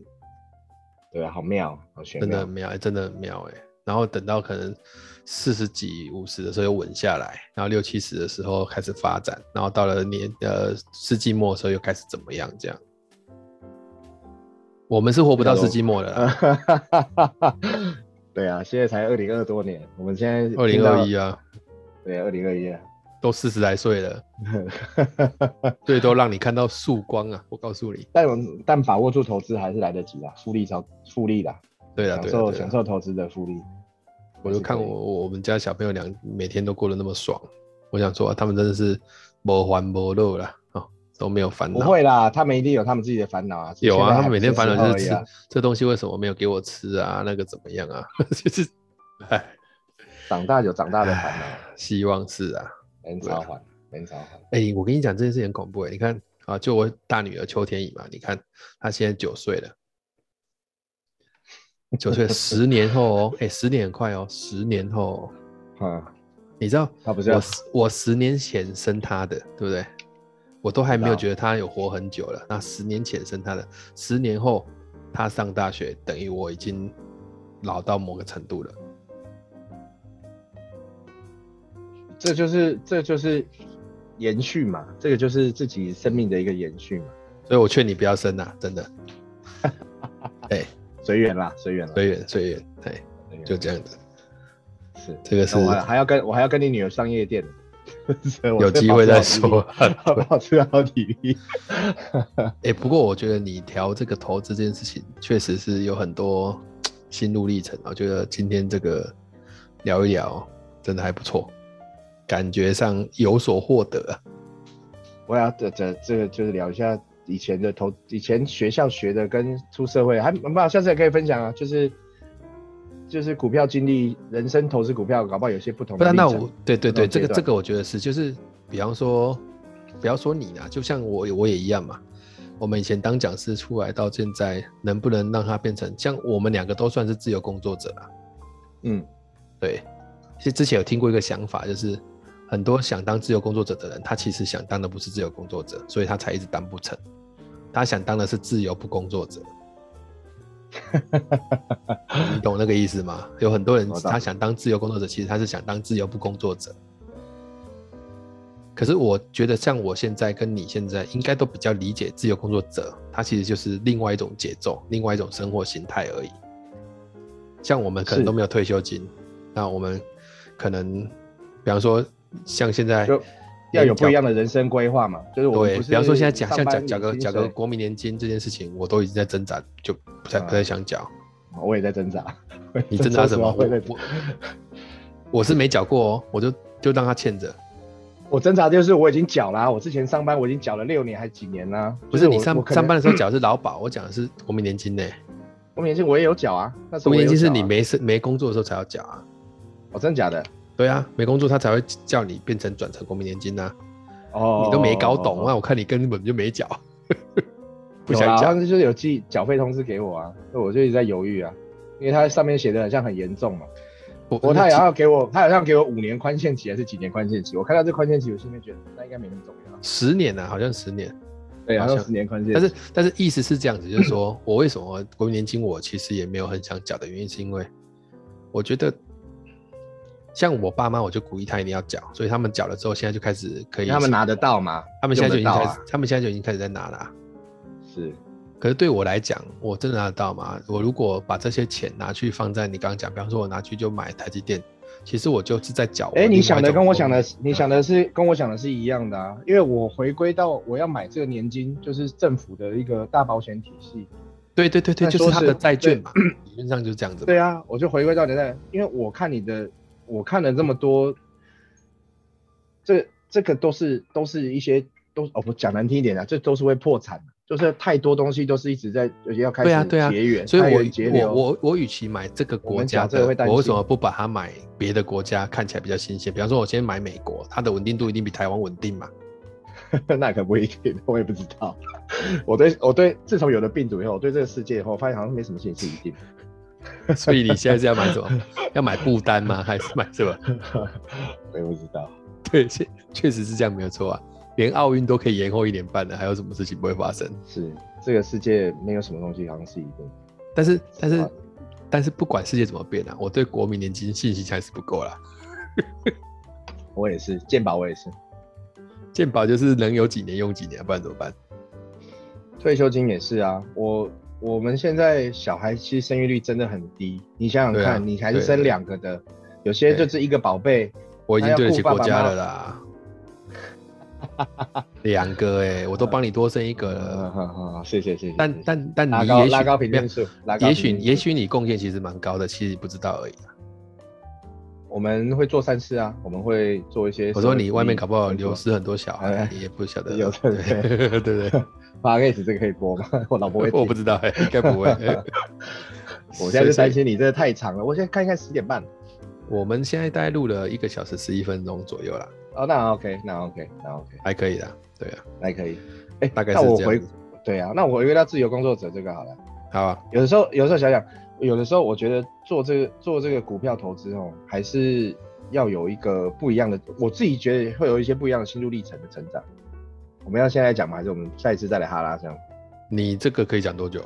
B: 对啊，好妙，好玄
A: 真的很
B: 妙。
A: 妙，哎真的很妙哎。然后等到可能四十几、五十的时候又稳下来，然后六七十的时候开始发展，然后到了年呃世纪末的时候又开始怎么样这样。我们是活不到世纪末的啦，
B: 对啊，现在才二零二多年，我们现在
A: 二
B: 听
A: 零
B: 到
A: 二，一啊，
B: 对，二零二一啊。
A: 都四十来岁了，最多让你看到曙光啊！我告诉你，
B: 但我但把握住投资还是来得及啦，复利超复利啦，
A: 对了，
B: 享
A: 对
B: 受
A: 了，
B: 享
A: 对
B: 受
A: 了，
B: 投资的复利。
A: 我就看我我我们家小朋友俩每天都过得那么爽，我想说、啊他们真的是没欢没乐啦，哦，都没有烦
B: 不
A: 恼。
B: 会啦，他们一定有他们自己的烦恼啊。只是
A: 有
B: 现在
A: 啊，他
B: 还
A: 们每
B: 不
A: 天
B: 是
A: 烦恼
B: 时候
A: 就是
B: 而已
A: 吃
B: 啊
A: 这东西为什么没有给我吃啊，那个怎么样啊， 就是，哎，
B: 长大有长大的烦恼，
A: 希望是啊。
B: 人
A: 对啊
B: 超缓，人超缓。
A: 哎、我跟你讲这件事情很恐怖哎、你看啊，就我大女儿邱天怡嘛，你看她现在九岁了，九岁，十年后哦，哎、十年很快哦，十年后、哦，
B: 嗯，
A: 你知道
B: 他不是要
A: 我十我十年前生她的，对不对？我都还没有觉得她有活很久了。那十年前生她的，十年后她上大学，等于我已经老到某个程度了。
B: 这就是这就是延续嘛，这个就是自己生命的一个延续嘛，
A: 所以我劝你不要生啊，真的，
B: 随缘啦，随缘啦，
A: 随缘随缘，哎，
B: 随缘
A: 就这样子。
B: 是。
A: 这个是
B: 那我还还要跟我还要跟你女儿上夜店， 所以我
A: 有
B: 是
A: 机
B: 保
A: 会
B: 持
A: 再
B: 好体力
A: 说，。
B: 保持好体力。
A: 哎、不过我觉得你调这个投资这件事情，确实是有很多心路历程啊。我觉得今天这个聊一聊，真的还不错，感觉上有所获得啊。
B: 我要这这这个就是聊一下以前的投，以前学校学的跟出社会还蛮好，下次也可以分享啊，就是就是股票经历、人生投资股票，搞不好有些不同
A: 不
B: 的
A: 然
B: 立
A: 那
B: 场。
A: 我对对对，
B: 不同
A: 这
B: 阶
A: 个
B: 段
A: 这个我觉得是，就是比方说，不要说你啦，就像我也我也一样嘛。我们以前当讲师出来到现在，能不能让它变成像我们两个都算是自由工作者啊？
B: 嗯，
A: 对，其实之前有听过一个想法，就是很多想当自由工作者的人，他其实想当的不是自由工作者，所以他才一直当不成。他想当的是自由不工 作者，你懂那个意思吗？有很多人
B: 我懂
A: 他想当自由工作者，其实他是想当自由不工作者。可是我觉得，像我现在跟你现在，应该都比较理解自由工作者，他其实就是另外一种节奏，另外一种生活形态而已。像我们可能
B: 是
A: 都没有退休金，那我们可能，比方说像现在
B: 就要有不一样的人生规划嘛，就是我们
A: 对，
B: 不是
A: 比方说现在讲
B: 上
A: 像讲
B: 班
A: 讲
B: 领
A: 个
B: 薪
A: 讲个
B: 水
A: 国民年金这件事情，我都已经在挣扎，就不太不
B: 啊
A: 太想缴。
B: 哦我也在挣扎。
A: 你挣扎什么？
B: 我
A: 我
B: 也在
A: 我我是没缴过哦，我就就让他欠着。
B: 我挣扎就是我已经缴啦、啊我之前上班我已经缴了啊六年还几年啦、
A: 不是你
B: 我
A: 上
B: 哎我可能
A: 上班的时候缴的是劳保，我讲的是国民年金呢。
B: 国民年金我也有缴啊，那时
A: 国
B: 候我
A: 民
B: 也有
A: 年金是
B: 缴啊
A: 你没事没工作的时候才要缴啊。
B: 哦，真的假的？
A: 对啊，没工作他才会叫你变成转成国民年金呐、啊
B: 哦，
A: 你都没搞懂，
B: 啊！
A: 那我看你根本就没缴， 不
B: 有
A: 想
B: 啦
A: 缴
B: 当时就是有寄缴费通知给我啊，所以我就一直在犹豫啊，因为它上面写的好像很严重嘛。
A: 我
B: 不过他好像要给我，他好像给我五年宽限期还是几年宽限期？我看到这宽限期，我心里面觉得那应该没那么重要。
A: 十年啊，好像十年。
B: 对，
A: 好
B: 好
A: 像
B: 像十年宽限期。
A: 但是但是意思是这样子，就是说我为什么国民年金我其实也没有很想缴的原因，是因为我觉得像我爸妈，我就鼓励他一定要缴，所以他们缴了之后，现在就开始可以，
B: 因为他们拿得，到嘛？
A: 他们现在就已经
B: 用得
A: 开
B: 到
A: 始，
B: 啊
A: 他们现在就已经开始在拿了啊、
B: 是
A: 可是对我来讲，我真的拿得到吗？我如果把这些钱拿去放在你刚刚讲，比方说我拿去就买台积电，其实我就是在缴我另外
B: 哎、
A: 一种国民。
B: 你想的跟我想的，你
A: 嗯
B: 想的是跟我想的是一样的啊，因为我回归到我要买这个年金，就是政府的一个大保险体系。
A: 对对对对，
B: 那
A: 就是
B: 说
A: 他
B: 是
A: 的债券嘛，理论上就是这样子嘛。
B: 对啊，我就回归到你在，因为我看你的，我看了这么多，这这个都是都是一些都哦，不讲难听一点啊，这都是会破产的，就是太多东西都是一直在而且要开始
A: 对啊对啊
B: 结缘，
A: 所
B: 开源
A: 以
B: 节
A: 我
B: 流
A: 我我我与其买这个国家
B: 我们讲这个
A: 的
B: 会，担心
A: 我为什么不把它买别的国家看起来比较新鲜？比方说，我先买美国，它的稳定度一定比台湾稳定 嘛。
B: 那可不一定， 我也不知道。我对我对，自从有了病毒以后，我对这个世界以后，我发现好像没什么事情是一定的。
A: 所以你现在是要买什么？要买不丹吗？还是买什么？
B: 我也不知道。
A: 对，确确实是这样，没有错啊。连奥运都可以延后一年半了，还有什么事情不会发生？
B: 是这个世界没有什么东西好像是一定的。
A: 但是但
B: 是
A: 是
B: 吧
A: 但是，不管世界怎么变啊，我对国民年金信心还是不够啦。
B: 我也是，健保我也是，
A: 健保就是能有几年用几年，不然怎么办？
B: 退休金也是啊。我我们现在小孩其实生育率真的很低，你想想
A: 对啊
B: 看，你还是
A: 对
B: 生
A: 对
B: 两个的，有些就是一个宝贝，
A: 我已经对得起
B: 还要
A: 国
B: 顾
A: 家
B: 爸爸
A: 了 啦。两个哎、我都帮你多生一个
B: 呃，
A: 了。
B: 好好好，谢谢谢谢。
A: 但
B: 谢谢
A: 但但
B: 拉
A: 你
B: 高
A: 也许
B: 拉高平
A: 没有
B: 均数，拉高
A: 也
B: 平均
A: 许
B: 数
A: 也许你贡献其实蛮高的，其实不知道而已啊。
B: 我们会做善事啊，我们会做一些。
A: 我说你外面搞不好流，失很多小孩
B: 哎，
A: 你也不晓得，
B: 有
A: 对对 不对？
B: 八 K 这个可以播吗？ 我老婆会听。
A: 我不知道哎，应该不会。
B: 我现在就
A: 所以
B: 担，心你这个太长了，我现在看一看十点半。
A: 我们现在大概录了一个小时十一分钟左右啦，
B: 哦，那 OK，那 OK，那 OK，
A: 还可以啦。对啊，
B: 那可以。哎、
A: 大概是
B: 那我
A: 这
B: 回
A: 样子。
B: 对啊，那我回归到自由工作者这个好了。
A: 好啊，
B: 有的时候，有的时候想想，有的时候我觉得做这个做这个股票投资哦，还是要有一个不一样的，我自己觉得会有一些不一样的心路历程的成长。我们要现在讲吗？还是我们下一次再来哈拉这样？
A: 你这个可以讲多久？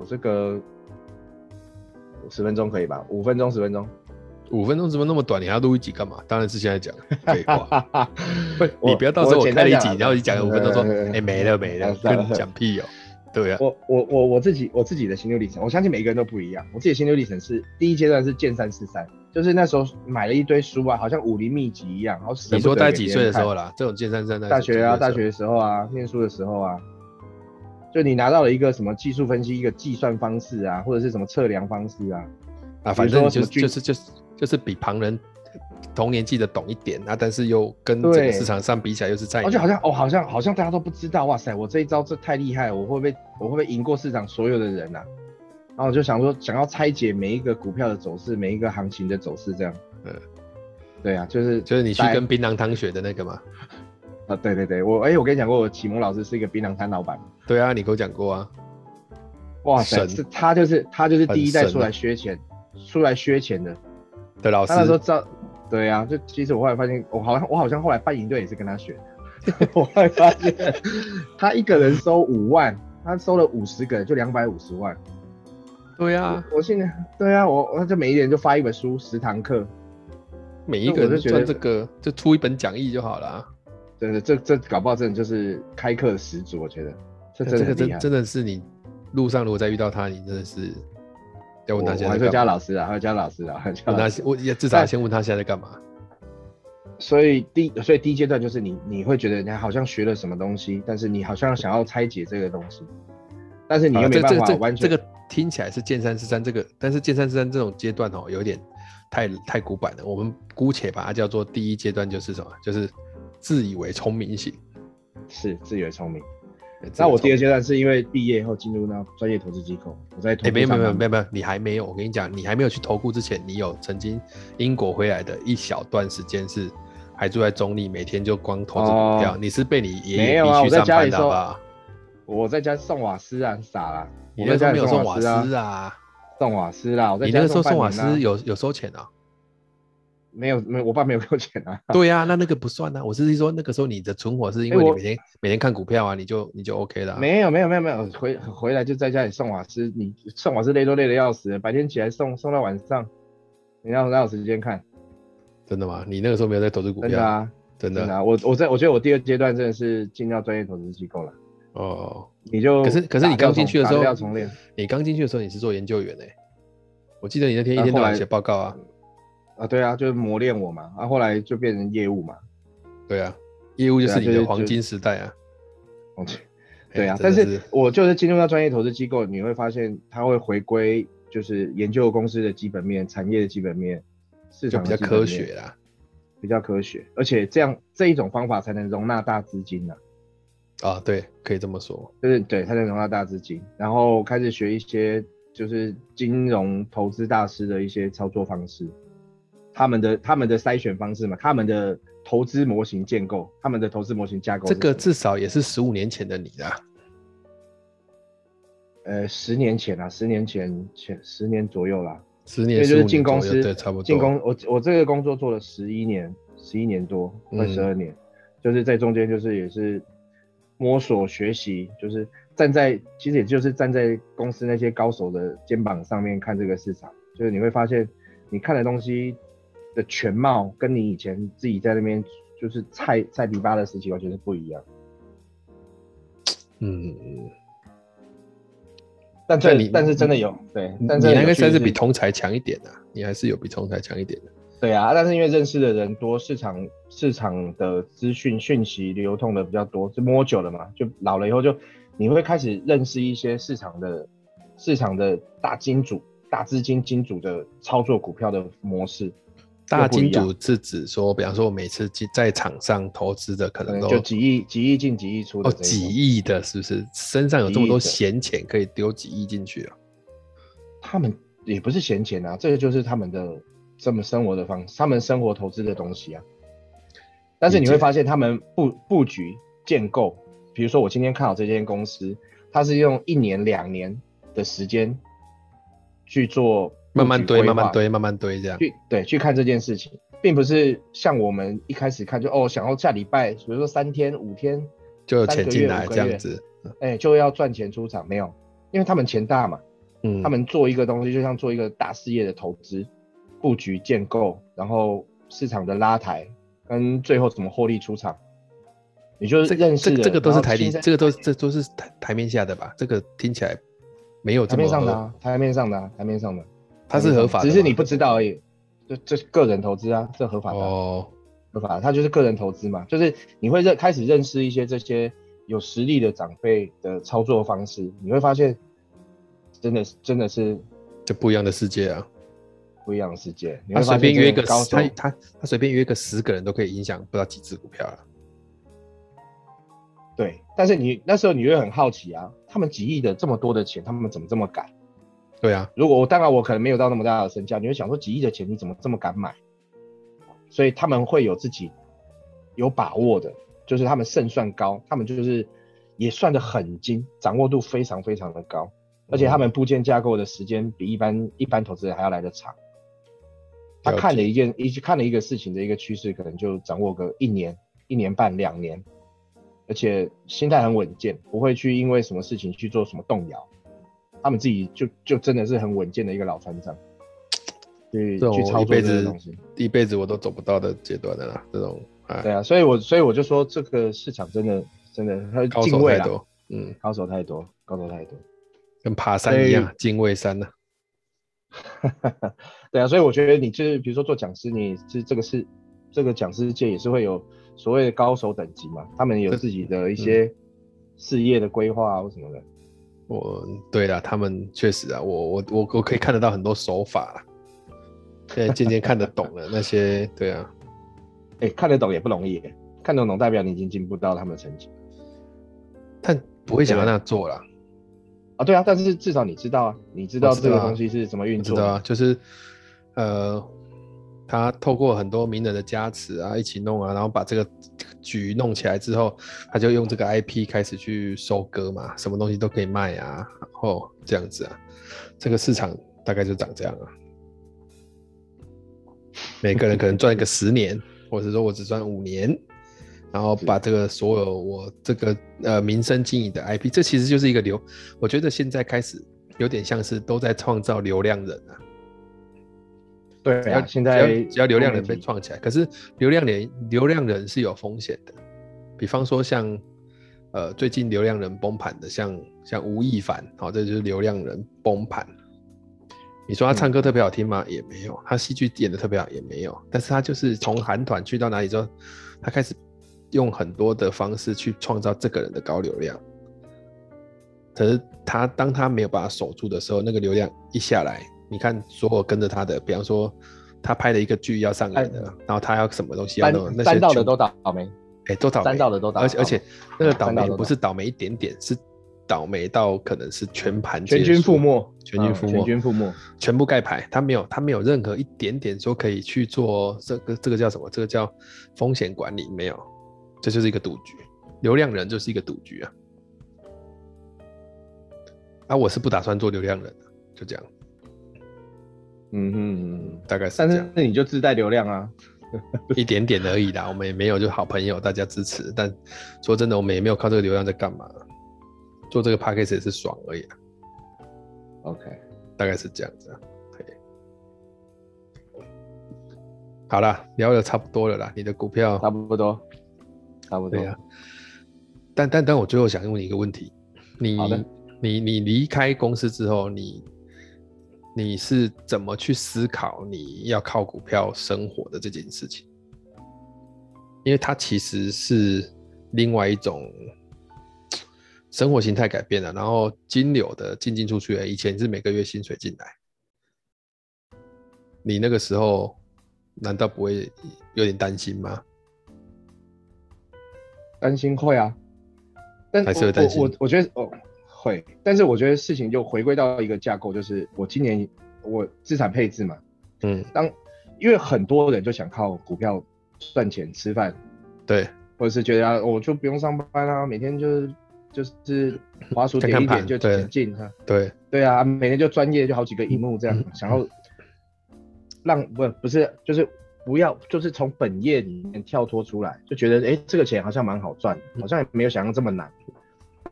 B: 我这个十分钟可以吧？五分钟，十分钟。
A: 五分钟怎么那么短？你还要录一集干嘛？当然是现在讲，废话。 不，
B: 我
A: 你不要到时候
B: 我
A: 我
B: 简
A: 开了
B: 单
A: 一
B: 讲
A: 集
B: 啊，
A: 然后你讲了五分钟说
B: 对对，对
A: 哎，没了没了，
B: 啊算了
A: 跟你讲屁哦。对啊，
B: 我我我我自己我自己的心路历程，我相信每一个人都不一样。我自己的心路历程是第一阶段是见山是山，就是那时候买了一堆书啊，好像武林秘籍一样。然后舍
A: 你
B: 不
A: 说
B: 得
A: 在
B: 给
A: 几
B: 别
A: 岁的
B: 人
A: 时
B: 看
A: 候啦？这种健身生在
B: 大学
A: 几岁的时
B: 啊，
A: 候
B: 大学的时候啊，念书的时候啊，就你拿到了一个什么技术分析、一个计算方式啊，或者是什么测量方式啊，
A: 啊，
B: 比如
A: 反正
B: 说
A: 就
B: 什么
A: 是
B: 军
A: 就是就是就是比旁人同年纪的懂一点啊，但是又跟整个
B: 对
A: 市场上比起来又是在
B: 而且好像哦，好像好像大家都不知道，哇塞，我这一招这太厉害了，我会不会我会不会赢过市场所有的人啊？然后我就想说，想要拆解每一个股票的走势，每一个行情的走势，这样。
A: 嗯
B: 嗯，对啊，就是
A: 就是你去
B: 大家
A: 跟槟榔汤学的那个嘛，
B: 啊，对对对，我哎、我跟你讲过，我启蒙老师是一个槟榔摊老板，
A: 对啊，你跟我讲过啊，
B: 哇塞，
A: 神
B: 是他就是他就是第一代
A: 很神啊
B: 出来削钱，出来削钱的，
A: 对老师
B: 他那时候知道，对啊，就其实我后来发现，我好像我好像后来办营队也是跟他学的， 我后来发现他一个人收五万，他收了五十个人就两百五十万。
A: 对啊，
B: 我现在对啊，我我就每一年就发一本书，十堂课，
A: 每一个人
B: 我
A: 都
B: 就觉得
A: 赚这个，就出一本讲义就好了啊。
B: 真的这这搞不好真的就是开课的始祖，我觉得这真
A: 哎这个
B: 的很厉
A: 真
B: 害。
A: 真的是你路上如果再遇到他，你真的是要问
B: 我
A: 他现
B: 我
A: 在
B: 还
A: 在
B: 会加
A: 干嘛，
B: 老师啊，还会加老师啊，还会哎加
A: 问
B: 老
A: 他
B: 师。
A: 我也至少
B: 但
A: 先问他现在在干嘛。
B: 所以第所以第一阶段就是你你会觉得你好像学了什么东西，但是你好像想要拆解这个东西，但是你
A: 好
B: 又
A: 了
B: 没
A: 啊这
B: 办
A: 这
B: 法
A: 这
B: 完全
A: 这个听起来是见山是山，这个但是见山是山这种阶段哦，有点太太古板了。我们姑且把它叫做第一阶段，就是什么？就是自以为聪明型。
B: 是自由聪明。
A: 哎这
B: 那
A: 个
B: 我
A: 从
B: 第二阶段是因为毕业后进入那专业投资机构，我在投
A: 哎，
B: 资
A: 没有没
B: 上
A: 有没有
B: 班
A: 没有没有，你还没有。我跟你讲，你还没有去投顾之前，你有曾经英国回来的一小段时间是还住在中立，每天就光投资股票。
B: 哦
A: 你是被你爷
B: 没
A: 爷
B: 有
A: 逼
B: 啊
A: 去
B: 我在
A: 上
B: 家
A: 班
B: 里
A: 的
B: 说
A: 吧？
B: 我在家送瓦斯啊，傻啦！
A: 你
B: 我
A: 那
B: 在
A: 时
B: 家
A: 候没有
B: 里
A: 送
B: 瓦
A: 瓦
B: 斯啊，
A: 斯啊？
B: 送瓦斯啦！我在
A: 你
B: 家
A: 那个时候送瓦
B: 半年啊
A: 斯有有收钱啊？
B: 没有没有，我爸没有给我钱啊。
A: 对呀、那那个不算啊。我是说那个时候你的存活是因为
B: 哎
A: 你
B: 我
A: 每天每天看股票啊，你就你就 OK 了啊、
B: 没有没有没有没有，回回来就在家里送瓦斯，你送瓦斯累都累得要死，白天起来送送到晚上，你哪有哪有时间看？
A: 真的吗？你那个时候没有在投资股
B: 真
A: 票？
B: 的啊，
A: 真的
B: 真的啊！我我在我觉得我第二阶段真的是进到专业投资机构了，
A: 哦。
B: 你就
A: 可是可是你
B: 打掉
A: 刚进
B: 重
A: 去的时
B: 打掉
A: 候
B: 重练，
A: 你刚进去的时候你是做研究员哎、我记得你那天一
B: 啊
A: 天到
B: 后
A: 晚
B: 来
A: 写报告啊。
B: 啊，对啊，就是磨练我嘛，啊，后来就变成业务嘛，
A: 对啊，业务就
B: 对啊
A: 是你
B: 就
A: 的
B: 是
A: 黄
B: 就
A: 金时代啊。
B: 我去。
A: 哎
B: 对啊，
A: 真
B: 但
A: 的
B: 是我就是进入到专业投资机构，你会发现它会回归就是研究公司的基本面、产业的基本面、市
A: 就
B: 场
A: 比
B: 的
A: 较
B: 基本
A: 科
B: 面
A: 学，啦。
B: 比较科学，而且这样这一种方法才能容纳大资金呢、
A: 啊，对，可以这么说。
B: 就是对，才能容纳大资金，然后开始学一些就是金融投资大师的一些操作方式，他们的他们的筛选方式嘛，他们的投资模型建构，他们的投资模型架构
A: 这
B: 是什么，
A: 个至少也是十五年前的你啦。
B: 呃十年前啊，十年前前十年左右啦，
A: 十
B: 因
A: 年
B: 为就
A: 15
B: 是
A: 年
B: 进公
A: 左右
B: 司，
A: 对，差不多。
B: 进公我我这个工作做了十一年，十一年多，快
A: 嗯
B: 十二年，就是在中间就是也是摸索学习，就是站在其实也就是站在公司那些高手的肩膀上面看这个市场，就是你会发现你看的东西的全貌跟你以前自己在那边就是菜菜比巴的时期完全是不一样。
A: 嗯，
B: 但这
A: 但你
B: 但是真的有对，
A: 嗯
B: 但
A: 你
B: 这
A: 那个算
B: 算
A: 是比同才强一点的、你还是有比同才强一点的。
B: 对啊，但是因为认识的人多，市场市场的资讯讯息流通的比较多，就摸久了嘛，就老了以后就你会开始认识一些市场的市场的大金主、大资金金主的操作股票的模式，
A: 大
B: 又不一
A: 金
B: 样
A: 主是指说，比方说我每次进在场上投资的可
B: 可
A: 能
B: 能
A: 都
B: 嗯就几亿、几亿进、几亿出的
A: 哦
B: 这一种
A: 几，亿的，是不是？身上有这么
B: 几亿
A: 多
B: 的
A: 闲钱，可以丢几亿进去啊？
B: 他们也不是闲钱啊，这个就是他们的这么生活的方式，他们生活投资的东西啊。但是你
A: 理
B: 会
A: 解
B: 发现，他们布布局建构，比如说我今天看好这间公司，它是用一年两年的时间去做
A: 慢慢
B: 布局
A: 堆，
B: 规
A: 慢慢
B: 划，
A: 堆，慢慢堆，这样。
B: 去对去看这件事情，并不是像我们一开始看就哦，想要下礼拜，比如说三天五天，
A: 就有
B: 三
A: 钱
B: 个
A: 进
B: 月
A: 来这
B: 五个
A: 样
B: 月
A: 子。
B: 哎、就要赚钱出场，没有，因为他们钱大嘛。
A: 嗯，
B: 他们做一个东西，就像做一个大事业的投资、布局、建构，然后市场的拉抬，跟最后怎么获利出场，你就是
A: 这个
B: 认识
A: 这
B: 的
A: 个这个都是台底，这个都
B: 是
A: 是这都是台台面下的吧？这个听起来没有
B: 台
A: 这么
B: 面上
A: 合
B: 的、啊，台面上的、啊，台面上的，
A: 它是合法的吗，
B: 只是你不知道而已。这这是个人投资啊，这合法的啊、
A: 哦，
B: 合法的，它就是个人投资嘛，就是你会认开始认识一些这些有实力的长辈的操作方式，你会发现，真的是真的是
A: 这不一样的世界啊！
B: 不一样的世界。你
A: 他
B: 会
A: 随
B: 发现
A: 便约一
B: 这
A: 个
B: 高
A: 十，
B: 手
A: 他他他随便约个十个人都可以影响不知道几只股票了。
B: 对，但是你那时候你会很好奇啊，他们几亿的这么多的钱，他们怎么这么敢？
A: 对啊，
B: 如果我当然我可能没有到那么大的身价，你会想说几亿的钱你怎么这么敢买？所以他们会有自己有把握的，就是他们胜算高，他们就是也算得很精，掌握度非常非常的高，而且他们部件架构的时间比一般一般投资人还要来得长。他
A: 了解
B: 看了一件一看了一个事情的一个趋势，可能就掌握个一年、一年半、两年，而且心态很稳健，不会去因为什么事情去做什么动摇。他们自己就就真的是很稳健的一个老船长，去
A: 这种
B: 去
A: 我
B: 操
A: 一
B: 作
A: 辈
B: 这个
A: 子
B: 东西。
A: 一辈子我都走不到的阶段的啦，这种啊，
B: 对啊，所以我所以我就说这个市场真的真的它
A: 高
B: 敬
A: 手
B: 畏
A: 太
B: 啦，
A: 多，嗯，
B: 高手太多，高手太多。
A: 跟爬山一样
B: 所，
A: 敬畏山呢、
B: 对啊，所以我觉得你就是比如说做讲师，你是这个是这个讲师界也是会有所谓的高手等级嘛，他们有
A: 这
B: 自己的一
A: 嗯
B: 些事业的规划啊或什么的。
A: 我对啦，他们确实啊，我我我我可以看得到很多手法啦，现在渐渐看得懂了那些，对啊，
B: 哎、看得懂也不容易耶，看得懂代表你已经进步到他们的层级。
A: 但不会想要那样做啦。
B: 啊，对啊，但是至少你知道啊，你知道
A: 我知
B: 这
A: 道啊
B: 个东西是怎么运
A: 你知
B: 作
A: 道
B: 的。
A: 啊，就是呃，他透过很多名人的加持啊，一起弄啊，然后把这个局弄起来之后，他就用这个 IP 开始去收割嘛，什么东西都可以卖啊，然后这样子啊，这个市场大概就长这样啊。每个人可能赚个十年， 或者说我只赚五年，然后把这个所有我这个呃民生经营的 IP，这其实就是一个流，我觉得现在开始有点像是都在创造流量人啊，
B: 对
A: 只要
B: 啊，现在
A: 哎只要只要流量人被
B: 自媒体
A: 创起来，可是流量人流量人是有风险的，比方说像呃最近流量人崩盘的，像像吴亦凡，好、这就是流量人崩盘。你说他
B: 嗯
A: 唱歌特别好听吗？也没有，他戏剧演的特别好也没有，但是他就是从韩团去到哪里之后，他开始用很多的方式去创造这个人的高流量。可是他当他没有把他守住的时候，那个流量一下来，你看所有跟着他的，比方说他拍了一个剧要上映的，然后他要什么东西要弄，那些
B: 沾哎沾到
A: 全
B: 的
A: 部
B: 都倒霉，
A: 哎、都倒霉，
B: 沾到的都倒霉，
A: 而且而且那个倒
B: 看到
A: 霉
B: 了
A: 不是倒霉一点点，是倒霉到可能是全盘
B: 全
A: 皆
B: 军
A: 输
B: 覆，没，
A: 全军
B: 嗯
A: 覆没，
B: 全军覆没。
A: 全部盖牌，他没有他没有任何一点点说可以去做这个这个叫什么？这个叫风险管理没有，这就是一个赌局，流量人就是一个赌局啊。啊，我是不打算做流量人的，就这样，
B: 嗯哼嗯
A: 嗯
B: 哼，，
A: 大概是
B: 但
A: 这
B: 是
A: 样，
B: 你就自带流量啊，
A: 一点点而已啦。我们也没有就好朋友大家支持，但说真的，我们也没有靠这个流量在干嘛，做这个 p a c k a g e 也是爽而已、啊，
B: OK，
A: 大概是这样子、啊。嘿好啦，聊的差不多了啦，你的股票
B: 差不多，差不多
A: 对。呀、但但但我最后想问你一个问题：你
B: 好的
A: 你你离开公司之后，你你是怎么去思考你要靠股票生活的这件事情？因为它其实是另外一种嘖生活形态改变了，然后金流的进进出出也，以前是每个月薪水进来，你那个时候难道不会有点担心吗？
B: 担心会啊，但
A: 还是会担心
B: 我我我我觉得哦会，但是我觉得事情就回归到一个架构，就是我今年我资产配置嘛，
A: 嗯，
B: 当因为很多人就想靠股票赚钱吃饭，
A: 对，
B: 或者是觉得啊我就不用上班啊，每天就是就是滑鼠
A: 看看
B: 点一点
A: 盘
B: 就
A: 对
B: 前进啊，
A: 对，
B: 对啊，每天就专业就好几个荧幕这样，想要让不不是就是不要就是从本业里面跳脱出来，就觉得哎、诶这个钱好像蛮好赚，好像也没有想象这么难。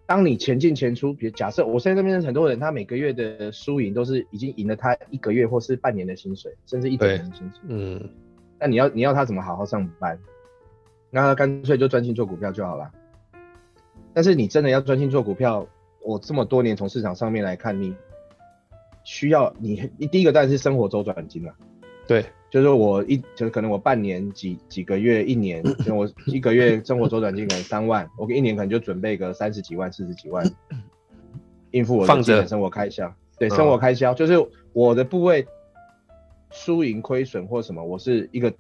B: 当你钱进钱出，比如假设我现在这边很多人，他每个月的输赢都是已经赢了他一个月或是半年的薪水，甚至一整
A: 对
B: 年的薪水。
A: 嗯。
B: 那你要你要他怎么好好上班？那他干脆就专心做股票就好了。但是你真的要专心做股票，我这么多年从市场上面来看，你需要你你第一个当然是生活周转金了，
A: 对，
B: 就是我一就可能我半年几几个月一年，可能我一个月生活周转金可能三万，我一年可能就准备个三十几万四十几万，应付我
A: 放
B: 的
A: 着
B: 基本生活开销。
A: 嗯
B: 对，生活开销、就是我的部位输赢亏损或什么，我是一个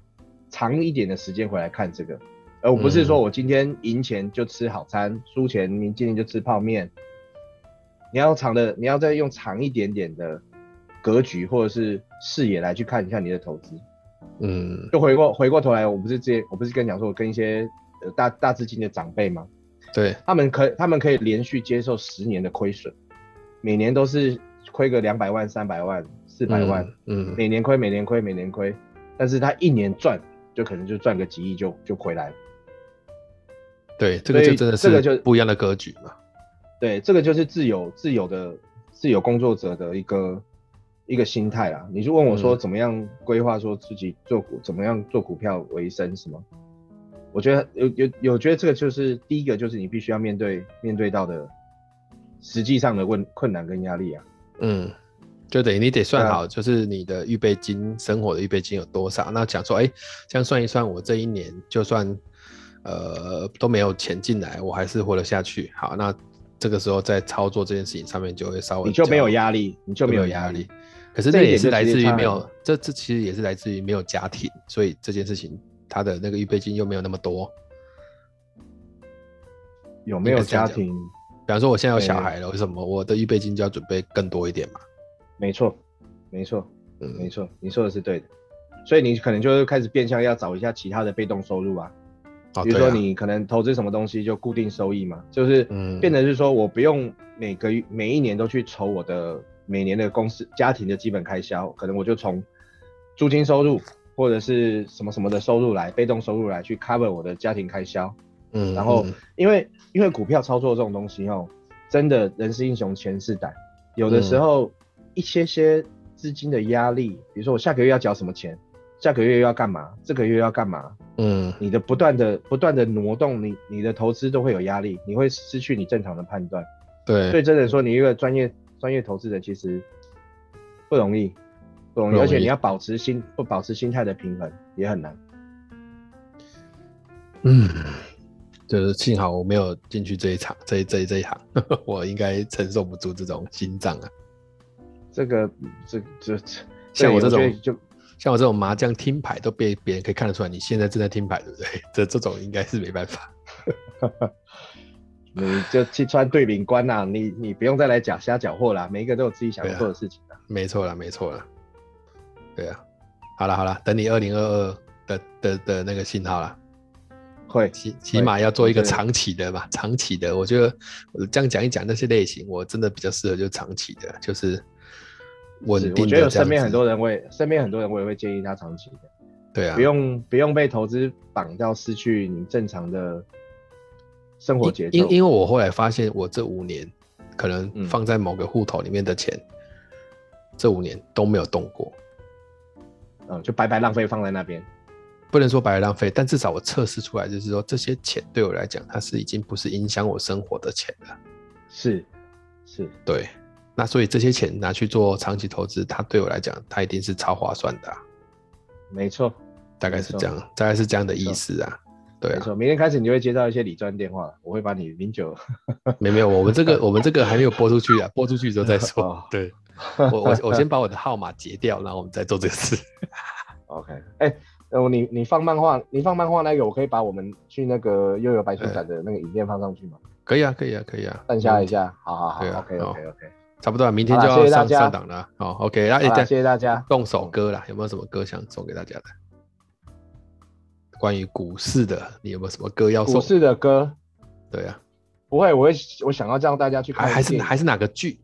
B: 长一点的时间回来看这个，而我不是
A: 嗯
B: 说我今天赢钱就吃好餐，输钱明今天就吃泡面。你要长的，你要再用长一点点的格局或者是视野来去看一下你的投资。
A: 嗯，
B: 就回过回过头来，我不是之前我不是跟你讲说，我跟一些呃大大资金的长辈吗？
A: 对，
B: 他们可他们可以连续接受十年的亏损，每年都是亏个两百万、三百万、四百万，
A: 嗯，嗯，
B: 每年亏、每年亏、每年亏，但是他一年赚就可能就赚个几亿就就回来了。
A: 对，这个
B: 所
A: 就
B: 以
A: 真的
B: 这个就是
A: 不一样的格局嘛。
B: 对，这个就是自由自由的自由工作者的一个一个心态啦。你就问我说
A: 嗯
B: 怎么样规划，说自己做股、怎么样做股票为生什么？我觉得有有有觉得这个就是第一个就是你必须要面对面对到的实际上的问困难跟压力啊。
A: 嗯，就等于你得算
B: 对啊
A: 好，就是你的预备金，生活的预备金有多少？那讲说，哎，这样算一算，我这一年就算呃都没有钱进来，我还是活得下去。好，那这个时候在操作这件事情上面就会稍微
B: 你就
A: 比较
B: 没有压力，你
A: 就
B: 就没
A: 没
B: 有
A: 有
B: 压
A: 压
B: 力
A: 力。。可是
B: 这
A: 那也
B: 一点
A: 是
B: 就
A: 来
B: 直接
A: 自于
B: 差
A: 没
B: 很
A: 有
B: 多，
A: 这这其实也是来自于没有家庭，所以这件事情他的那个预备金又没有那么多。
B: 有没有
A: 应该是这样
B: 家
A: 讲
B: 庭？
A: 比方说我现在有小
B: 对
A: 孩了，为什么我的预备金就要准备更多一点嘛？
B: 没错，没错，没
A: 嗯，
B: 错，你说的是对的。所以你可能就会开始变相要找一下其他的被动收入啊，
A: 哦，
B: 比
A: 对
B: 如说
A: 啊
B: 你可能投资什么东西就固定收益嘛，就是
A: 嗯
B: 变得是说我不用每个月每一年都去筹我的每年的公司家庭的基本开销，可能我就从租金收入或者是什么什么的收入来被动收入来去 cover 我的家庭开销，
A: 嗯，
B: 然后
A: 嗯
B: 因为因为股票操作这种东西哦，真的人是英雄钱是胆，有的时候一些些资金的压力，比如说我下个月要缴什么钱，下个月要干嘛，这个月要干嘛，
A: 嗯
B: 你的不断的不断的挪动，你你的投资都会有压力，你会失去你正常的判断。所以
A: 对，
B: 真的说，你一个专业专业投资人其实不容易，不容易，
A: 不容易
B: 而且你要保持心不保持心态的平衡也很难。
A: 嗯，就是幸好我没有进去这一场，这一这一这一行， 我应该承受不住这种心脏啊。
B: 这个这这这
A: 像我这
B: 觉
A: 种
B: 得就
A: 像我这种麻将听牌都被别人可以看得出来，你现在正在听牌，对不 对？这这种应该是没办法。
B: 你就去穿对领官呐、你你不用再来假瞎搅和啦，每一个都有自己想
A: 啊
B: 要做的事情啊啦。
A: 没错啦，没错啦。对啊，好了好了，等你二零二二的的的那个信号啦，
B: 会
A: 起起码要做一个
B: 我觉得
A: 长期的吧，长期的。我觉得我这样讲一讲那些类型，我真的比较适合就是长期的，就是稳
B: 是
A: 定的。
B: 我觉得身边很，多人会，身边很多人我也会建议他长期的，
A: 对啊，
B: 不用不用被投资绑到失去你正常的生活节
A: 因
B: 奏。
A: 因因为我后来发现，我这五年可能
B: 嗯
A: 放在某个户头里面的钱，这五年都没有动过。
B: 嗯，就白白浪费放在那边。
A: 不能说白白浪费，但至少我测试出来，就是说这些钱对我来讲，它是已经不是影响我生活的钱了。
B: 是是，
A: 对，那所以这些钱拿去做长期投资，它对我来讲，它一定是超划算的啊、
B: 没错。
A: 大概是这样，大概是这样的意思啊。对
B: 没
A: 啊，
B: 错，明天开始你就会接到一些理专电话了，我会把你零 九，
A: 没没有，我们这 个我们这个还没有播出去啊，播出去之后再
B: 哦
A: 说。 对，我我我先把我的号码截掉，然后我们再做这个 事。
B: OK，哎、呃我你你放漫画，你放漫画那个，我可以把我们去那个悠悠白书展的那个影片放上去吗？
A: 可以啊，可以啊，可以啊。
B: 按下一下，好好好
A: 对啊
B: ，OK OK OK，
A: 差不多啊，明天
B: 好
A: 就
B: 啦
A: 要
B: 谢谢大
A: 上
B: 家
A: 上档了啊。好，OK，那
B: 好啦
A: 再
B: 谢谢大家
A: 动手歌啦，有没有什么歌想送给大家的？关于股市的，你有没有什么歌要
B: 股
A: 哦送？
B: 市的歌
A: 对啊，
B: 不会，我会我想要让大家去看
A: 还还是
B: 电影
A: 还是哪个剧？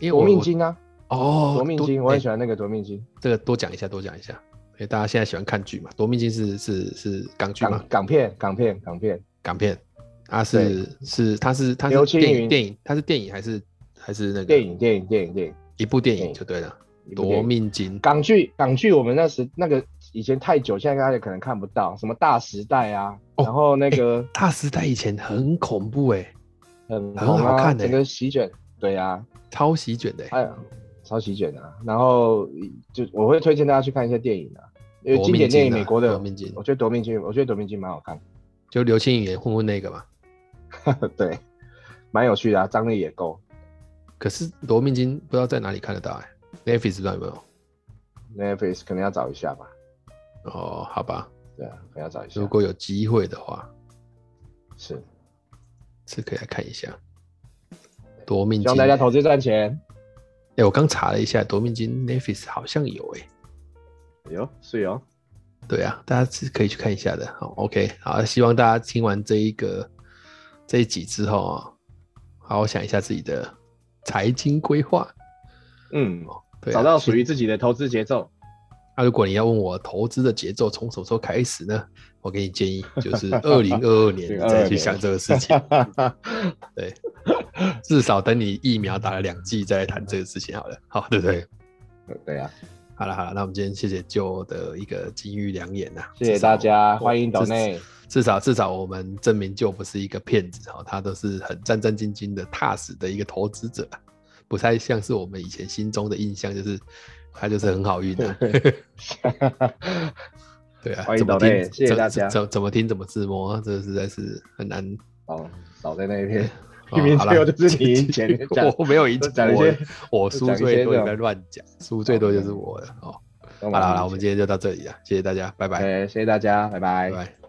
A: 因为
B: 夺
A: 我
B: 命
A: 我
B: 金啊，
A: 哦，
B: 夺命金，
A: 多
B: 我很
A: 哎
B: 喜欢那个夺命金
A: 这个多讲一下，多讲一下。因为大家现在喜欢看剧嘛，《夺命金是》是是港剧嘛
B: 港，港片港片港片，
A: 港片。它是是它是它
B: 刘
A: 是
B: 青
A: 电影
B: 云
A: 电影，它是电影还是还是那个
B: 电影电影电影电影，
A: 一部电影
B: 电影
A: 就对了，
B: 一
A: 《
B: 部
A: 嗯
B: 电
A: 夺
B: 影
A: 命金》
B: 港剧港剧我们那时那个以前太久，现在大家可能看不到，什么大时代啊，
A: 哦
B: 然后那个。
A: 大时代以前很恐怖哎、
B: 很
A: 很
B: 红
A: 好
B: 啊
A: 看欸
B: 整个席卷，对啊，
A: 抄袭卷的、欸，
B: 还有超席卷啊。然后就我会推荐大家去看一些电影啊，因为
A: 夺
B: 经
A: 命
B: 典电影
A: 金啊
B: 美国的，
A: 夺命金
B: 我觉得《夺命金》，我觉得《夺命金》蛮好看
A: 就刘青云也混混那个嘛。
B: 的， 对，蛮有趣的、啊，张力也够。
A: 可是《夺命金》不知道在哪里看得到哎、n e t f l i 不知道有没有？
B: Netflix 可能要找一下吧，
A: 哦，好吧，
B: 对啊，可能要找一下
A: 如。果有机会的话，
B: 是，
A: 是可以来看一下《夺命
B: 希
A: 金
B: 望》大家投资赚钱。
A: 哎、我刚查了一下，《夺命金》Netflix 好像有哎、
B: 哎呦，是哦，
A: 对啊，大家是可以去看一下的。好，OK，好，希望大家听完这一个这一集之后啊，好好想一下自己的财经规划。
B: 嗯，
A: 对啊、
B: 找到属于自己的投资节奏。
A: 那如果你要问我投资的节奏从什么时候开始呢？我给你建议，就是二零二二年你再去想这个事情。对，至少等你疫苗打了两剂再来谈这个事情好了，好，对不对？
B: 对啊，
A: 好了好了，那我们今天谢谢旧的一个金玉良言啊呐、
B: 谢谢
A: 至少
B: 大家，
A: 我
B: 欢迎岛
A: 至
B: 内。
A: 至少至少我们证明旧不是一个骗子哦，他都是很战战兢兢的、踏实的一个投资者，不太像是我们以前心中的印象，就是他就是很好运的、啊 对啊，
B: 欢迎
A: 怎么
B: 岛内
A: 听
B: 谢谢
A: 怎
B: 大家
A: 怎怎么听怎么自摸，这实在是很难。
B: 少少在那一边，
A: 哦
B: 明明
A: 好啦
B: 最后就是你赢钱讲
A: 我没有赢
B: 都
A: 钱，
B: 讲一些
A: 我我
B: 都
A: 输
B: 讲一些
A: 最多
B: 这
A: 应
B: 种嗯
A: 该乱讲，输最多就是我了。哦，
B: 好
A: 啊好了好了，我们今天就到这里了，谢谢大家，拜拜，
B: OK，谢谢大家，拜拜
A: 拜。拜。